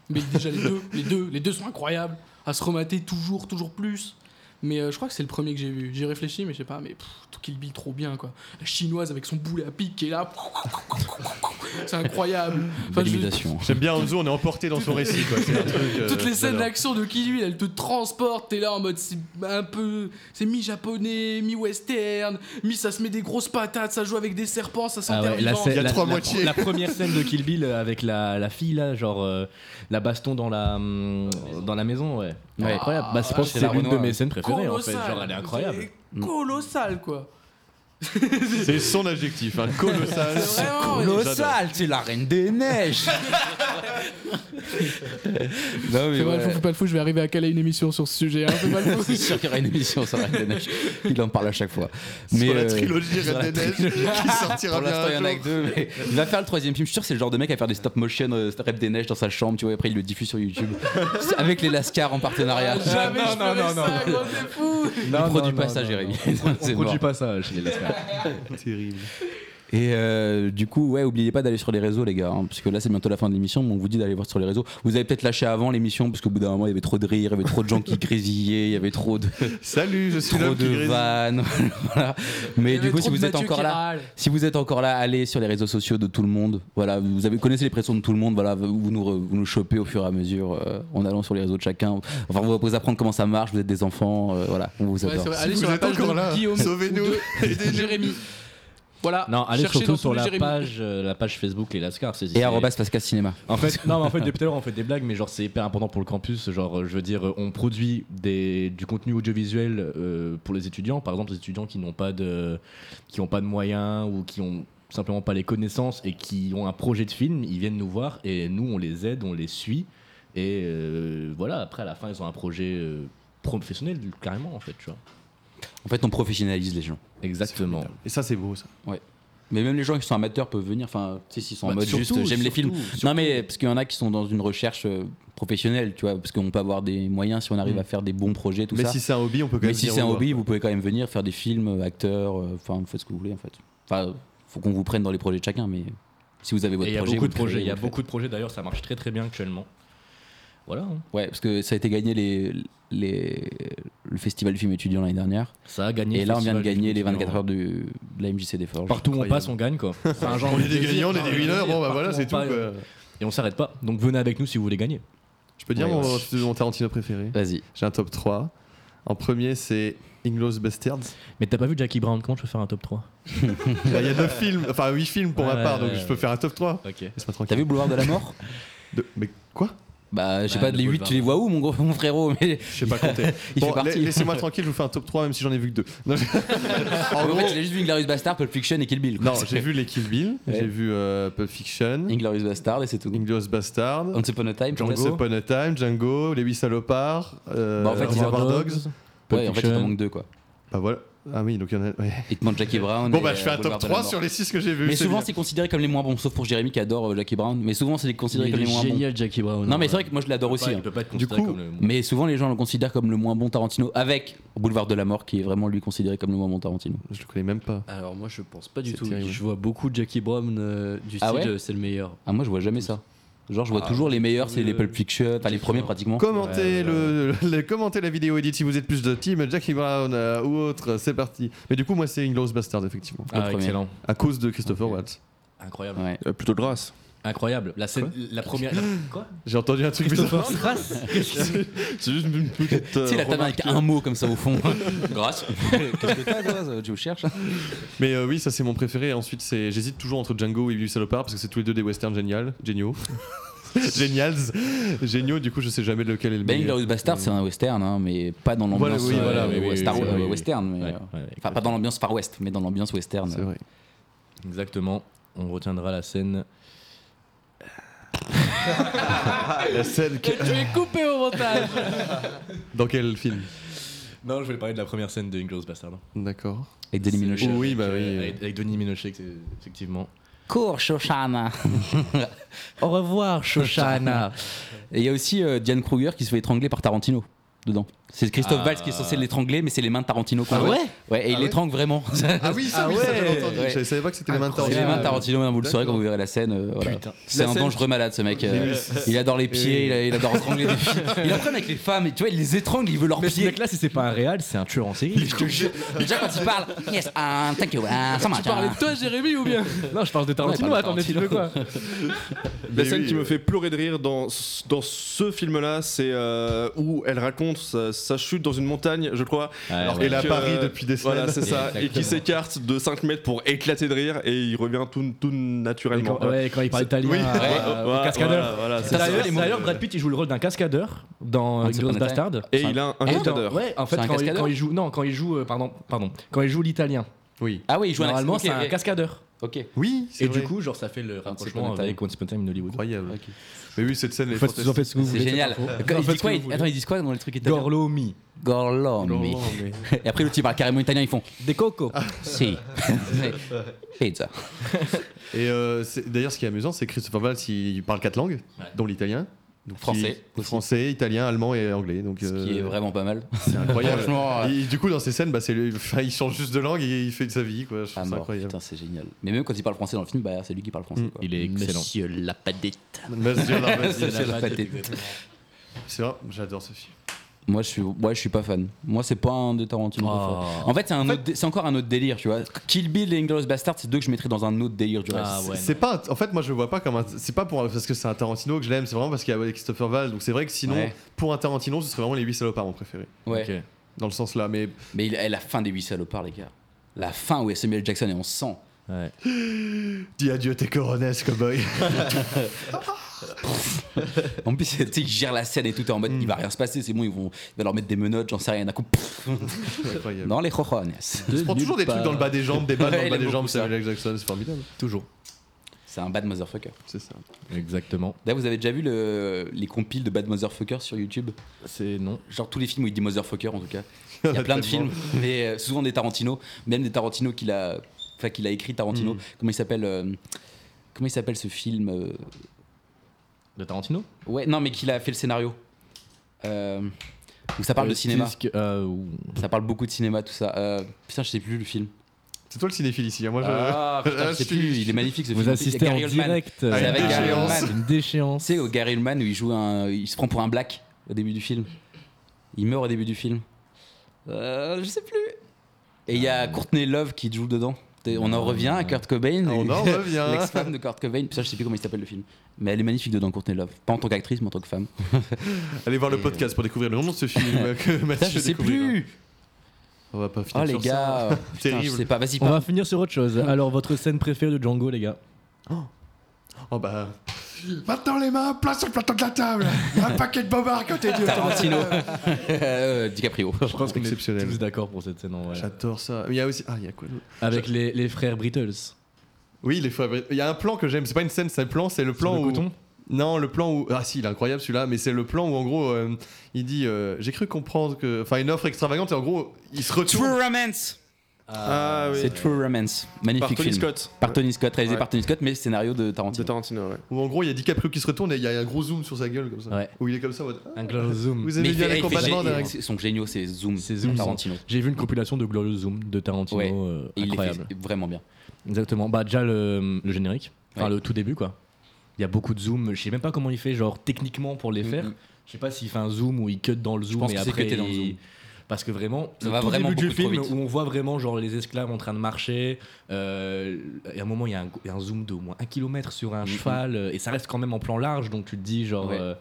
Speaker 7: Mais déjà, les deux, les deux, les deux sont incroyables. À se remater toujours, toujours plus. Mais euh, je crois que c'est le premier que j'ai vu. J'ai réfléchi, mais je sais pas, mais pff, tout Kill Bill trop bien, quoi. La chinoise avec son boulet à pic qui est là. C'est incroyable. Enfin,
Speaker 6: Belle
Speaker 7: je-
Speaker 6: imitation.
Speaker 8: J'aime bien Enzo, on est emporté dans son récit. Quoi. C'est un truc, euh,
Speaker 7: toutes les scènes
Speaker 8: j'adore.
Speaker 7: d'action de Kill Bill, elles te transportent. T'es là en mode, c'est un peu. C'est mi-japonais, mi-western, mi ça se met des grosses patates, ça joue avec des serpents, ça sent
Speaker 9: Ah ouais, la, scène-
Speaker 8: Il y a
Speaker 9: la-
Speaker 8: trois
Speaker 9: la-
Speaker 8: moitiés.
Speaker 9: la première scène de Kill Bill euh, avec la, la fille là, genre euh, la baston dans la hum, dans la maison, ouais.
Speaker 6: Ouais.
Speaker 9: Ouais, incroyable. Bah, je
Speaker 6: Ah,
Speaker 9: pense que
Speaker 6: c'est
Speaker 9: c'est l'une de
Speaker 6: Renoir.
Speaker 9: mes scènes préférées en fait.
Speaker 7: Colossale.
Speaker 9: hein, Genre elle est incroyable.
Speaker 7: C'est Colossal quoi.
Speaker 8: C'est son adjectif, hein, colossal.
Speaker 7: C'est
Speaker 9: Oh,
Speaker 7: vraiment-
Speaker 6: Colossal, c'est la reine des neiges Non, mais
Speaker 7: Fais pas le fou,
Speaker 6: ouais.
Speaker 7: fais pas le fou, je vais arriver à caler une émission sur ce sujet. Hein. Fais pas le fou.
Speaker 6: C'est sûr qu'il y aura une émission sur la reine des neiges. Il en parle à chaque fois.
Speaker 8: Sur la
Speaker 6: euh,
Speaker 8: trilogie
Speaker 6: sur la
Speaker 8: Red Dead
Speaker 6: trilogie.
Speaker 8: qui sortira
Speaker 6: Pour
Speaker 8: bien
Speaker 6: l'instant, il y en a que
Speaker 8: un jour.
Speaker 6: deux, mais il va faire le troisième film. Je suis sûr, que c'est le genre de mec à faire des stop motion, euh, Rêve des Neiges dans sa chambre, tu vois. et Après, il le diffuse sur YouTube C'est avec les Lascars en partenariat.
Speaker 7: Jamais
Speaker 9: Non,
Speaker 7: je
Speaker 9: non,
Speaker 7: ferais
Speaker 9: non, non.
Speaker 7: ça, gros, c'est fou.
Speaker 6: Il produit
Speaker 9: Ah, non,
Speaker 6: pas
Speaker 9: non,
Speaker 6: ça,
Speaker 9: non,
Speaker 6: Jérémy.
Speaker 9: On
Speaker 6: C'est
Speaker 9: produit
Speaker 6: mort.
Speaker 9: pas ça chez les Lascar.
Speaker 8: Terrible.
Speaker 6: Et euh, du coup, ouais, oubliez pas d'aller sur les réseaux, les gars, hein, parce que là, c'est bientôt la fin de l'émission, mais on vous dit d'aller voir sur les réseaux. Vous avez peut-être lâché avant l'émission, parce qu'au bout d'un moment, il y avait trop de rire, il y avait trop de gens qui grésillaient, il y avait trop de,
Speaker 8: Salut, je suis
Speaker 6: trop
Speaker 8: l'homme qui
Speaker 6: de
Speaker 8: grésille.
Speaker 6: vannes. voilà.
Speaker 7: Il
Speaker 6: Mais
Speaker 7: y
Speaker 6: du
Speaker 7: avait
Speaker 6: coup,
Speaker 7: trop
Speaker 6: si
Speaker 7: de
Speaker 6: vous êtes
Speaker 7: Mathieu
Speaker 6: encore
Speaker 7: qui
Speaker 6: là,
Speaker 7: râle.
Speaker 6: si vous êtes encore là, allez sur les réseaux sociaux de tout le monde. Voilà, vous avez, connaissez les pressions de tout le monde. Voilà, vous nous, re- vous nous chopez au fur et à mesure euh, en allant sur les réseaux de chacun. Enfin, on va vous apprendre comment ça marche. Vous êtes des enfants. euh, voilà, on vous
Speaker 7: Ouais,
Speaker 6: adore.
Speaker 7: c'est vrai,
Speaker 8: Si
Speaker 7: allez
Speaker 8: vous
Speaker 7: sur la
Speaker 8: êtes
Speaker 7: page
Speaker 8: encore
Speaker 7: de
Speaker 8: là,
Speaker 7: Guillaume
Speaker 8: sauvez-nous.
Speaker 7: ou de Jérémy. Voilà.
Speaker 9: Non, allez
Speaker 7: Cherchez dans
Speaker 9: surtout
Speaker 7: tous
Speaker 9: sur
Speaker 7: les
Speaker 9: la
Speaker 7: Jérémy.
Speaker 9: page euh, la page Facebook les Lascar. c'est-
Speaker 6: Et
Speaker 9: c'est-
Speaker 6: arrobas Pascal Cinéma.
Speaker 9: En fait, non, mais en fait, depuis tout à l'heure, on fait des blagues, mais genre, c'est hyper important pour le campus. Genre, euh, je veux dire, euh, on produit des, du contenu audiovisuel euh, pour les étudiants. Par exemple, les étudiants qui n'ont pas de, qui ont pas de moyens ou qui ont simplement pas les connaissances et qui ont un projet de film, ils viennent nous voir et nous, on les aide, on les suit. Et euh, voilà, après, à la fin, ils ont un projet euh, professionnel, carrément, en fait, tu vois.
Speaker 6: En fait, on professionnalise les gens.
Speaker 9: Exactement.
Speaker 8: Et ça, c'est beau, ça.
Speaker 6: Mais même les gens qui sont amateurs peuvent venir. Enfin, tu sais, s'ils sont en
Speaker 13: Bah,
Speaker 6: mode
Speaker 13: surtout,
Speaker 6: juste, j'aime les films.
Speaker 13: surtout,
Speaker 6: Non, mais parce qu'il y en a qui sont dans une recherche euh, professionnelle, tu vois, parce qu'on peut avoir des moyens si on arrive
Speaker 8: Mm.
Speaker 6: à faire des bons projets, tout
Speaker 8: Mais
Speaker 6: ça.
Speaker 8: si c'est un hobby, on peut quand
Speaker 6: Mais
Speaker 8: même
Speaker 6: si
Speaker 8: venir
Speaker 6: c'est un
Speaker 8: vous voir,
Speaker 6: hobby, vous pouvez quand même venir faire des films, euh, acteurs, euh, enfin, vous faites ce que vous voulez en fait. Enfin, faut qu'on vous prenne dans les projets de chacun, mais euh, si vous avez
Speaker 9: Et
Speaker 6: votre
Speaker 9: Il y a
Speaker 6: projet.
Speaker 9: beaucoup
Speaker 6: vous
Speaker 9: de
Speaker 6: le créez,
Speaker 9: projets. Il y a
Speaker 6: vous le faites.
Speaker 9: beaucoup de projets. D'ailleurs, ça marche très très bien actuellement. Voilà. hein.
Speaker 6: Ouais, parce que ça a été gagné les, les, le festival du film étudiant l'année dernière.
Speaker 9: Ça a gagné.
Speaker 6: Et
Speaker 9: le
Speaker 6: là, on vient de
Speaker 9: festival du
Speaker 6: gagner
Speaker 9: film
Speaker 6: les 24
Speaker 9: étudiant.
Speaker 6: heures du- de la MJC des Forges.
Speaker 9: Partout où on
Speaker 6: Incroyable.
Speaker 9: passe, on gagne quoi. C'est un genre
Speaker 6: On
Speaker 9: de
Speaker 6: est des
Speaker 9: plaisir,
Speaker 6: gagnants, on est
Speaker 9: hein,
Speaker 6: des
Speaker 9: de
Speaker 6: winners,
Speaker 9: plaisir.
Speaker 6: bon, bah voilà,
Speaker 9: Partout
Speaker 6: c'est
Speaker 9: où on
Speaker 6: tout,
Speaker 9: passe,
Speaker 6: quoi.
Speaker 9: euh, Et on s'arrête pas. Donc venez avec nous si vous voulez gagner.
Speaker 8: Je peux dire
Speaker 9: Ouais,
Speaker 8: mon,
Speaker 9: ouais.
Speaker 8: mon Tarantino préféré
Speaker 6: Vas-y.
Speaker 8: J'ai un top 3. En premier, c'est Inglos Bastards.
Speaker 9: Mais t'as pas vu Jackie Brown Comment je peux faire un top 3
Speaker 8: Bah, Il y a 9 films, enfin 8 films pour
Speaker 9: Ouais,
Speaker 8: ma part,
Speaker 9: ouais,
Speaker 8: donc
Speaker 9: ouais,
Speaker 8: je peux
Speaker 9: ouais.
Speaker 8: faire un top 3.
Speaker 9: Ok.
Speaker 8: Laisse-moi tranquille.
Speaker 6: T'as vu Boulevard de la Mort
Speaker 8: De- Mais quoi
Speaker 6: Bah, je sais
Speaker 8: Bah,
Speaker 6: pas,
Speaker 8: le
Speaker 6: les 8,
Speaker 8: boulevard.
Speaker 6: tu les vois où, mon, gros, mon frérot mais... Je
Speaker 8: sais pas compter.
Speaker 6: Il
Speaker 8: Bon,
Speaker 6: fait partie.
Speaker 8: la- Laissez-moi tranquille, je vous fais un top 3 même si j'en ai vu que 2. Oh.
Speaker 6: en fait, j'ai juste vu Glorious Bastard, Pulp Fiction et Kill Bill. quoi.
Speaker 8: Non, j'ai vu les Kill Bill, j'ai vu euh, Pulp Fiction,
Speaker 6: Inglourious Bastard et c'est tout.
Speaker 8: Inglourious Bastard,
Speaker 6: Once Upon a Time,
Speaker 8: Django, Once
Speaker 6: Django.
Speaker 8: Upon a Time, Django, Les Huit Salopards, euh,
Speaker 6: Bah, en fait, ils
Speaker 8: Reservoir
Speaker 6: en-
Speaker 8: Dogs.
Speaker 6: Pulp Ouais, en fait, il t'en manque deux, quoi.
Speaker 8: Bah voilà. Ah oui, donc il y en a. ouais.
Speaker 6: Il te manque Jackie Brown.
Speaker 8: Bon,
Speaker 6: et,
Speaker 8: bah, je fais
Speaker 6: euh,
Speaker 8: un top
Speaker 6: Boulevard de la
Speaker 8: 3
Speaker 6: Mort.
Speaker 8: sur les 6 que j'ai vus.
Speaker 6: Mais souvent,
Speaker 8: bien.
Speaker 6: c'est considéré comme les moins bons, sauf pour Jérémy qui adore euh, Jackie Brown. Mais souvent, c'est considéré
Speaker 9: Il
Speaker 6: comme
Speaker 9: est
Speaker 6: les moins bons.
Speaker 9: génial, Jackie Brown,
Speaker 6: Non,
Speaker 9: hein,
Speaker 6: mais c'est
Speaker 9: ouais.
Speaker 6: vrai que moi, je l'adore
Speaker 9: Il peut
Speaker 6: aussi.
Speaker 9: pas-
Speaker 6: hein.
Speaker 9: il peut pas être
Speaker 6: du
Speaker 9: considéré
Speaker 6: coup,
Speaker 9: comme le moins
Speaker 6: mais souvent, les gens le considèrent comme le moins bon Tarantino, avec Boulevard de la Mort, qui est vraiment lui considéré comme le moins bon Tarantino.
Speaker 8: Je le Ah, connais même pas.
Speaker 13: Alors moi je pense pas du
Speaker 6: C'est
Speaker 13: tout.
Speaker 6: terrible.
Speaker 13: Je vois beaucoup de Jackie Brown euh, du
Speaker 6: Ah
Speaker 13: style
Speaker 6: ouais
Speaker 13: euh, c'est le meilleur.
Speaker 6: Ah, moi, je vois jamais ça. Genre, je vois
Speaker 13: Ah,
Speaker 6: toujours les meilleurs, c'est
Speaker 13: le-
Speaker 6: les Pulp Fiction, enfin les premiers pratiquement.
Speaker 8: Commentez, le, le- commentez la vidéo et dites si vous êtes plus de team Jackie Brown euh, ou autre, c'est parti. Mais du coup, moi, c'est Inglourious Bastard, effectivement.
Speaker 9: Ah, excellent.
Speaker 8: À cause de Christopher Watts.
Speaker 9: Incroyable.
Speaker 10: hein. Euh, plutôt de race.
Speaker 9: Incroyable. La scène, la première. la- Quoi
Speaker 8: J'ai entendu un truc
Speaker 9: Christopher
Speaker 8: bizarre.
Speaker 9: Grass. Qu'est-ce que c'est
Speaker 10: C'est juste une petite. euh,
Speaker 6: Tu sais, la table avec un mot comme ça au fond. Euh, Grâce. Qu'est-ce que t'as, Grâce Tu me cherches
Speaker 8: Mais euh, oui, ça c'est mon préféré. Ensuite, c'est j'hésite toujours entre Django et Billy Salopard parce que c'est tous les deux des westerns génial, géniaux. Génials. Géniaux, du coup, je sais jamais lequel est le
Speaker 6: Ben
Speaker 8: meilleur.
Speaker 6: Glorious Bastard, c'est un western, hein, mais pas dans
Speaker 8: Voilà,
Speaker 6: l'ambiance
Speaker 8: oui,
Speaker 6: euh,
Speaker 8: voilà, oui, oui,
Speaker 6: western.
Speaker 8: oui, oui,
Speaker 6: euh,
Speaker 8: oui.
Speaker 6: western, mais,
Speaker 8: Ouais,
Speaker 6: euh, enfin, pas dans l'ambiance Far West, mais dans l'ambiance western. C'est
Speaker 8: vrai.
Speaker 9: Exactement. On retiendra la scène.
Speaker 8: La scène que-
Speaker 7: Tu es coupé au montage
Speaker 8: Dans quel film
Speaker 9: Non, je voulais parler de la première scène de Inglourious Bastard.
Speaker 8: D'accord.
Speaker 6: Avec Denis Minochet.
Speaker 8: Oui, bah oui.
Speaker 9: Avec, euh, avec Denis Minochet, c'est- effectivement.
Speaker 6: Cours, Shoshana. Au revoir, Shoshana. Et il y a aussi euh, Diane Kruger qui se fait étrangler par Tarantino dedans. C'est Christophe
Speaker 9: Ah.
Speaker 6: Valls qui est censé l'étrangler, mais c'est les mains de Tarantino. qu'on
Speaker 9: Ah
Speaker 6: voit.
Speaker 9: ouais
Speaker 6: Ouais, et il
Speaker 9: Ah ouais
Speaker 6: l'étrangle vraiment.
Speaker 8: Ah oui, ça, oui, ça, j'avais entendu. Je savais pas que c'était les mains de
Speaker 6: Incroyable.
Speaker 8: Tarantino.
Speaker 6: Les mains de Tarantino, mais vous le saurez quand
Speaker 8: D'accord.
Speaker 6: vous verrez la scène. euh, voilà.
Speaker 8: Putain.
Speaker 6: C'est
Speaker 8: La
Speaker 6: un
Speaker 8: scène-
Speaker 6: dangereux malade, ce mec. euh,
Speaker 8: Mais-
Speaker 6: il adore les pieds,
Speaker 8: Et-
Speaker 6: il a- il adore étrangler des filles. Il apprend avec les femmes, et tu vois, il les étrangle, il veut leur
Speaker 9: Mais ce mec-là, si c'est pas un réal, c'est un tueur en série.
Speaker 6: Je te jure. Déjà quand il parle, yes, un thank you, un ça marche.
Speaker 7: Tu parlais de toi, Jérémy, ou bien
Speaker 9: Non, je parle de
Speaker 7: Tarantino,
Speaker 10: Ouais,
Speaker 7: attendez, tu veux quoi
Speaker 10: La
Speaker 7: Mais
Speaker 10: scène
Speaker 7: oui,
Speaker 10: qui me
Speaker 7: ouais.
Speaker 10: fait pleurer de rire dans, ce- dans ce film-là, c'est euh, où elle raconte sa, sa chute dans une montagne, je crois.
Speaker 8: Ouais,
Speaker 10: alors
Speaker 8: ouais.
Speaker 10: que-
Speaker 8: Elle est à Paris depuis des
Speaker 10: Voilà,
Speaker 8: semaines.
Speaker 10: c'est ça. Et qui
Speaker 8: Exactement.
Speaker 10: s'écarte de 5 mètres pour éclater de rire et il revient tout, tout naturellement.
Speaker 9: Et quand- ouais, et quand il parle
Speaker 10: C'est-
Speaker 9: italien,
Speaker 10: Oui.
Speaker 9: euh, euh,
Speaker 10: Voilà,
Speaker 9: cascadeur.
Speaker 10: voilà, voilà, c'est ça.
Speaker 9: D'ailleurs, d'ailleurs, Brad Pitt, il joue le rôle d'un cascadeur dans
Speaker 10: Ah,
Speaker 9: euh,
Speaker 10: c'est
Speaker 9: Inglourious
Speaker 10: pas Nathan.
Speaker 9: Bastard.
Speaker 10: Et il a un
Speaker 9: dans-
Speaker 10: cascadeur.
Speaker 9: Ah, Ouais, en fait,
Speaker 10: C'est un
Speaker 9: quand, il,
Speaker 10: cascadeur
Speaker 9: quand il joue, non, quand il joue, euh, pardon, pardon, quand il joue l'italien.
Speaker 8: Oui.
Speaker 6: Ah oui, il joue un
Speaker 9: Normalement,
Speaker 6: accent,
Speaker 9: c'est
Speaker 6: ok,
Speaker 9: un
Speaker 6: ok.
Speaker 9: cascadeur.
Speaker 6: Ok.
Speaker 8: Oui.
Speaker 9: Et du coup, genre, ça fait le rapprochement avec Once Upon a Time in Hollywood.
Speaker 8: Incroyable. Mais oui, cette scène est
Speaker 9: Faites- vous en faites ce que vous
Speaker 6: C'est
Speaker 9: voulez,
Speaker 6: génial.
Speaker 9: c'est pas faux.
Speaker 6: Quand
Speaker 9: En
Speaker 6: ils
Speaker 9: fait,
Speaker 6: disent
Speaker 9: ce
Speaker 6: quoi
Speaker 9: que
Speaker 6: ils-
Speaker 9: vous voulez.
Speaker 6: Attends, ils disent quoi dans les trucs italiens Gorlomi. Gorlomi.
Speaker 9: Gorlomi.
Speaker 6: Et après l'autre il parle carrément italien, ils font
Speaker 9: des cocos.
Speaker 6: Si. Pizza.
Speaker 8: Et euh, c'est- d'ailleurs, ce qui est amusant, c'est que Christopher Valls, il parle quatre langues, dont l'italien. Donc,
Speaker 6: Français
Speaker 8: il- français, italien, allemand et anglais. Donc, euh,
Speaker 6: Ce qui est vraiment pas mal.
Speaker 8: C'est incroyable.
Speaker 6: Franchement, euh,
Speaker 8: Et du coup, dans ces scènes, bah, c'est le- enfin, il change juste de langue et il fait de sa vie. Quoi. Je trouve
Speaker 6: Ah,
Speaker 8: ça
Speaker 6: mort.
Speaker 8: incroyable.
Speaker 6: Putain, c'est génial. Mais même quand il parle français dans le film, bah, c'est lui qui parle français. Quoi.
Speaker 9: Il est excellent.
Speaker 6: Monsieur la padette.
Speaker 8: Monsieur la padette.
Speaker 6: Monsieur la padette.
Speaker 8: C'est vrai, j'adore ce film.
Speaker 6: Moi je suis, ouais, je suis pas fan. Moi c'est pas un de Tarantino. que je
Speaker 8: Oh.
Speaker 6: préfère. En fait c'est un autre dé- c'est encore un autre délire, tu vois. Kill Bill et Inglourious Bastard, c'est deux que je mettrais dans un autre délire du reste.
Speaker 8: C'est- c'est pas un- en fait moi je le vois pas comme un c'est pas pour un- parce que c'est un Tarantino que je l'aime c'est vraiment parce qu'il y a Christopher Valls donc c'est vrai que sinon
Speaker 6: Ouais.
Speaker 8: pour un Tarantino ce serait vraiment les 8 salopards mon préféré
Speaker 6: Ouais. Ok.
Speaker 8: dans le sens là mais
Speaker 6: mais il- eh, la fin des huit salopards les gars. La fin où il y a Samuel Jackson et on sent.
Speaker 8: dis adieu à tes coronets cowboy
Speaker 6: en plus, tu sais, il gère la scène et tout, t'es en mode, il va rien se passer, c'est bon, ils vont, il va leur mettre des menottes, j'en sais rien, d'un coup, pff, dans les cojones.
Speaker 8: il se prend toujours des trucs dans le bas des jambes des balles dans
Speaker 6: Ouais,
Speaker 8: le bas
Speaker 6: il aime
Speaker 8: des jambes
Speaker 6: beaucoup ça.
Speaker 8: Samuel L. Jackson c'est formidable
Speaker 9: toujours
Speaker 6: C'est un bad motherfucker.
Speaker 8: C'est ça.
Speaker 9: Exactement.
Speaker 6: Là, vous avez déjà vu le- les compiles de bad motherfucker sur YouTube
Speaker 9: C'est non.
Speaker 6: Genre tous les films où il dit motherfucker en tout cas. Il y a plein de
Speaker 9: Tellement.
Speaker 6: films, mais euh, souvent des Tarantino, même des Tarantino qu'il a enfin qu'il a écrit Tarantino.
Speaker 9: Mhm.
Speaker 6: Comment il s'appelle euh, Comment il s'appelle ce film euh,
Speaker 9: De Tarantino
Speaker 6: Ouais, non, mais qu'il a fait le scénario. Euh, où ça parle
Speaker 9: Euh,
Speaker 6: de cinéma.
Speaker 9: qu'est-ce
Speaker 6: Ça parle beaucoup de cinéma, tout ça. Euh, putain, je sais plus le film.
Speaker 8: C'est toi le cinéphile ici. hein, Moi, je...
Speaker 6: Ah, putain, je
Speaker 8: Là,
Speaker 6: sais
Speaker 8: suis-
Speaker 6: plus, il est magnifique ce
Speaker 8: Vous
Speaker 6: film.
Speaker 8: assistez
Speaker 6: Il y a
Speaker 8: en
Speaker 6: Gary Oldman.
Speaker 8: direct,
Speaker 6: C'est
Speaker 8: euh,
Speaker 6: avec
Speaker 8: une
Speaker 6: Gary
Speaker 8: déchéance.
Speaker 6: Oldman.
Speaker 8: Une
Speaker 6: déchéance. Tu sais, au Gary Oldman où il joue un. Il se prend pour un black au début du film. Il meurt au début du film. Euh, je sais plus. Et il y
Speaker 8: Euh.
Speaker 6: a Courtney Love qui joue dedans. Et On en revient à Kurt Cobain.
Speaker 8: On en revient.
Speaker 6: L'ex-femme de Kurt Cobain. Putain, je sais plus comment il s'appelle le film. Mais elle est magnifique dedans, Courtney Love. Pas en tant qu'actrice, mais en tant que femme.
Speaker 8: Allez voir le podcast pour découvrir le nom de ce film euh, que
Speaker 6: Putain,
Speaker 8: Mathieu
Speaker 6: je sais
Speaker 8: découvrira.
Speaker 6: plus.
Speaker 8: On va pas finir
Speaker 6: Oh les
Speaker 8: sur
Speaker 6: gars,
Speaker 8: ça.
Speaker 6: euh, putain, je sais pas, vas-y,
Speaker 13: On
Speaker 6: parle.
Speaker 13: va finir sur autre chose. Alors, votre scène préférée de Django, les gars
Speaker 8: Oh bah.
Speaker 14: Maintenant les mains, place sur le plateau de la table. Un paquet de bobards à côté du
Speaker 6: Tarantino. Euh, DiCaprio. Je
Speaker 8: pense
Speaker 9: exceptionnel. Tous d'accord pour cette scène en vrai.
Speaker 8: J'adore ça. Mais il y a aussi. Ah, il y a quoi d'autre
Speaker 9: Avec les, les frères Brittles.
Speaker 8: Oui, les fois. Il y a un plan que j'aime. C'est pas une scène, c'est un plan. C'est le plan
Speaker 9: le
Speaker 8: où.
Speaker 9: coton
Speaker 8: non, le plan où. Ah si, il est incroyable celui-là. Mais c'est le plan où en gros, euh, il dit. euh, J'ai cru comprendre que. Enfin, une offre extravagante et en gros, il se retourne.
Speaker 6: True Romance.
Speaker 8: Ah, oui.
Speaker 6: C'est True Romance, magnifique
Speaker 8: Par Tony
Speaker 6: film.
Speaker 8: Scott.
Speaker 6: Par Tony Scott, réalisé
Speaker 8: Ouais.
Speaker 6: par Tony Scott, mais scénario de Tarantino. De
Speaker 10: Tarantino, ouais.
Speaker 8: Où en gros, il y a DiCaprio qui se retourne et il y a un gros zoom sur sa gueule comme ça. Où il est comme ça. en mode, ah, Vous avez
Speaker 6: Mais il
Speaker 8: vu
Speaker 6: fait-
Speaker 8: les
Speaker 6: il fait
Speaker 8: combats de
Speaker 6: gé-
Speaker 8: bande, hein.
Speaker 6: ils sont géniaux ces zooms. C'est
Speaker 9: Zoom.
Speaker 6: Tarantino.
Speaker 9: J'ai vu une compilation de Glorious Zoom de Tarantino.
Speaker 6: Ouais.
Speaker 9: euh,
Speaker 6: Et il les
Speaker 9: incroyable.
Speaker 6: fait vraiment bien.
Speaker 9: Exactement. Bah, déjà le, le générique, enfin
Speaker 6: Ouais.
Speaker 9: le tout début quoi. Il y a beaucoup de zoom. Je sais même pas comment il fait, genre techniquement pour les faire. Je sais pas s'il fait un zoom ou il cut dans le zoom
Speaker 6: Mm, pense
Speaker 9: et
Speaker 6: que c'est
Speaker 9: après
Speaker 6: cuté dans le
Speaker 9: il-
Speaker 6: zoom.
Speaker 9: Parce que vraiment,
Speaker 6: Ça
Speaker 9: le
Speaker 6: va
Speaker 9: tout
Speaker 6: vraiment
Speaker 9: début du
Speaker 6: beaucoup trop
Speaker 9: film
Speaker 6: vite.
Speaker 9: où on voit vraiment genre les esclaves en train de marcher. euh, et à un moment, il y, a un- il y a un zoom d'au moins un kilomètre sur un cheval euh, et ça reste quand même en plan large. Donc tu te dis genre.
Speaker 6: Mm, Ouais.
Speaker 9: euh,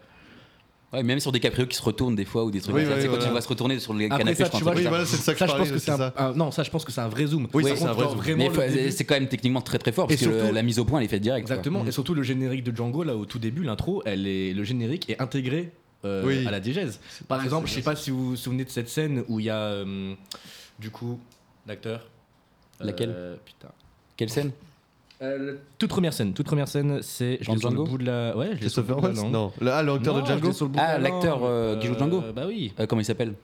Speaker 6: Ouais, même sur des caprios qui se retournent des fois ou des trucs
Speaker 9: Oui,
Speaker 6: comme ça.
Speaker 9: oui,
Speaker 6: C'est quand
Speaker 9: voilà.
Speaker 6: tu vois se retourner sur le
Speaker 9: Après
Speaker 6: canapé,
Speaker 9: ça,
Speaker 6: je crois,
Speaker 9: tu
Speaker 6: un
Speaker 9: vois,
Speaker 6: truc
Speaker 9: genre-
Speaker 6: comme ça.
Speaker 9: ça, je pense que c'est un, un- non, ça, je pense que c'est un vrai zoom.
Speaker 6: Ouais,
Speaker 9: Ça, on voit vraiment
Speaker 6: Mais
Speaker 9: le
Speaker 6: faut-
Speaker 9: début.
Speaker 6: c'est quand même techniquement très très fort
Speaker 9: Et
Speaker 6: parce que le-
Speaker 9: surtout-
Speaker 6: la mise au point elle est faite direct. quoi.
Speaker 9: Exactement. Et surtout le générique de Django, là au tout début, l'intro, elle est le générique est intégré euh,
Speaker 8: Oui.
Speaker 9: à la digèse. Par exemple, je sais pas si vous vous souvenez de cette scène où il y a euh, du coup l'acteur.
Speaker 6: Laquelle
Speaker 9: Euh, Putain.
Speaker 6: Quelle scène
Speaker 9: Euh, le- Toute première scène, toute première scène, c'est je
Speaker 6: Dans
Speaker 9: l'ai sur le
Speaker 6: Django
Speaker 9: bout de la ouais, je l'ai sur le
Speaker 8: Christopher
Speaker 9: bout de la
Speaker 8: Waltz
Speaker 9: langue.
Speaker 8: Non. Le- ah, le acteur de
Speaker 9: Non, je l'ai
Speaker 8: Django
Speaker 9: sur le bout de
Speaker 6: Ah,
Speaker 9: la
Speaker 6: l'acteur
Speaker 9: langue.
Speaker 6: euh, qui joue Django
Speaker 9: Euh, Bah oui.
Speaker 6: Euh, Comment il s'appelle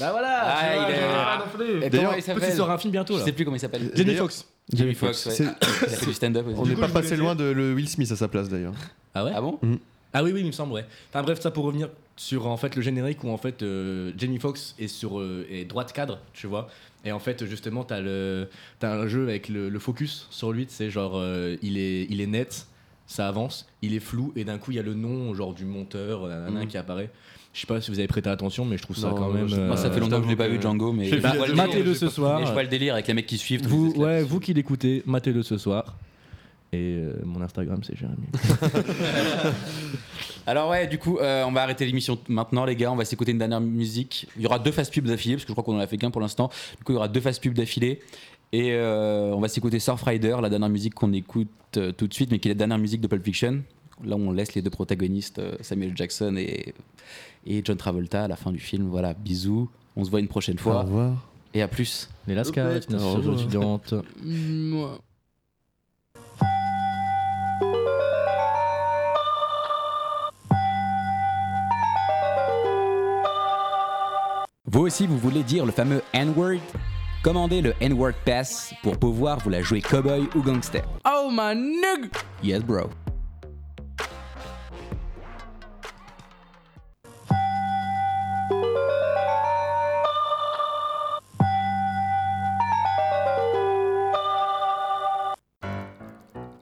Speaker 9: Bah voilà.
Speaker 6: Ah,
Speaker 9: tu vois,
Speaker 6: il est-
Speaker 9: j'ai
Speaker 6: Ah.
Speaker 9: pas non plus. D'ailleurs,
Speaker 6: Et comment il
Speaker 9: petit
Speaker 6: s'appelle
Speaker 9: sort un film bientôt là.
Speaker 6: Je sais plus comment il s'appelle.
Speaker 9: Jamie Foxx.
Speaker 6: Jamie Foxx,
Speaker 8: C'est-
Speaker 6: ouais. Il a fait du stand-up aussi.
Speaker 8: On n'est pas passé loin de le Will Smith à sa place d'ailleurs.
Speaker 9: Ah ouais
Speaker 6: Ah bon
Speaker 9: Ah oui, oui, il me semble, ouais. Enfin bref, ça pour revenir sur en fait le générique où en fait euh, Jamie Foxx est sur euh, est droite cadre, tu vois. Et en fait, justement, t'as le t'as un jeu avec le, le focus sur lui, c'est genre euh, il est il est net, ça avance, il est flou et d'un coup il y a le nom genre du monteur euh, nanana,
Speaker 6: Mhm.
Speaker 9: qui apparaît. Je sais pas si vous avez prêté attention, mais je trouve ça
Speaker 6: Non,
Speaker 9: quand
Speaker 6: non,
Speaker 9: même. euh,
Speaker 6: je sais pas. Moi, ça fait longtemps que je l'ai pas euh, vu, Django, mais-
Speaker 9: Bah,
Speaker 6: Je vois le
Speaker 9: matez-le
Speaker 6: délire,
Speaker 9: ce soir.
Speaker 6: Mais je vois le délire avec les mecs qui suivent. tous les
Speaker 9: Vous,
Speaker 6: esclaves.
Speaker 9: ouais, vous qui l'écoutez, matez-le ce soir. Et euh, mon Instagram, c'est Jérémy.
Speaker 6: Alors ouais, du coup, euh, on va arrêter l'émission t- maintenant, les gars. On va s'écouter une dernière musique. Il y aura deux phases pubs d'affilée, parce que je crois qu'on en a fait qu'un pour l'instant. Du coup, il y aura deux phases pubs d'affilée. Et euh, on va s'écouter Surfrider, la dernière musique qu'on écoute euh, tout de suite, mais qui est la dernière musique de Pulp Fiction. Là, on laisse les deux protagonistes, euh, Samuel Jackson et, et John Travolta, à la fin du film. Voilà, bisous. On se voit une prochaine fois.
Speaker 9: Au revoir.
Speaker 6: Et à plus.
Speaker 9: Les Lascars,
Speaker 6: Lascars,
Speaker 9: nos sociétés étudiantes.
Speaker 7: Mouah.
Speaker 6: Vous aussi, vous voulez dire le fameux N-word Commandez le N-word pass pour pouvoir vous la jouer cowboy ou gangster.
Speaker 7: Oh my nigga!
Speaker 6: Yes, bro.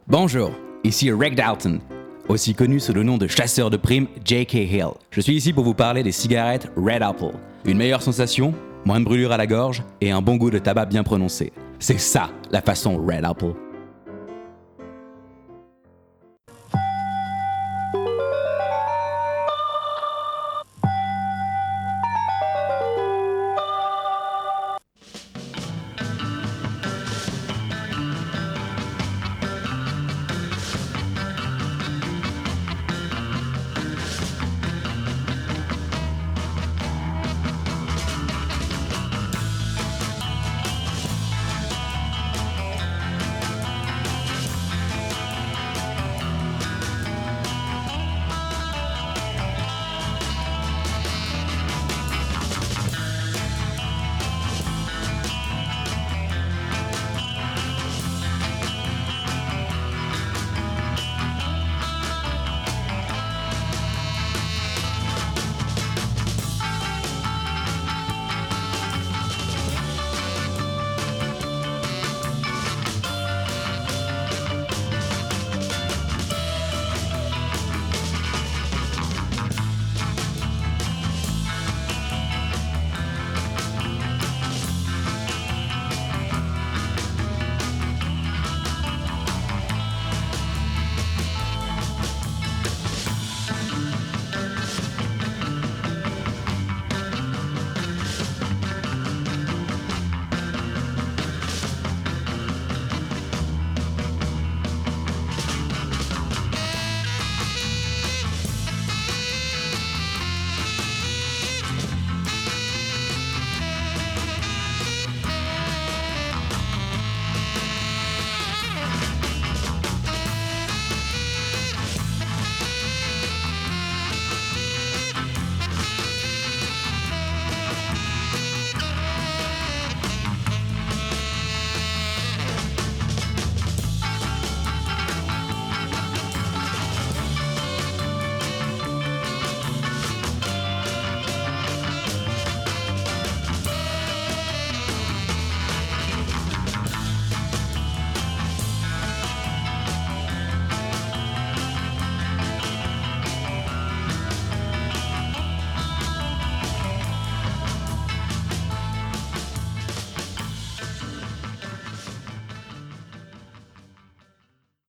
Speaker 6: Bonjour, ici Rick Dalton, aussi connu sous le nom de chasseur de primes J.K. Hill. Je suis ici pour vous parler des cigarettes Red Apple. Une meilleure sensation, moins de brûlure à la gorge et un bon goût de tabac bien prononcé. C'est ça, la façon Red Apple.